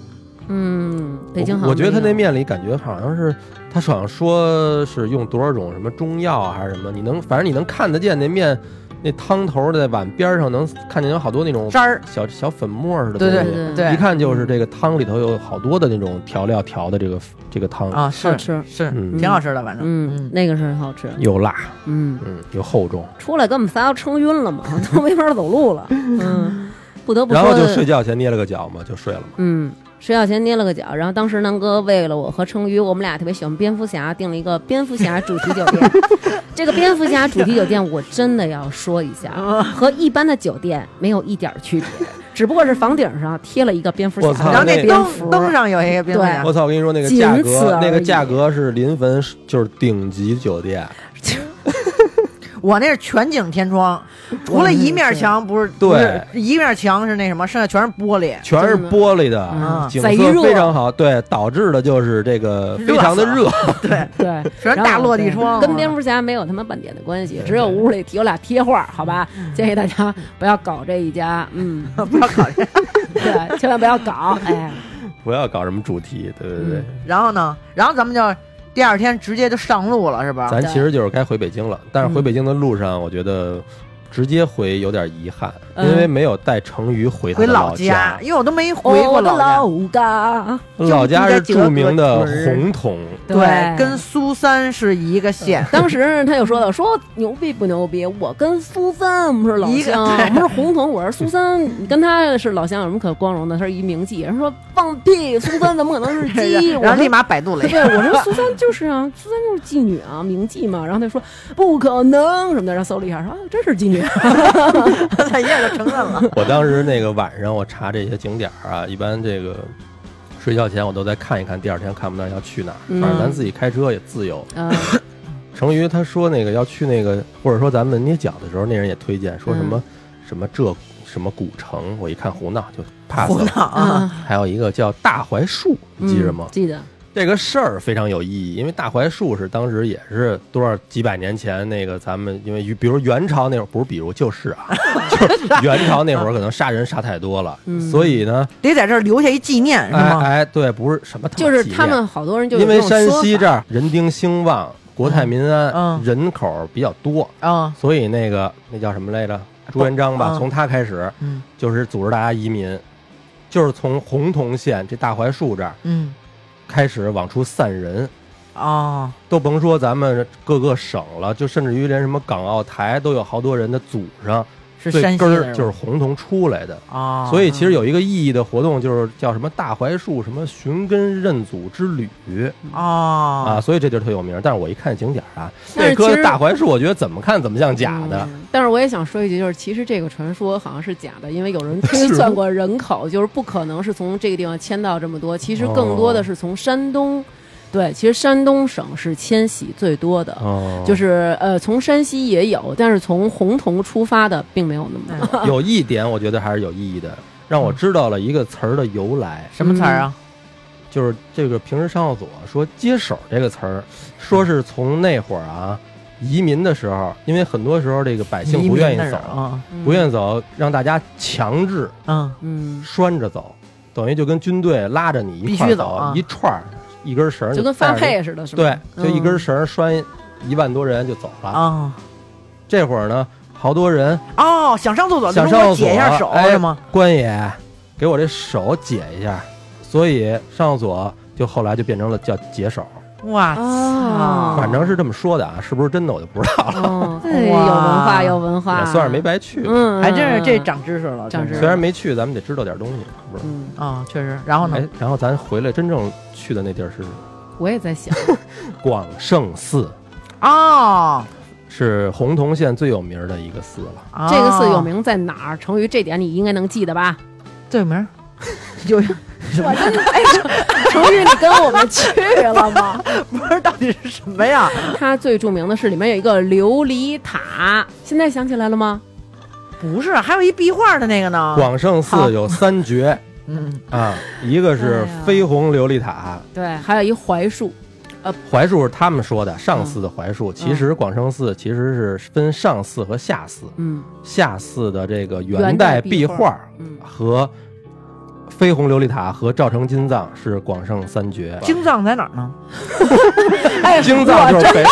嗯，北京好像我，我觉得他没那有面里感觉好像是，他好像说是用多少种什么中药啊还是什么，你能反正你能看得见那面那汤头在碗边上能看见有好多那种汁儿，小小粉末似的对东西。对对对一看就是这个汤里头有好多的那种调料调的这个这个汤，啊，好是吃，是，嗯挺好吃的，反正嗯，那个是好吃，有辣，嗯。嗯，有厚重，出来给我们仨撑晕了嘛， 都没法走路了。嗯，不得不然说，后就睡觉前捏了个脚嘛，就睡了嘛。嗯，睡觉前捏了个脚。然后当时南哥为了我和成宇，我们俩特别喜欢蝙蝠侠，订了一个蝙蝠侠主题酒 店。这个蝙蝠侠主题酒店，我真的要说一下，啊和一般的酒店没有一点儿区别，只不过是房顶上贴了一个蝙蝠我侠操的然后那蝙蝠灯。灯上有一个蝙蝠对侠我操！我跟你说，那个仅价此格而，那个已价格是临汾就是顶级酒店，我那是全景天窗，除了一面墙不是，对不是一面墙是那什么，剩下全是玻璃。全是玻璃的，啊嗯景贼色热非常好，对，导致的就是这个非常的 热，对，对，全是大落地窗，啊跟蝙蝠侠没有他妈半点的关系，只有屋里有俩贴画，好吧？建议大家不要搞这一家，嗯，不要考虑。对，千万不要搞， 哎，不要搞什么主题，对对对，嗯然后呢，然后咱们就第二天直接就上路了，是吧？咱其实就是该回北京了，但是回北京的路上，我觉得直接回有点遗憾，嗯因为没有带成鱼回他回的老老家，因为哦我都没哦我回过的老家。老家，老家是著名的就住在几个红桶，对，跟苏三是一个县，当时他就说了，说牛逼不牛逼？我跟苏三我们是老一个乡，对我们是红彤，我是苏三，你跟他是老乡有什么可光荣的？他是一名妓，人说放屁，苏三怎么可能 是鸡？我然后说立马百度了一下，对，我说苏三就是啊，苏三就是妓女啊，名妓嘛。然后他说不可能什么的，然后搜了一下，说啊，真是妓女。啊 他一下就承认了。我当时那个晚上我查这些景点儿啊，一般这个睡觉前我都再看一看，第二天看不到要去哪儿，嗯反正咱自己开车也自由。嗯成瑜他说那个要去那个，或者说咱们捏脚的时候，那人也推荐说什么、什么这什么古城，我一看胡闹就 pass 胡了。闹啊！还有一个叫大槐树，你记着吗？嗯记得，这个事儿非常有意义，因为大槐树是当时也是多少几百年前那个咱们，因为比如元朝那会儿，不是比如就是 啊，就是元朝那会儿可能杀人杀太多了，嗯所以呢， 得在这儿留下一纪念是哎吗？哎，对，不是什么他妈就是纪念他们好多人就有因为这种山说西法这儿人丁兴旺，国泰民安，嗯人口比较多，哦啊，所以那个那叫什么来啊着？朱元璋吧，嗯从他开始嗯就是组织大家移民，就是从洪洞县这大槐树这儿嗯，开始往出散人，哦，都甭说咱们各个省了，就甚至于连什么港澳台都有好多人的祖上是最山西根的儿就是洪洞出来的。啊，哦哦所以其嗯实有一个意义的活动，就是叫什么大槐树什么寻根认祖之旅啊，哦所以这地儿特有名。但是我一看景点儿啊，但那是棵其实大槐树，我觉得怎么看怎么像假的。嗯但是我也想说一句，就是其实这个传说好像是假的，因为有人推算过人口，就是不可能是从这个地方迁到这么多，其实更多的是从山东。对，其实山东省是迁徙最多的，哦嗯就是呃，从山西也有，但是从洪洞出发的并没有那么多。有一点，我觉得还是有意义的，让嗯我知道了一个词儿的由来，什么词儿啊？嗯就是这个平时上厕所啊说“接手”这个词儿，说是从那会儿啊，移民的时候，因为很多时候这个百姓不愿意走，啊，不愿意走，让大家强制嗯嗯，拴着走，等于就跟军队拉着你一块必须儿走啊一串儿一根绳儿就跟带着发你配似的，是吧？对，嗯就一根绳儿拴一万多人就走了。啊，这会儿呢，好多人哦，想上厕所，想就上给厕我所，解一下手哎是吗？？关爷，给我这手解一下。所以上厕所就后来就变成了叫解手，哇哦操！反正是这么说的啊，是不是真的我就不知道了，哦，哇哎有文化，有文化，也算是没白去。嗯，嗯，还真是这嗯长知识了，长知真是识虽然没去，咱们得知道点东西，是不是？嗯，啊，确实。然后呢哎？，然后咱回来真正去的那地儿是我也在想，广圣寺，哦，是洪洞县最有名儿的一个寺了。哦这个寺有，名在哪儿？成语这点你应该能记得吧？哦最有名儿，有 我真的，哎，成语你跟我们去了吗？ 不是到底是什么呀？ 它最著名的是里面有一个琉璃塔，现在想起来了吗？不是，还有一壁画的那个啊呢。广圣寺有三绝 嗯，啊，一个是哎呀绯红琉璃塔，对，还有一槐树，槐树是他们说的嗯上寺的槐树，其实广圣寺其实是分上寺和下寺，嗯下寺的这个元元代代壁壁画画嗯，和绯红琉璃塔和照城金藏是广圣三绝。京藏在哪儿呢？哎京藏就是北，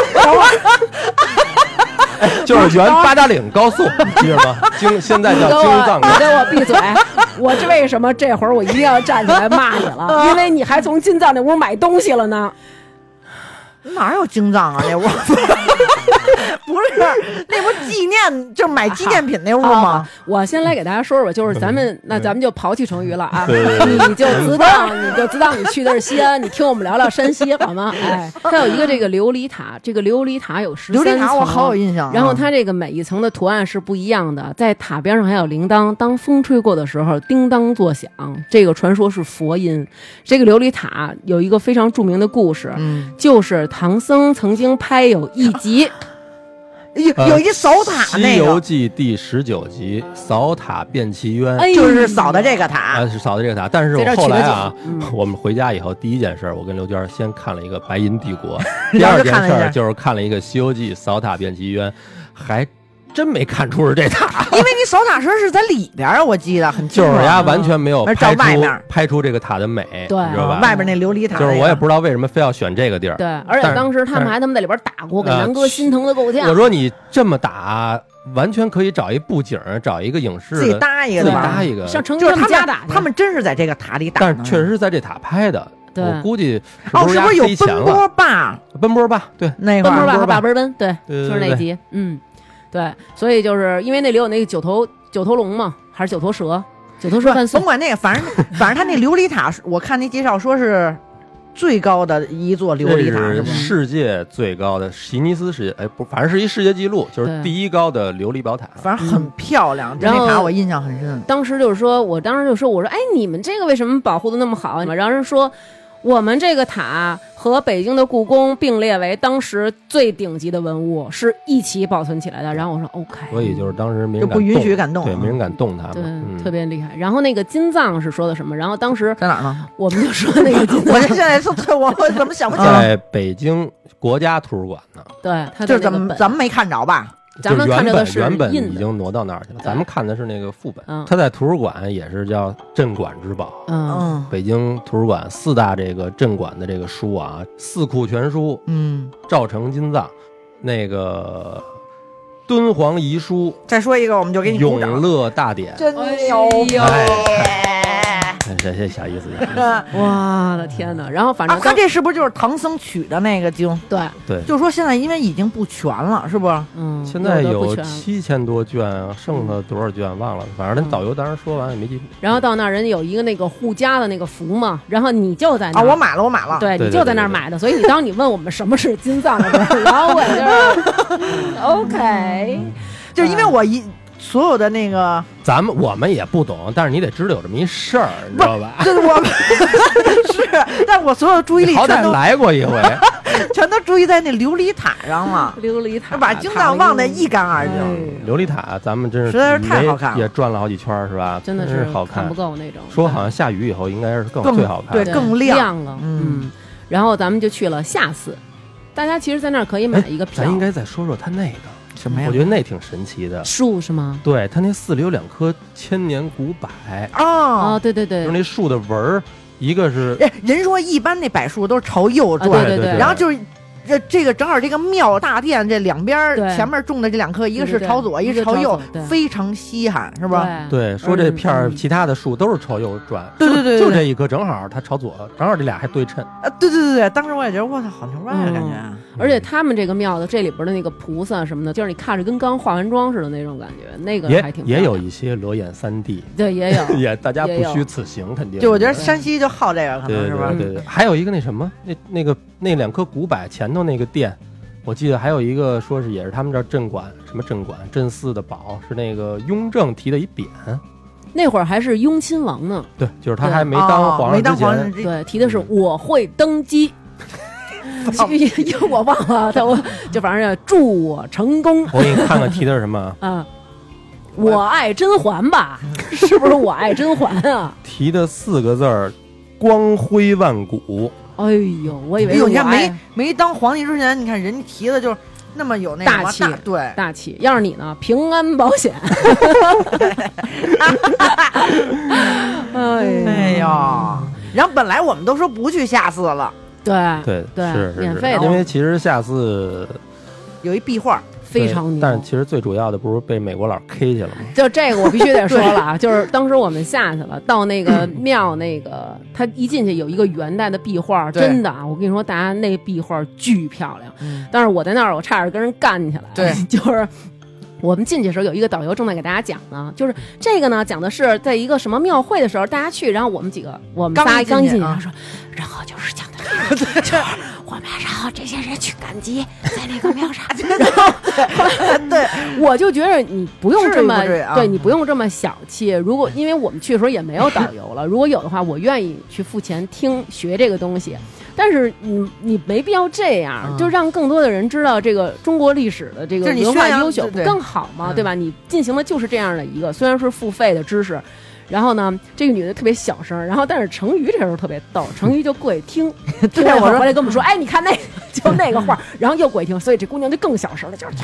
哎就是原八达岭高速，记着吗？京现在你叫给京藏我，高你速给我闭嘴！我这为什么这会儿我一定要站起来骂你了？ 因为你还从金藏那屋买东西了呢。哪有京藏啊？那 屋不是，那不纪念就是买纪念品那啊屋吗？哦我先来给大家说说，就是咱们那咱们就刨去成语了啊，嗯对对对 你就知道你就知道你去的是西安，你听我们聊聊山西好 吗？哎，它有一个这个琉璃塔，这个琉璃塔有十琉三璃塔我层好有印象啊。然后它这个每一层的图案是不一样的，在塔边上还有铃铛，当风吹过的时候，叮当作响。这个传说是佛音。这个琉璃塔有一个非常著名的故事，嗯，就是唐僧曾经拍有一集，有呃有一扫塔西那游个，记》第十九集《扫塔变奇冤》哎呦 就是扫的这个塔。，啊，是扫的这个塔。但是我在这儿取后个来景啊，嗯我们回家以后第一件事儿，我跟刘娟儿先看了一个《白银帝国》第二件然后就看事了一下儿就是看了一个《西游记》扫塔变奇冤，还真没看出是这塔， 因为你扫塔时候是在里边儿啊，我记得很清就是楚啊。人家完全没有那拍照外出面啊拍出这个塔的美，你知对道吧？外边那啊琉璃塔，就是我也不知道为什么非要选这个地儿对。，而且但是当时他们还他们在里边打过，给呃南哥心疼的够我呛。说你这么打，完全可以找一布景儿，找一个影视自己的搭一个自的己吧搭一个，上成就是他们他家们打去，他们真是在这个塔里打但呢，是确实是在这塔拍的。对我估计哦，是是不不是压有飞啊钱奔了？波霸奔波吧，对，那块奔儿？波吧奔和波爸霸奔奔，对，对就是对那对集，嗯，对，所以就是因为那里有那个九头九头龙嘛，还是九头蛇，九头蛇犯甭宋，管那个，反正反正他那琉璃塔是，我看那介绍说是最高的一座琉这璃塔，是是吗？世界最高的吉尼斯世界，哎，不，反正是一世界纪录，就是对第一高的琉璃宝塔。反正很漂亮，然后那塔我印象很深。当时就是说，我当时就说，我说，哎，你们这个为什么保护的那么好啊？然后人说，我们这个塔和北京的故宫并列为当时最顶级的文物，是一起保存起来的。然后我说，OK，所以就是当时没人就不允许敢动对，啊没人敢动它对，们。嗯特别别厉害。然后那个金藏是说的什么？然后当时在哪儿呢？我们就说那个金藏， 我这现在说， 对我我怎么想不起来？在北京国家图书馆呢，对，他嗯就是咱咱们咱们没看着吧？就咱是们原看着的本是原本印已的，经挪到那儿去了，对咱们看的是那个副本嗯。它在图书馆也是叫镇馆之宝。嗯，嗯北京图书馆四大这个镇馆的这个书啊，《四库全书》嗯。 《赵城金藏》，那个《敦煌遗书再说一个，我们就》给《你鼓掌永，乐哎大典》真牛 逼！呃哎 谁谁小意思？小意思啊，哇，我的天嗯哪！然后反正他当这是不是就是唐僧取的那个经？对，对，就说现在因为已经不全了，是不？嗯，现在有的不有全七千多卷，剩下多少卷忘了，反正那导游当时说完也没记住。然后到那儿人有一个那个护家的那个符嘛，然后你就在那啊，儿。我买了，我买了。对对你对就在那儿对对买的，所以你当你问我们什么是金藏的时候，然后我就是嗯 OK，就是因为我一所有的那个，咱们我们也不懂，但是你得知道有这么一事儿，你知道 吧？就是我 是，但我所有的注意力好全歹都来过一回， 全都注意在那琉璃塔上了，琉璃塔把经藏忘得一干二哎净。琉璃塔咱们真是实在是太好看了没也转了好几圈儿，是吧？真的是好看看不。够那种。说好像下雨以后应该是更更最好看对的，对更亮亮了，嗯嗯，然后咱们就去了下寺，大家其实在那儿可以买一个票哎咱，应该再说说它那个，什么呀我？觉得那挺神奇的。树是吗？对，它那寺里有两棵千年古柏，哦，哦，对对对就是，那树的纹儿，一个是哎人说一般那柏树都是朝右啊对转，对对然后就是呃这这个正好这个庙大殿这两边儿对前面种的这两棵，一个是对对朝左，一个个朝朝右左对，非常稀罕，是吧？对，对，说这片儿嗯其他的树都是朝右转，对对对就对这一棵正好它朝左，正好这俩还对称。啊，对对对对，当时我也觉得，我操，好牛掰啊，嗯感觉啊。而且他们这个庙的这里边的那个菩萨什么的，就是你看着跟刚化完妆似的那种感觉，那个还也挺也有漂亮，一些裸眼三 D，对，也 有，也大家也不有虚此行，肯定。就我觉得对山西就好这个，可能对是对吧嗯对？对对，还有一个那什么，那那个那两棵古柏前头那个殿，我记得还有一个说是也是他们这儿镇馆什么镇馆镇寺的宝，是那个雍正提的一匾，那会儿还是雍亲王呢，对，就是他对还没哦当皇没上当之皇前上，之前，对，提的是我会登基。 因为我忘了，但我就反正祝我成功我给你看看提的是什么啊， 啊！我爱甄嬛吧，是不是我爱甄嬛啊？提的四个字儿，光辉万古。哎呦，我以为哎是呦，我你看爱没没当皇帝之前，你看人家提的就是那么有那大什么气大，对，大气，要是你呢，平安保险。 哎呀哎呀，然后本来我们都说不去下寺了，对对对是是免是费的因为其实下次有一壁画，非常对牛。但其实最主要的不是被美国佬 K 去了吗？就这个我必须得说了 啊，就是当时我们下去了，到那个嗯庙那个，他一进去有一个元代的壁画，对真的啊，我跟你说，大家那壁画巨漂亮。嗯但是我在那儿，我差点跟人干起来。对，就是。我们进去的时候，有一个导游正在给大家讲呢，就是这个呢，讲的是在一个什么庙会的时候，大家去，然后我们几个，我们刚仨一进刚去进去，啊他说，然后就是讲的这个，就是我们然后这些人去赶集，在那个 庙上，然后 对，我就觉得你不用这么至于不至于啊对你不用这么小气。如果因为我们去的时候也没有导游了，如果有的话，我愿意去付钱听学这个东西。但是你你没必要这样，嗯就让更多的人知道这个中国历史的这就个是你文化宣扬优秀，不对对更好吗？嗯对吧？你进行的就是这样的一个，虽然是付费的知识。然后呢，这个女的特别小声，然后但是程瑜这时候特别 逗，程瑜就过去听，听啊我我说回来跟我们说，哎，你看 那就那个画， 然后又过去听，所以这姑娘就更小声了，就是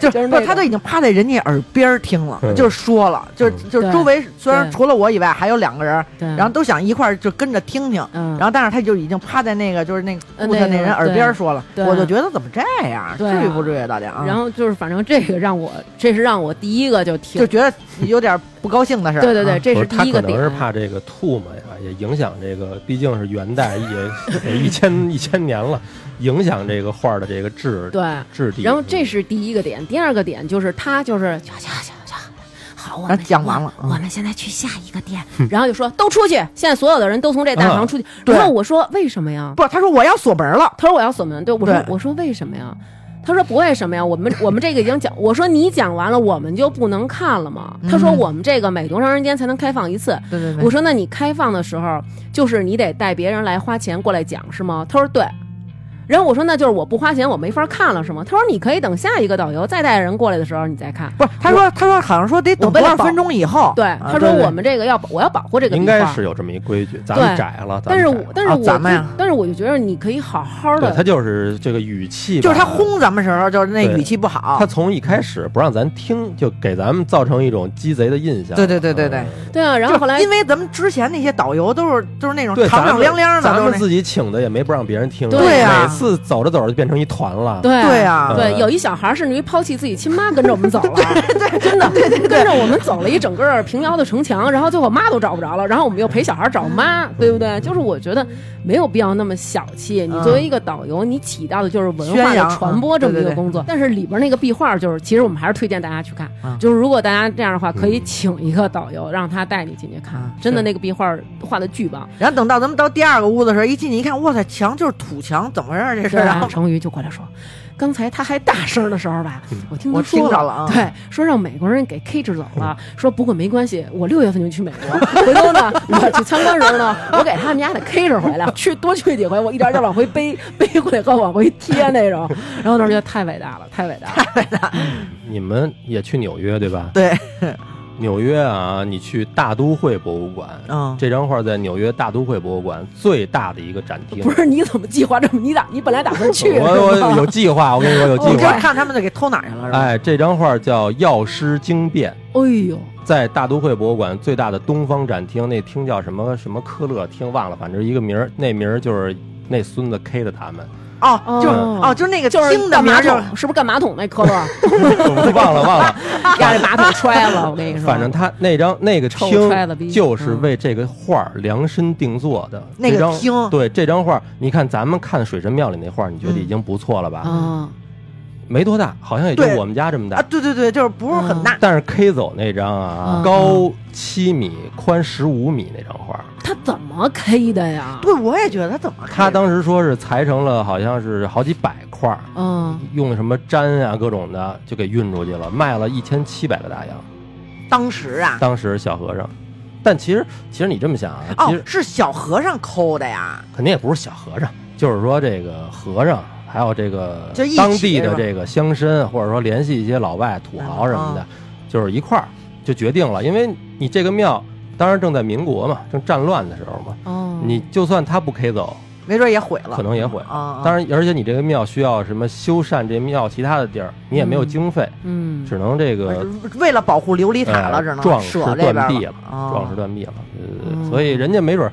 就就是是那不个是他都已经趴在人家耳边儿听了嗯，就是说了，就是嗯就是周围虽然对除了我以外还有两个人，对，然后都想一块儿就跟着听听。嗯，然后，但是他就已经趴在那个，就是那个呃顾客那那个人耳对边儿说了，对我就觉得怎么这样，对啊至于不至于，大家啊，然后就是，反正这个让我，这是让我第一个就挺，就觉得有点不高兴的事 儿。对对对，啊，这不是是第他一可个能点。是怕这个吐沫呀，也影响这个，毕竟是元代也也一千一千年了，影响这个画的这个质对，质地。嗯然后这是第一个点，第二个点就是他就是行行行行，好，我然们后讲完了我嗯我们现在去下一个店， 然后就说都出去，现在所有的人都从这大堂出去。嗯对然后我说为什么呀？不，他说我要锁门了，他说我要锁门，对我说对我说为什么呀？他说不为什么呀，我们我们这个已经讲，我说你讲完了，我们就不能看了吗？他说嗯我们这个每多长时间才能开放一次？对对我说那你开放的时候，就是你得带别人来花钱过来讲是吗？他说对。然后我说那就是我不花钱我没法看了是吗？他说你可以等下一个导游再带人过来的时候你再看。不是，他说他说好像说得等我为了多少保分钟以后，对，啊他说我。对对们这个要保我要保护这个应地该方是，有这么一规矩，咱们对窄了，咱但们是窄我了但是啊我咱们就呀但是我就觉得你可以好好对他的，就是这个语气吧，就是他轰咱们时候，就是那对语气不好他，从一开始不让咱听，就给咱们造成一种鸡贼的印象。对对对对对嗯对啊。然就后后来因为咱们之前那些导游都是都是那种对，敞咱敞们亮亮的，咱都们是自己请的也没不让别人听，对啊每次走着走着就变成一团了。对那对啊，对，嗯有一小孩甚至于抛弃自己亲妈，跟着我们走 了， 对，真的，对对，跟着我们走了一整个平遥的城墙，然后最后妈都找不着了，然后我们又陪小孩找妈，啊对不对？就是我觉得没有必要那么小气。你作为一个导游，你起到的就是文化嗯宣的扬传播这么一嗯对个对对工作，但是里边那个壁画，就是其实我们还是推荐大家去看嗯，就是如果大家这样的话，可以请一个导游让他带你进去看嗯，真的是那个壁画画的巨棒。然后等到咱们到第二个屋子的时候，一进去一看，哇塞，墙就是土墙，怎么回事儿这是？对啊啊然啊后成瑜就过来说，刚才他还大声的时候吧，我听嗯我他听说着了啊对，说让美国人给 K 制走了，说不过没关系，我六月份就去美国，回头呢，我去参观时候呢，我给他们家的 K 制回来，去多去几回，我一点点往回背，背回来和往回贴那种， 然后当时觉得太伟大了，太伟大了，你们也去纽约对吧？对，纽约啊，你去大都会博物馆，嗯，这张画在纽约大都会博物馆最大的一个展厅。不是你怎么计划这么，你咋你本来打算去，我我有计划，我跟你说有你计这划。看他们就给偷哪儿去了是吧？哎，这张画叫《药师经变》，我，哎呦，在大都会博物馆最大的东方展厅，那厅叫什么什么科勒厅忘了，反正一个名儿，那名儿就是那孙子 K 的他们。 哦，就是哦，就是那个就是听的干名马儿就桶，是不是干马桶那科 乐？我忘了忘了，压这马桶揣了，我跟你说。 反正他那张那个臭厅揣子逼嗯就是为这个画儿量身定做的。那个这张厅对这张画儿，你看咱们看水神庙里那画儿，你觉得已经不错了吧？啊，没多大，好像也就对我们家这么大啊，。对对对，就是不是很大，但是 K 走那张啊，嗯高七米，宽十五米那张画儿，他怎么 K 的呀？对，我也觉得他怎么他看当时说是裁成了好像是好几百块儿，嗯，用什么粘啊各种的就给运出去了，卖了一千七百个大洋。当时啊，当时小和尚，但其实其实你这么想啊，其哦实，是小和尚抠的呀，肯定也不是小和尚，就是说这个和尚，还有这个就一起当地是的吧这个乡绅，或者说联系一些老外、土豪什么的，嗯就是一块儿就决定了，因为你这个庙当时正在民国嘛，正战乱的时候嘛，哦，你就算他不 K 走，没准也毁嗯了，可能也毁了。啊，当然，而且你这个庙需要什么修缮这庙其他的地儿，你也没有嗯经费，嗯，只能这个呃为了保护琉璃塔了，呃只能壮士舍这边断臂了，哦壮士断臂了，呃嗯所以人家没准儿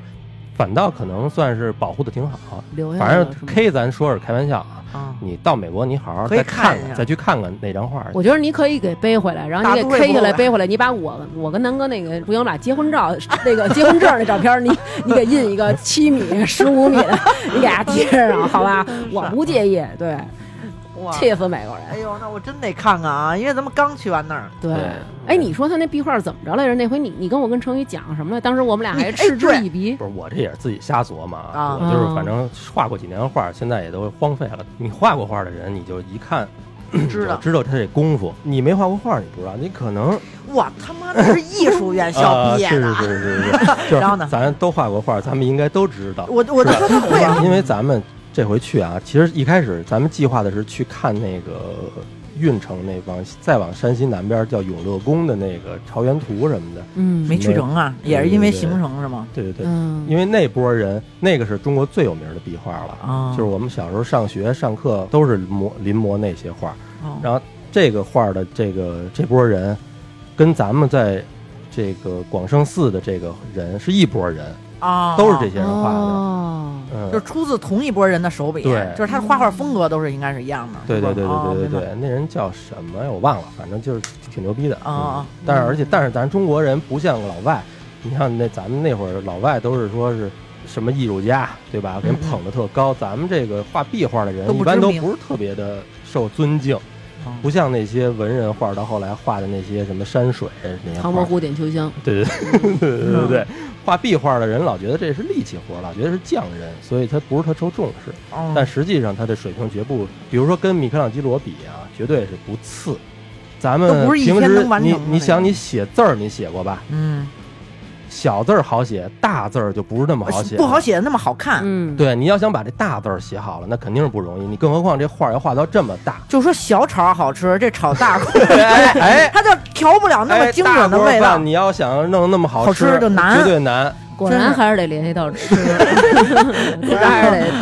反倒可能算是保护的挺好。哎留下反来了是正吗 K 咱说是开玩笑啊，啊，你到美国你好好可以再看看一看，下再去看看那张画儿。我觉得你可以给背回来，然后你大给都会 K 下来不够吧背回来，你把我我跟南哥那个不行，把结婚照 那个结婚证那照片，你你给印一个七米、十五米的，你给他贴上，好吧？我不介意，对，哇气死美国哎人。呦，那我真得看看啊，因为咱们刚去完 那儿，对对，哎，你说他那壁画怎么着来着？那回你你跟我跟程宇讲什么了？当时我们俩你还哎嗤之对以鼻。不是我这也是自己瞎琢磨啊啊，我就是哦反正画过几年画，现在也都荒废了。你画过画的人，你就一看知就道知道他这功夫。你没画过画，你不知道，你可能我他妈的是艺术院校 啊，毕业是的是啊，是是 是，就是然后呢咱都画过画，咱们应该都知道。我我都说他会啊了，因为咱们这回去啊，其实一开始咱们计划的是去看那个运城那帮，再往山西南边叫永乐宫的那个朝元图什么的。嗯没 没去成啊，也是因为行程是吗？对对对，嗯，因为那波人，那个是中国最有名的壁画了。啊，就是我们小时候上学上课都是摹临摹那些画，哦然后这个画的这个这波人，跟咱们在这个广胜寺的这个人是一波人，啊，都是这些人画的。哦，嗯，就是出自同一拨人的手笔，对就是他的画画风格都是应该是一样的，对对是对吧对对对，哦对，那人叫什么呀？我忘了，反正就是挺牛逼的。哦哦嗯但是而且但是咱中国人不像老外，你像那咱们那会儿老外都是说是什么艺术家，对吧？给人捧得特高。咱们这个画壁画的人都不一般知都名不是特别的受尊敬，明白不像那些文人画到后来画的那些什么山水那些唐伯画。虎点秋香。对对对对对对对，画壁画的人老觉得这是力气活，老觉得是匠人，所以他不是特受重视。哦但实际上他的水平绝不，比如说跟米开朗基罗比啊，绝对是不次。咱们都不是一平天时能完成你的你那想种你写字儿，你写过吧？嗯，小字儿好写，大字儿就不是那么好写，不好。写的那么好看，嗯，对，你要想把这大字儿写好了，那肯定是不容易。你更何况这画儿要画到这么大，就说小炒好吃，这炒大锅， 哎哎， 他就调不了那么精哎大准的锅味道饭，你要想弄那么好好吃就难绝对 难。果真然是还是得联系到吃，果然还是得对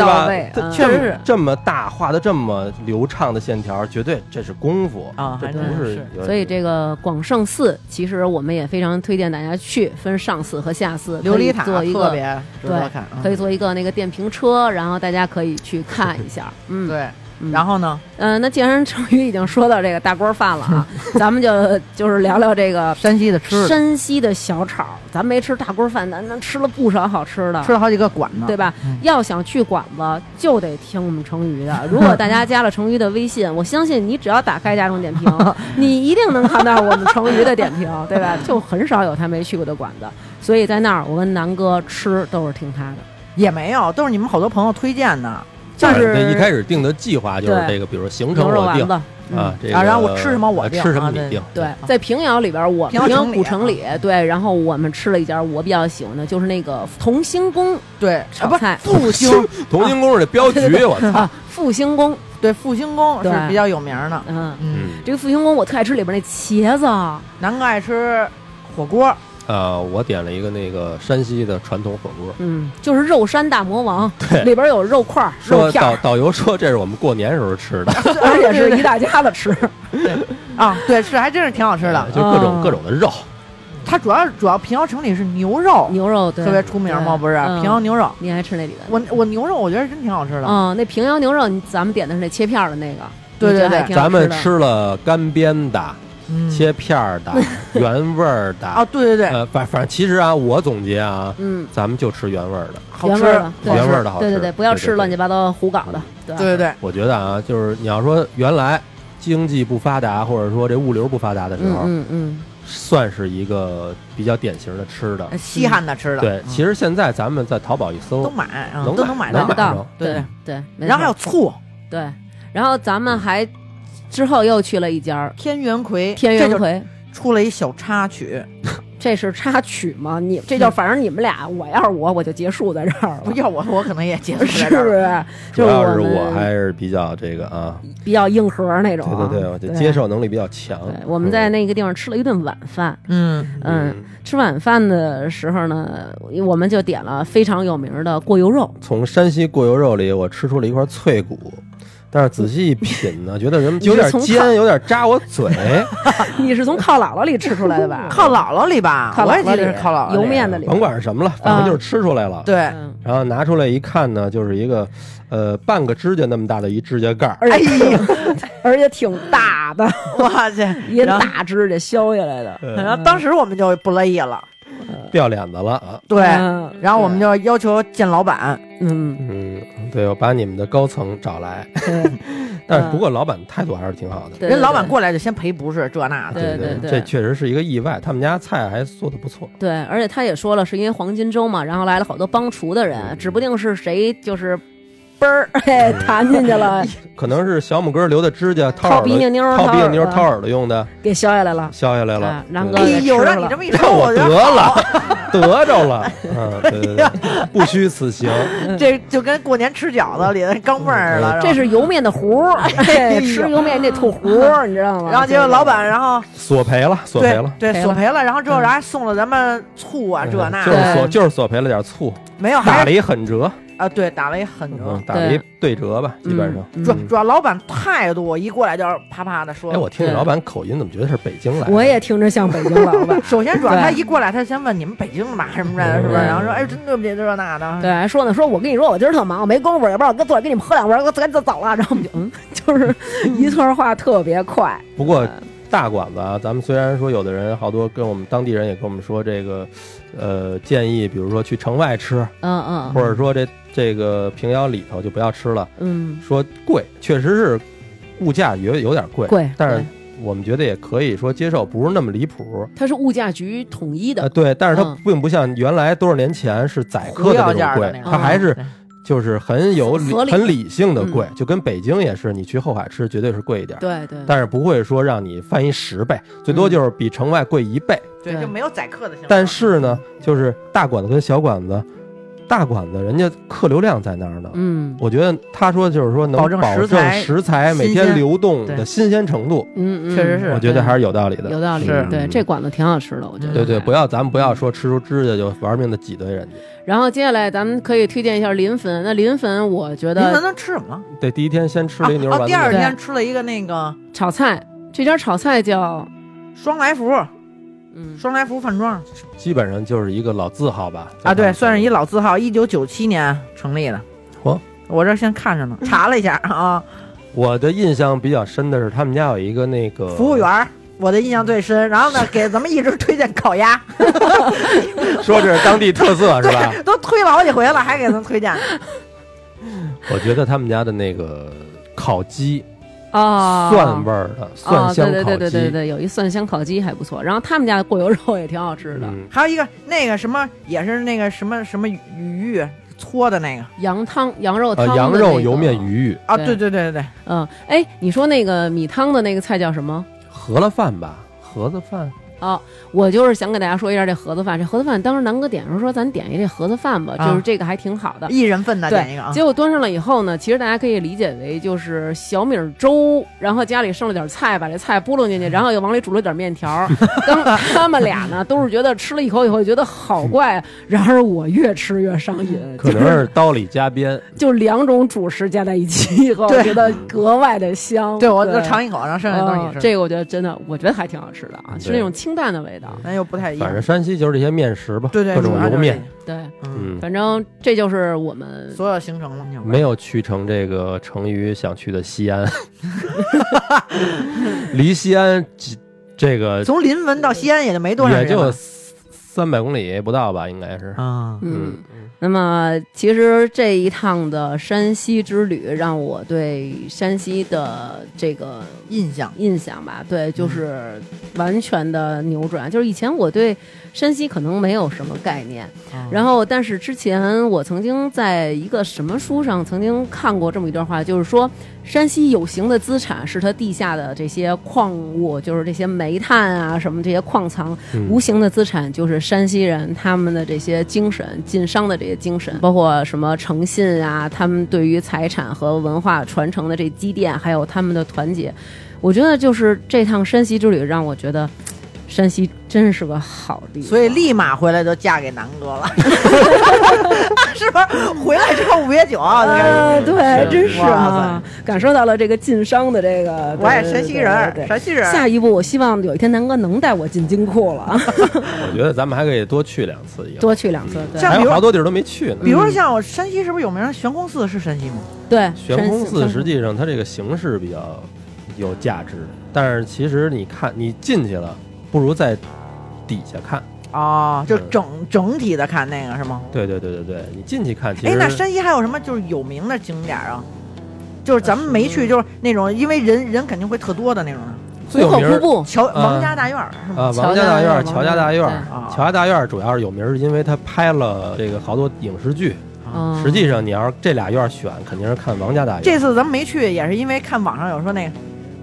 吧到位。这这嗯确么实是这么大画的这么流畅的线条，绝对这是功夫啊这还不真是是有。所以这个广胜寺，其实我们也非常推荐大家去，分上寺和下寺，琉璃塔可以做一特个，别值对得看，嗯可以做一个那个电瓶车，然后大家可以去看一 下。嗯，对。嗯然后呢，嗯、那既然成宇已经说到这个大锅饭了啊，咱们就就是聊聊这个山西的吃的山西的小炒。咱没吃大锅饭，咱咱吃了不少好吃的，吃了好几个馆啊呢，对吧？嗯要想去馆子，就得听我们成瑜的。 如果大家加了成瑜的微信，我相信你只要打开家长 点评，你一定能看到我们成瑜的点评，对吧？就很少有他没去过的馆子，所以在那儿我跟南哥吃都是听他的。也没有，都是你们好多朋友推荐的。就对是一开始定的计划就是对这个，比如说行程牛肉我丸定子，嗯啊，这个啊然后我吃什么我呃定吃什么啊你对定，对，在平遥里边儿，我平遥平遥城里啊古城里，对，然后我们吃了一家我比较喜欢的，就是那个同兴宫对，啊炒不菜复 兴，同 兴公路这镖对对局，我操，啊，复兴宫，对复兴宫是对比较有名的。嗯，嗯，嗯，这个复兴宫我特爱吃里边那茄子，啊南哥爱吃火锅， 呃，我点了一个那个山西的传统火锅，嗯，就是肉山大魔王，对里边有肉块儿、肉说片导儿，导游说这是我们过年时候吃 的，而且啊是 一大家子吃。啊，对，是还真是挺好吃的。就各哦种各种的肉，它主要主要平遥城里是牛 肉牛肉对特别出名嘛，对不是？嗯平遥牛肉，你还吃那里的？我我牛肉我觉得真挺好吃的。嗯，那平遥牛肉，你咱们点的是那切片儿的那个，对对对咱们吃吃了干煸的、嗯切片儿 的、原味儿啊，哦的，对对对，呃，反反正其实啊，我总结啊，嗯，咱们就吃原味儿的，好原吃味儿的，对原味儿的好吃。对对对，不要吃乱对。七嗯八糟胡搞的，对吧对对对，我觉得啊，就是你要说原来经济不发达，或者说这物流不发达的时嗯候，嗯嗯，算是一个比较典型的吃的。稀罕的吃的。对，嗯其实现在咱们在淘宝一都搜，买啊，能都能买买到能。买到着对对对，没然后还有错醋，对，然后咱们还之后又去了一家儿天元葵，天这元就葵，出了一小插曲，这是插曲吗？你这就反正你们俩，我要是我，我就结束在这儿不了。要我我可能也接受不哦是了不这儿了。是？主就是要是我们还是比较这个啊，比较硬核那种对啊。对对，我就接受能力比较强对。我们在那个地方吃了一顿晚饭，嗯，嗯，嗯，吃晚饭的时候呢，我们就点了非常有名的过油 肉。从山西过油肉里，我吃出了一块脆骨，但是仔细一品呢，觉得 人有点你是从看尖，有点扎我 嘴。你是从靠姥姥里吃出来的吧？靠姥姥里吧，靠我姥也姥记里得是靠姥姥油里面的里，甭管是什么了，反正就是吃出来了。对，嗯，然后拿出来一看呢，就是一个，呃，半个指甲那么大的一指甲盖 儿，而 哎且呦，而且挺大的， 我去！一然后大指甲削下来的。呃然后当时我们就不乐意了，掉脸子了啊。对，嗯然后我们就要求见老板，嗯，嗯，对，我把你们的高层找 来，对但呃是不过老板态度还是挺好的。对人老板过来就先赔不是这那的，对对对对这确实是一个意外，他们家菜还做的不错。对，而且他也说了，是因为黄金周嘛，然后来了好多帮厨的人，指不定是谁就是嘣儿嗯嘿 弹进去 了，可能是小拇哥留的指甲掏掏耳鼻朵涕妞儿，掏鼻涕妞耳掏耳朵用的，给削下来了。削下来了啊。然后对哎给呦，吃让你了这么一让说，我我得觉得 了，得着了，嗯，对哎对对，不虚此行，这就跟过年吃饺子里的钢镚儿嗯了，嗯这是吧。是油面的糊儿，嘿吃油面你得吐糊儿，你知道吗？然后结果老板，然后索赔了，索赔对了，嗯对赔索了赔了，然后之后嗯然后还送了咱们醋啊这那就是的，索就是索赔了点醋，没有打还了是一狠折，啊对打了一狠折嗯，，打了一对折吧，嗯基本上。主嗯主要老板态度，我一过来就是啪啪的说。哎，，我听对你老板口音，怎么觉得是北京来的？嗯我也听着像北京老板首先主要对他一过来他先问你们北京的嘛什么的，是不是？嗯然后说哎真对不起这那的，对，还说呢，说我跟你说，我今儿特忙，我没工夫，要不然我跟坐着跟你们喝两杯，我赶紧走了。然后我们就嗯，就是 一段话特别快，不过嗯大馆子啊，咱们虽然说有的人好多跟我们当地人也跟我们说这个，呃，建议比如说去城外吃，嗯嗯或者说这这个平遥里头就不要吃了，嗯，说贵，确实是物价有有点贵，贵但对是我们觉得也可以说接受，不是那么离谱。它是物价局统一呃，的，对，但是它嗯并不像原来多少年前是宰胡客要的价那种的贵，那种，嗯它还是对就是很有理合理很理性的贵嗯，就跟北京也是，你去后海吃绝对是贵一点，对对，但是不会说让你翻一十倍，最嗯多就是比城外贵一倍。对就没有宰客的行为。但是呢，嗯就是大馆子跟小馆子，大馆子人家客流量在那儿呢。嗯我觉得他说就是说能保保证证食材食材每新天鲜流动对的新鲜程度，嗯，嗯确实是我觉得还是有道理对的。嗯有道理是，对，这馆子挺好吃的，我觉得。对嗯对，不要咱们不要说吃出指甲就玩命的挤兑人家。然后接下来咱们可以推荐一下临汾，那临汾我觉您得能吃什么？对，第一天先吃了一牛啊丸啊子第二面，天吃了一个那个炒菜这家炒菜叫双来福，嗯双来福饭庄基本上就是一个老字号吧。啊，对，算是一老。老字号，一九九七年成立的。嚯我这先看着呢，查了一下啊，我的印象比较深的是他们家有一个那个服务员，儿，我的印象最深。然后呢，给咱们一直推荐烤鸭，说这是当地特色是 吧？都推了好几回了，还给咱推荐。我觉得他们家的那个烤鸡，啊蒜味儿的蒜香哦、对烤对对对对鸡，对，有一蒜香烤鸡还不错。然后他们家的过油肉也挺好吃的，嗯，还有一个那个什么，也是那个什么什么鱼鱼搓的那个羊汤、羊啊肉汤、呃，羊肉油面。鱼啊，对对对对对对，嗯，哎，你说那个米汤的那个菜叫什么？盒了饭吧，盒子饭。哦，我就是想给大家说一下这盒子饭。这盒子饭当时南哥点的时候说咱点一这盒子饭吧，啊就是这个还挺好的。一人份的对点一个啊，结果端上来以后呢，其实大家可以理解为就是小米儿粥，然后家里剩了点菜，把这菜拨弄进去，然后又往里煮了点面条儿。 当他们俩呢，都是觉得吃了一口以后觉得好怪，啊然而我越吃越上瘾，可能是刀里加鞭，就两种主食加在一起以后，对我觉得格外的香。对我就尝一口，然后剩下都是你嗯吃。这个我觉得真的，我觉得还挺好吃的啊，对是那种清淡的味嗯道。咱又不太一反正样。山西就是这些面食吧，对对，各种主要就油是面，对，这个，嗯，嗯，反正这就是我们所有行程了。没有去成这个成宇想去的西安， 离西安几这个从临汾到西安也就没多长也时间就吧。三百公里不到吧，应该是。啊，嗯，那么其实这一趟的山西之旅，让我对山西的这个印象印象吧，对，就是完全的扭转。就是以前我对山西可能没有什么概念，啊然后但是之前我曾经在一个什么书上曾经看过这么一段话，就是说山西有形的资产是它地下的这些矿物，就是这些煤炭啊什么这些矿藏，嗯无形的资产就是山西人他们的这些精神，晋商的这些精嗯神，包括什么诚信啊，他们对于财产和文化传承的这积淀，还有他们的团结，我觉得就是这趟山西之旅让我觉得山西真是个好地方。所以立马回来就嫁给南哥了，是不是？回来之后五月九啊，啊，对，真是哇，啊感受到了这个晋商的这个，我也对山西人，对对对山西人。下一步，我希望有一天南哥能带我进金库了 啊，我觉得咱们还可以多去两次，以后多去两次。对像还比有如好多地儿都没去呢。比如说像我山西，是不是有名儿悬空寺是山西吗？对，悬空寺山西实际上它这个形式比较有价值，但是其实你看你进去了，不如在底下看。哦，就嗯整整体的看那个是吗？对对对对对，你进去看，其哎，实那山西还有什么就是有名的景点儿啊？就是咱们没去，就是那种因为人人肯定会特多的那种的最有壶口名瀑儿布，乔呃王家大院儿是吗？啊，王乔家家大大院院儿儿、乔家大院儿。啊，乔家大院儿主要是有名儿，是因为它拍了这个好多影视剧。嗯啊实际上，你要是这俩院儿选，肯定是看王家大院儿。这次咱们没去，也是因为看网上有说那个，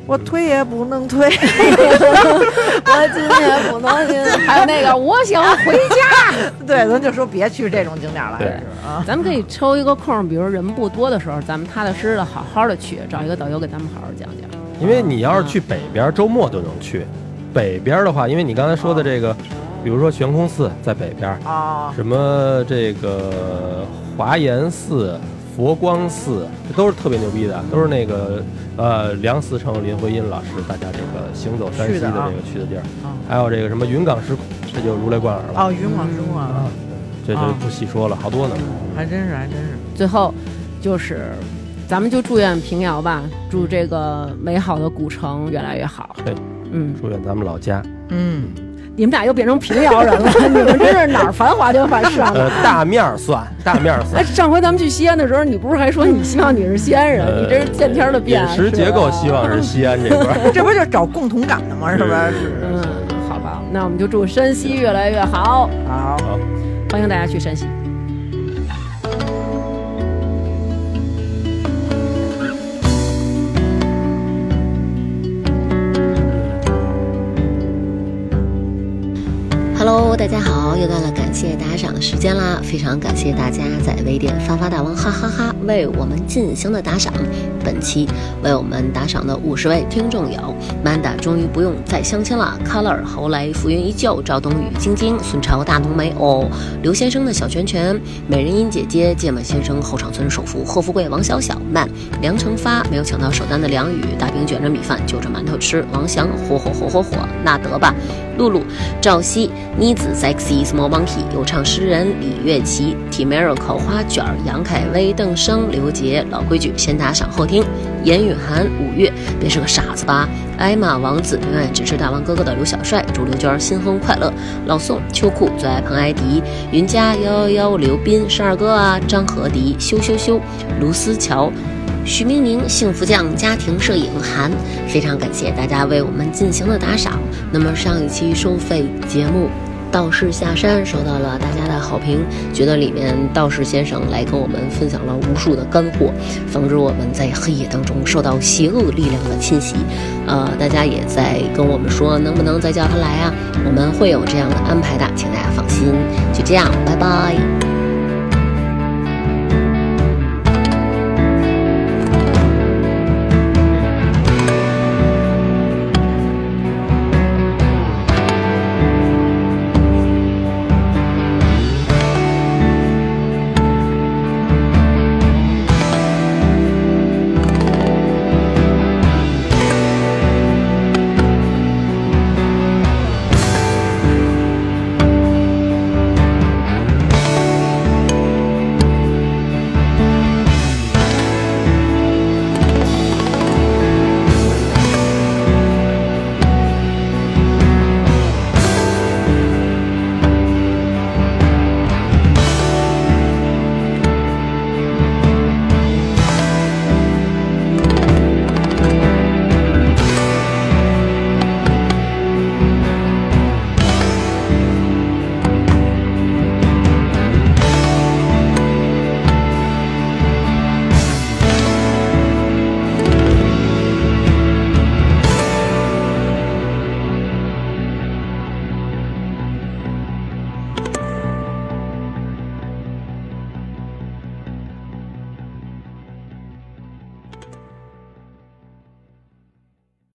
我推也不能推， 我今天不能进， 还有那个我想回家。对，咱就说别去这种景点儿了，还对是啊。咱们可以抽一个空，比如人不多的时候，咱们踏踏实实的、好好的去，找一个导游给咱们好好讲讲。因为你要是去北边儿，周末就能去。北边儿的话，因为你刚才说的这个，比如说悬空寺在北边儿，哦，什么这个华严寺、佛光寺，这都是特别牛逼的，都是那个呃梁思成、林徽因老师大家这个行走山西的这个去的地儿，啊还有这个什么云冈石窟，这就如雷贯耳了，啊哦，云广中啊，这就啊不细说了，好多呢。还真是，还真是。最后就是，咱们就祝愿平遥吧，祝这个美好的古城越来越好。对，嗯，祝愿咱们老家， 嗯，你们俩又变成平遥人了， 你们真是哪儿繁华就繁盛。呃，大面儿算，大面儿算哎，。上回咱们去西安的时候，你不是还说你希望你是西安人？你这是见天儿的变。呃饮食结构希望是西安这块 儿，这不就是找共同感的吗？是不是？是嗯，好吧，那我们就祝山西越来越好，好。好。欢迎大家去山西。 Hello，大家好，又到了感谢打赏的时间啦！非常感谢大家在微店发发大王哈哈哈为我们进行的打赏。本期为我们打赏的五十位听众有：Manda 终于不用再相亲了，Color 侯雷浮云依旧，赵冬雨晶晶，孙超大浓眉哦，刘先生的小拳拳，美人音姐姐，芥末先生后场村首富霍富贵，王小小曼，梁成发没有抢到首单的梁宇，大饼卷着米饭就着馒头吃，王翔火火火火火，那得吧，露露。赵熙、妮子、Sexy Small Monkey、有唱诗人李月琪、T Miracle 花卷儿、杨凯威、邓生、刘杰。老规矩，先打赏后听。严雨涵、五月，别是个傻子吧？艾玛、王子，永远支持大王哥哥的刘小帅，祝刘娟儿新婚快乐。老宋、秋裤最爱彭艾迪、云佳幺幺幺、刘斌、十二哥啊、张和迪、羞羞羞、卢思乔。徐明明、幸福酱、家庭摄影韩，非常感谢大家为我们进行的打赏。那么上一期收费节目《道士下山》收到了大家的好评，觉得里面道士先生来跟我们分享了无数的干货，防止我们在黑夜当中受到邪恶力量的侵袭。呃，大家也在跟我们说能不能再叫他来啊？我们会有这样的安排的，请大家放心。就这样，拜拜。